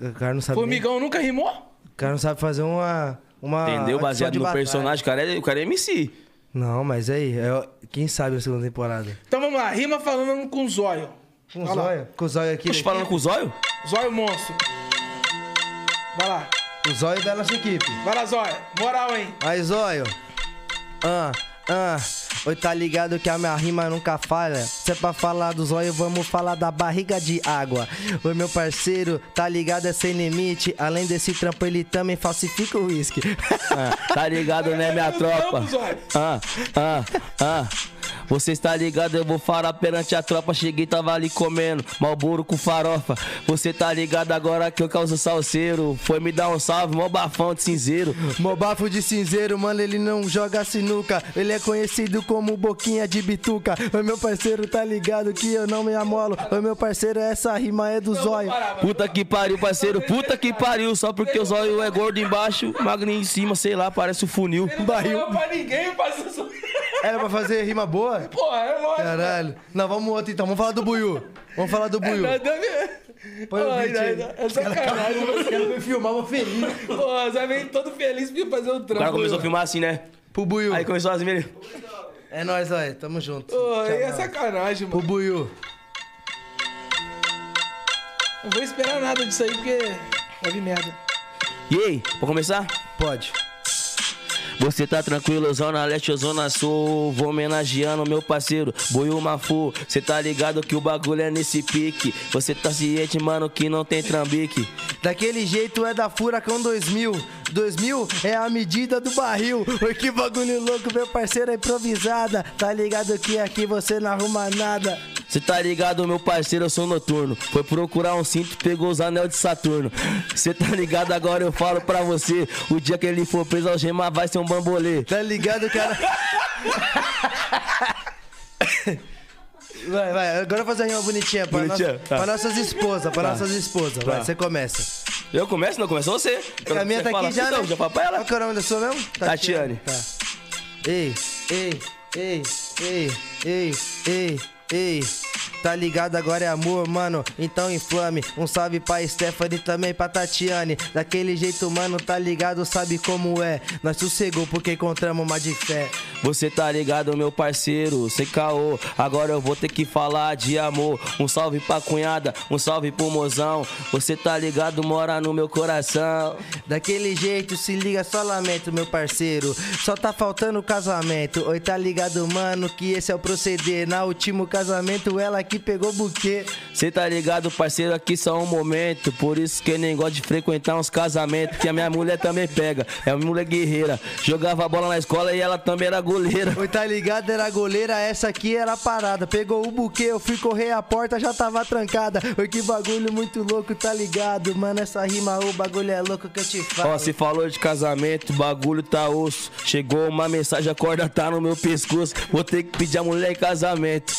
[SPEAKER 2] O cara não sabe. nem-
[SPEAKER 1] Formigão nunca rimou?
[SPEAKER 2] O cara não sabe fazer uma. uma
[SPEAKER 3] Entendeu?
[SPEAKER 2] edição
[SPEAKER 3] Baseado
[SPEAKER 2] é de
[SPEAKER 3] no
[SPEAKER 2] batalha.
[SPEAKER 3] personagem, o cara é, o cara é MC.
[SPEAKER 2] Não, mas aí, é- quem sabe a segunda temporada?
[SPEAKER 1] Então vamos lá, rima falando com zóio.
[SPEAKER 2] Com o
[SPEAKER 1] Vai lá.
[SPEAKER 2] zóio? Com o zóio aqui. né?
[SPEAKER 3] Puxa, falando com o zóio?
[SPEAKER 1] Zóio monstro. Vai lá,
[SPEAKER 2] O zóio é da nossa equipe.
[SPEAKER 1] vai lá, zóio. Moral, hein?
[SPEAKER 2] Aí, zóio. Ah, ah. Oi, tá ligado que a minha rima nunca falha. Se é pra falar do zóio, vamos falar da barriga de água. Oi, meu parceiro, tá ligado, é sem limite. Além desse trampo, ele também falsifica o uísque.
[SPEAKER 3] Ah, tá ligado, né, minha tropa?
[SPEAKER 1] Vamos, zóio.
[SPEAKER 3] Ah, ah, ah. Você está ligado, eu vou falar perante a tropa. Cheguei, tava ali comendo, malboro com farofa. Você tá ligado agora que eu causo salseiro. Foi me dar um salve, mó bafão de cinzeiro.
[SPEAKER 2] Mobafo de cinzeiro, mano, ele não joga sinuca. Ele é conhecido como Boquinha de Bituca. Oi, meu parceiro, tá ligado que eu não me amolo. Oi, meu parceiro, essa rima é do zóio.
[SPEAKER 3] Puta que pariu, parceiro, puta que pariu. Só porque o zóio é gordo embaixo, magrinho em cima, sei lá, parece o funil.
[SPEAKER 2] barril.
[SPEAKER 1] Não pra ninguém, parceiro.
[SPEAKER 2] Era pra fazer rima boa?
[SPEAKER 1] Porra, é lógico.
[SPEAKER 2] Caralho. Não, vamos outro então. Vamos falar do Buiu. Vamos falar do Buiu.
[SPEAKER 1] Não, deve-
[SPEAKER 2] Põe o
[SPEAKER 1] Ai,
[SPEAKER 2] beat aí.
[SPEAKER 1] não, não, É sacanagem.
[SPEAKER 2] Os caras me filmavam feliz.
[SPEAKER 1] Pô, Zé vem todo feliz pra fazer um
[SPEAKER 3] O
[SPEAKER 1] trampo.
[SPEAKER 3] cara começou a filmar assim, né?
[SPEAKER 2] Pro Buiu.
[SPEAKER 3] Aí começou as minhas.
[SPEAKER 2] É nóis, ó. Tamo junto.
[SPEAKER 1] Pô, aí é
[SPEAKER 2] Tchau, mano.
[SPEAKER 1] sacanagem,
[SPEAKER 2] Pro
[SPEAKER 1] mano.
[SPEAKER 2] Buiu.
[SPEAKER 1] Não vou esperar nada disso aí, porque vai vir merda.
[SPEAKER 3] E aí, vou começar?
[SPEAKER 2] Pode.
[SPEAKER 3] Você tá tranquilo, Zona Leste ou Zona Sul? Vou homenageando meu parceiro, Buiu Mafu. Cê tá ligado que o bagulho é nesse pique. Você tá ciente, mano, que não tem trambique.
[SPEAKER 2] Daquele jeito é da Furacão 2000. 2000 é a medida do barril. Oi, que bagulho louco, meu parceiro, é improvisada. Tá ligado que aqui você não arruma nada.
[SPEAKER 3] Cê tá ligado, meu parceiro, eu sou noturno. Foi procurar um cinto, pegou os anel de Saturno. Cê tá ligado, agora eu falo pra você. O dia que ele for preso, a algema vai ser um bambolê.
[SPEAKER 2] Tá ligado, cara? Vai, vai, agora fazer uma rima bonitinha Tá. pra,
[SPEAKER 3] Bonitinha,
[SPEAKER 2] nossa-
[SPEAKER 3] tá.
[SPEAKER 2] pra nossas esposas, pra nossas esposas. Vai, você começa.
[SPEAKER 3] Eu começo? Não, começou você.
[SPEAKER 2] A minha
[SPEAKER 3] Você
[SPEAKER 2] tá
[SPEAKER 3] fala,
[SPEAKER 2] aqui já,
[SPEAKER 3] Não,
[SPEAKER 2] né?
[SPEAKER 3] já fala pra ela.
[SPEAKER 2] Qual que é o nome da sua mesmo?
[SPEAKER 3] Tatiane.
[SPEAKER 2] Tá. Ei, ei, ei, ei, ei, ei, ei. Tá ligado agora é amor, mano. Então inflame. Um salve pra Stephanie também pra Tatiane. Daquele jeito, mano, tá ligado, sabe como é. Nós sossegou porque encontramos uma de fé.
[SPEAKER 3] Você tá ligado, meu parceiro, CKO. Agora eu vou ter que falar de amor. Um salve pra cunhada, um salve pro mozão. Você tá ligado, mora no meu coração.
[SPEAKER 2] Daquele jeito, se liga, só lamento, meu parceiro. Só tá faltando o casamento. Oi, tá ligado, mano, que esse é o proceder. Na último casamento, ela que pegou o buquê.
[SPEAKER 3] Cê tá ligado, parceiro, aqui só um momento. Por isso que eu nem gosto de frequentar uns casamentos. Que a minha mulher também pega, é uma mulher guerreira. Jogava bola na escola e ela também era goleira.
[SPEAKER 2] Oi, tá ligado, era goleira, essa aqui era a parada. Pegou o buquê, eu fui correr a porta, já tava trancada. Oi, que bagulho muito louco, tá ligado? Mano, essa rima, o bagulho é louco que eu te falo.
[SPEAKER 3] Ó, se falou de casamento, bagulho tá osso. Chegou uma mensagem, a corda tá no meu pescoço. Vou ter que pedir a mulher em casamento.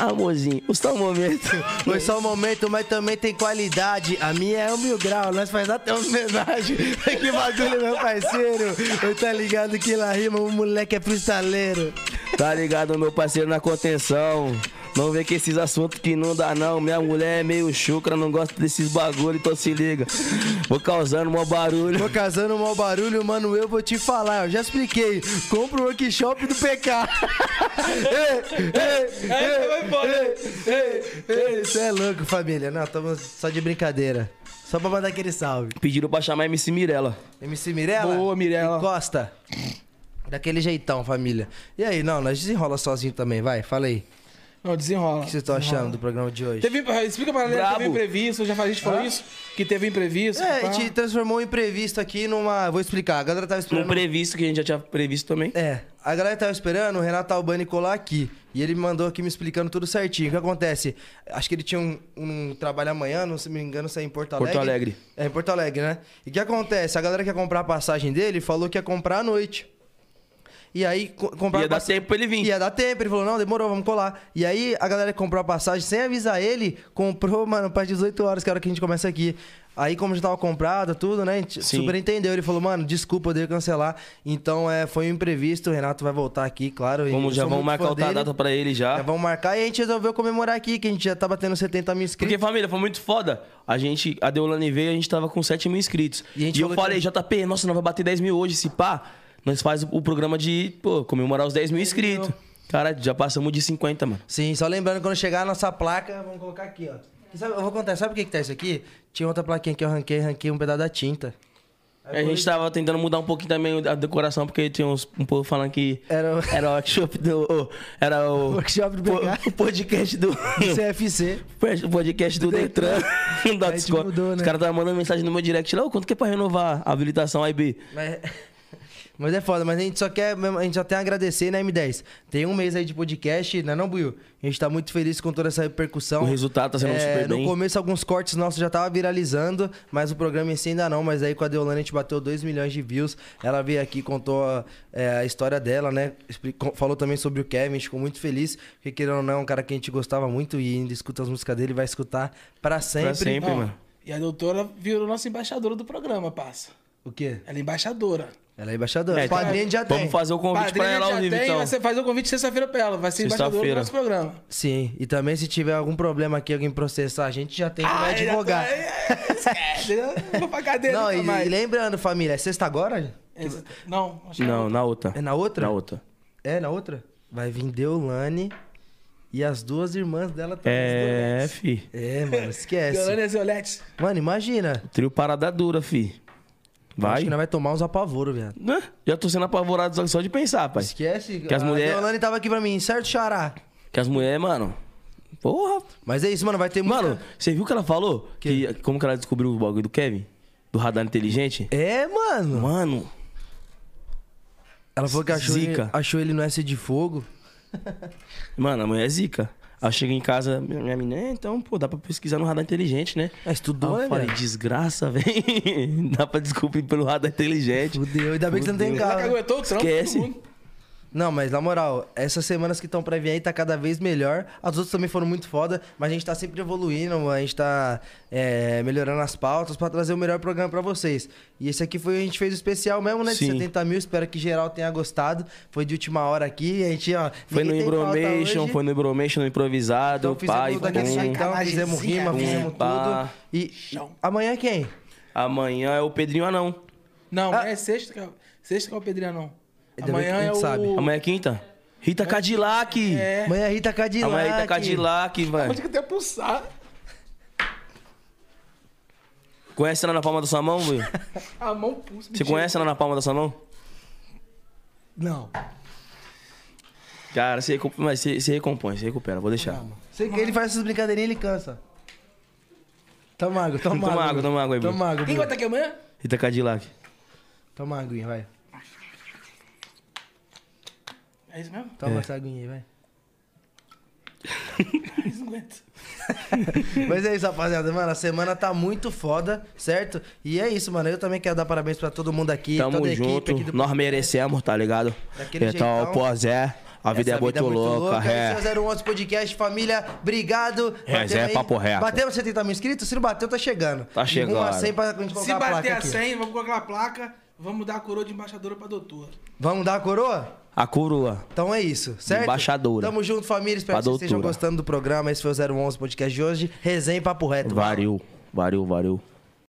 [SPEAKER 3] Amorzinho, só um momento.
[SPEAKER 2] Foi só um momento, mas também tem qualidade. A minha é um mil grau, nós faz até uma homenagem. que bagulho, meu parceiro. Eu tá ligado que lá rima, o moleque é freestaleiro.
[SPEAKER 3] Tá ligado, meu parceiro, na contenção. Não vem com esses assuntos que não dá não. Minha mulher é meio chucra, não gosta desses bagulho, então se liga. Vou causando mó barulho.
[SPEAKER 2] Tô casando um mau barulho, mano, eu vou te falar. Eu já expliquei. Compra o workshop do PK. ei, ei,
[SPEAKER 1] Aí você vai embora.
[SPEAKER 2] ei, isso é louco, família. Não, tamo só de brincadeira. Só pra mandar aquele salve.
[SPEAKER 3] Pediram pra chamar MC Mirella.
[SPEAKER 2] MC Mirella?
[SPEAKER 1] Boa, Mirella.
[SPEAKER 2] Costa. Daquele jeitão, família. E aí, não, nós desenrola sozinho também, vai, fala aí.
[SPEAKER 1] Não, desenrola.
[SPEAKER 2] O que vocês estão achando do programa de hoje?
[SPEAKER 1] Teve, explica pra galera que
[SPEAKER 3] Brabo.
[SPEAKER 1] teve imprevisto, já a gente falou isso? Que teve imprevisto.
[SPEAKER 2] É, a
[SPEAKER 1] pá.
[SPEAKER 2] gente transformou o imprevisto aqui numa. Vou explicar. A galera tava
[SPEAKER 3] Um
[SPEAKER 2] esperando.
[SPEAKER 3] previsto que a gente já tinha previsto também.
[SPEAKER 2] É. A galera tava esperando o Renato Albani colar aqui. E ele me mandou aqui me explicando tudo certinho. O que acontece? Acho que ele tinha um, um trabalho amanhã, não se me engano, se é em Porto Alegre.
[SPEAKER 3] Porto Alegre.
[SPEAKER 2] É, em Porto Alegre, né? E o que acontece? A galera que ia comprar a passagem dele falou que ia comprar à noite. E aí, co- comprar
[SPEAKER 3] Ia
[SPEAKER 2] a
[SPEAKER 3] dar
[SPEAKER 2] passa-
[SPEAKER 3] tempo pra ele vir.
[SPEAKER 2] Ia dar tempo. Ele falou, não, demorou, vamos colar. E aí, a galera que comprou a passagem, sem avisar ele, comprou, mano, para 18 horas, que é a hora que a gente começa aqui. Aí, como já tava comprado, tudo, né? A gente
[SPEAKER 3] Sim.
[SPEAKER 2] super entendeu. Ele falou, mano, desculpa, eu devo cancelar. Então, é, foi um imprevisto. O Renato vai voltar aqui, claro. e eu
[SPEAKER 3] Como já
[SPEAKER 2] sou
[SPEAKER 3] vão
[SPEAKER 2] muito
[SPEAKER 3] marcar
[SPEAKER 2] fã
[SPEAKER 3] outra
[SPEAKER 2] dele.
[SPEAKER 3] data pra ele
[SPEAKER 2] Já
[SPEAKER 3] já.
[SPEAKER 2] vamos marcar. E a gente resolveu comemorar aqui, que a gente já tá batendo 70 mil
[SPEAKER 3] Porque,
[SPEAKER 2] inscritos.
[SPEAKER 3] família, foi muito foda. A gente, a Deolane veio, a gente tava com 7 mil inscritos.
[SPEAKER 2] E a gente
[SPEAKER 3] E, eu
[SPEAKER 2] falou
[SPEAKER 3] falei,
[SPEAKER 2] que-
[SPEAKER 3] JP, nossa, não vai bater 10 mil hoje, se pá. Nós faz o, o programa de, pô, comemorar os 10 mil inscritos. Cara, já passamos de 50, mano.
[SPEAKER 2] Sim, só lembrando, quando chegar a nossa placa, vamos colocar aqui, ó. E sabe- eu vou contar, sabe o que que tá isso aqui? Tinha outra plaquinha que eu arranquei, arranquei um pedaço da tinta. É
[SPEAKER 3] A gente tava tentando mudar um pouquinho também a decoração, porque tinha uns, um povo falando que
[SPEAKER 2] Era o-
[SPEAKER 3] era o workshop do. Era o.
[SPEAKER 2] Workshop do
[SPEAKER 3] po-
[SPEAKER 2] BH.
[SPEAKER 3] O podcast do.
[SPEAKER 2] CFC.
[SPEAKER 3] O podcast do Detran. da
[SPEAKER 2] A gente
[SPEAKER 3] Discord.
[SPEAKER 2] mudou, né?
[SPEAKER 3] Os caras estavam mandando mensagem no meu direct lá, "Ô, quanto que é pra renovar a habilitação aí, B?
[SPEAKER 2] Mas, mas é foda, mas a gente só quer, mesmo- a gente só tem a agradecer na M10. Tem um mês aí de podcast, né não, Buiu? A gente tá muito feliz com toda essa repercussão. É,
[SPEAKER 3] O resultado tá sendo super
[SPEAKER 2] no
[SPEAKER 3] bem.
[SPEAKER 2] começo, alguns cortes nossos já tava viralizando, mas o programa em si ainda não. Mas aí com a Deolane a gente bateu 2 milhões de views. Ela veio aqui, contou a, é, a história dela, né? Explicou- falou também sobre o Kevin, a gente ficou muito feliz. Porque querendo ou não, é um cara que a gente gostava muito e ainda escuta as músicas dele, vai escutar pra sempre.
[SPEAKER 3] sempre.
[SPEAKER 1] Não,
[SPEAKER 3] mano.
[SPEAKER 1] E a doutora virou nossa embaixadora do programa, parça.
[SPEAKER 2] O quê?
[SPEAKER 1] Ela é embaixadora.
[SPEAKER 2] Ela é embaixadora.
[SPEAKER 3] É,
[SPEAKER 2] É,
[SPEAKER 3] então,
[SPEAKER 2] Padrinho já tem.
[SPEAKER 3] Vamos fazer o convite pra
[SPEAKER 1] Padrinha
[SPEAKER 3] ela ao
[SPEAKER 1] já
[SPEAKER 3] vivo,
[SPEAKER 1] tem,
[SPEAKER 3] então.
[SPEAKER 1] mas você faz o convite sexta-feira pra ela. Vai ser embaixadora do
[SPEAKER 3] Sexta-feira.
[SPEAKER 1] nosso programa.
[SPEAKER 2] Sim, e também se tiver algum problema aqui, alguém processar, a gente Ah, já tá tem que vai advogar.
[SPEAKER 1] Esquece, né? Não vou pra cadeia
[SPEAKER 2] Não,
[SPEAKER 1] nunca
[SPEAKER 2] e,
[SPEAKER 1] mais.
[SPEAKER 2] e lembrando, família, é sexta agora?
[SPEAKER 1] Esse- Não, acho que
[SPEAKER 3] Não, na outra.
[SPEAKER 2] É na outra?
[SPEAKER 3] Na outra.
[SPEAKER 2] É, na outra? Vai vir Deolane e as duas irmãs dela também.
[SPEAKER 3] É, fi.
[SPEAKER 2] É, mano, esquece.
[SPEAKER 1] Yolanda Ziolete.
[SPEAKER 2] Mano, imagina.
[SPEAKER 3] Trio parada dura, fi. Vai.
[SPEAKER 2] Acho que nós vai tomar uns apavoro, viado.
[SPEAKER 3] Né? Já tô sendo apavorado só- só de pensar, pai.
[SPEAKER 2] Esquece.
[SPEAKER 3] Que as
[SPEAKER 2] a
[SPEAKER 3] mulher-
[SPEAKER 2] Deolane tava aqui pra mim, certo, Xará?
[SPEAKER 3] Que as mulheres, mano. Porra.
[SPEAKER 2] Mas é isso, mano, vai ter muita-
[SPEAKER 3] Mano, você viu o que ela falou? Que... como que ela descobriu o bagulho do Kevin? Do radar inteligente?
[SPEAKER 2] É, mano.
[SPEAKER 3] Mano,
[SPEAKER 2] Ela falou que achou, ele,
[SPEAKER 3] Zica.
[SPEAKER 2] achou ele no S de fogo.
[SPEAKER 3] mano, a mulher é zica. Aí eu cheguei em casa, minha minha menina, "É, então, pô, dá pra pesquisar no radar inteligente, né?
[SPEAKER 2] Mas estudou,
[SPEAKER 3] Aí
[SPEAKER 2] né,
[SPEAKER 3] eu falei,
[SPEAKER 2] velho?
[SPEAKER 3] desgraça, velho. dá pra descobrir pelo radar inteligente.
[SPEAKER 2] Fudeu, ainda bem que você não tem
[SPEAKER 1] Ela que
[SPEAKER 2] carro. né?
[SPEAKER 1] aguentou o trampo.
[SPEAKER 3] Esquece.
[SPEAKER 1] todo mundo.
[SPEAKER 2] Não, mas na moral, essas semanas que estão pra vir aí tá cada vez melhor. As outras também foram muito foda, mas a gente tá sempre evoluindo, a gente tá é, melhorando as pautas pra trazer o melhor programa pra vocês. E esse aqui foi, a gente fez o especial mesmo, né? De
[SPEAKER 3] Sim.
[SPEAKER 2] 70 mil, espero que geral tenha gostado. Foi de última hora aqui, a gente, ó.
[SPEAKER 3] Foi no
[SPEAKER 2] ninguém tem pauta
[SPEAKER 3] Imbromation,
[SPEAKER 2] hoje.
[SPEAKER 3] foi no Imbromation, no Improvisado,
[SPEAKER 2] Então fizemos
[SPEAKER 3] pai,
[SPEAKER 2] tudo aqui,
[SPEAKER 3] pum.
[SPEAKER 2] então, fizemos rima,
[SPEAKER 3] Pum,
[SPEAKER 2] fizemos tudo.
[SPEAKER 3] pá.
[SPEAKER 2] E amanhã é quem?
[SPEAKER 3] Amanhã é o Pedrinho Anão.
[SPEAKER 1] Não,
[SPEAKER 2] Ah.
[SPEAKER 1] é sexta que é, sexta que é o Pedrinho não.
[SPEAKER 2] Ainda bem que a
[SPEAKER 1] Amanhã
[SPEAKER 2] gente
[SPEAKER 1] é o.
[SPEAKER 2] sabe.
[SPEAKER 3] Amanhã é quinta? Rita Cadillac!
[SPEAKER 1] É.
[SPEAKER 2] Amanhã é Rita Cadillac.
[SPEAKER 3] Amanhã é Rita Cadillac,
[SPEAKER 1] Onde
[SPEAKER 3] velho.
[SPEAKER 1] que até pulsar?
[SPEAKER 3] Conhece ela na palma da sua mão, velho?
[SPEAKER 1] A mão pulsa.
[SPEAKER 3] Você conhece ela na palma da sua mão?
[SPEAKER 1] Não.
[SPEAKER 3] Cara, você, recu- mas você, você recompõe, você recupera, vou deixar.
[SPEAKER 2] Sei que ele faz essas brincadeirinhas ele cansa. Toma água, toma,
[SPEAKER 3] Toma água, toma água aí, Bruno.
[SPEAKER 2] Toma água,
[SPEAKER 1] Quem
[SPEAKER 2] Bruno.
[SPEAKER 1] vai estar aqui amanhã?
[SPEAKER 3] Rita Cadillac.
[SPEAKER 2] Toma uma aguinha, vai.
[SPEAKER 1] É isso mesmo?
[SPEAKER 2] Toma
[SPEAKER 3] É.
[SPEAKER 2] essa aguinha aí, vai.
[SPEAKER 1] Eles não aguentam.
[SPEAKER 2] Mas é isso, rapaziada. Mano, a semana tá muito foda, certo? E é isso, mano. Eu também quero dar parabéns pra todo mundo aqui,
[SPEAKER 3] Tamo
[SPEAKER 2] toda a equipe
[SPEAKER 3] junto,
[SPEAKER 2] aqui do
[SPEAKER 3] nós merecemos, tá ligado?
[SPEAKER 2] Daquele
[SPEAKER 3] Então,
[SPEAKER 2] jeitão.
[SPEAKER 3] pós é, a vida é
[SPEAKER 2] Essa
[SPEAKER 3] muito louca, é.
[SPEAKER 2] Esse é o 011 Podcast, família. Obrigado. Batemos
[SPEAKER 3] é papo reto.
[SPEAKER 2] Batemos 70 mil inscritos? Se não bateu, tá chegando.
[SPEAKER 3] Tá chegando.
[SPEAKER 2] Uma 100 pra gente colocar
[SPEAKER 1] Se
[SPEAKER 2] a
[SPEAKER 1] bater
[SPEAKER 2] placa
[SPEAKER 1] a
[SPEAKER 2] aqui.
[SPEAKER 1] 100, vamos colocar a placa. Vamos dar a coroa de embaixadora pra doutora.
[SPEAKER 2] Vamos dar a coroa?
[SPEAKER 3] A coroa.
[SPEAKER 2] Então é isso, certo?
[SPEAKER 3] Embaixadora.
[SPEAKER 2] Tamo junto, família. Espero
[SPEAKER 3] Pra
[SPEAKER 2] que vocês
[SPEAKER 3] doutora.
[SPEAKER 2] estejam gostando do programa. Esse foi o 011 Podcast de hoje. Resenha e Papo Reto.
[SPEAKER 3] Variu, variu, variu.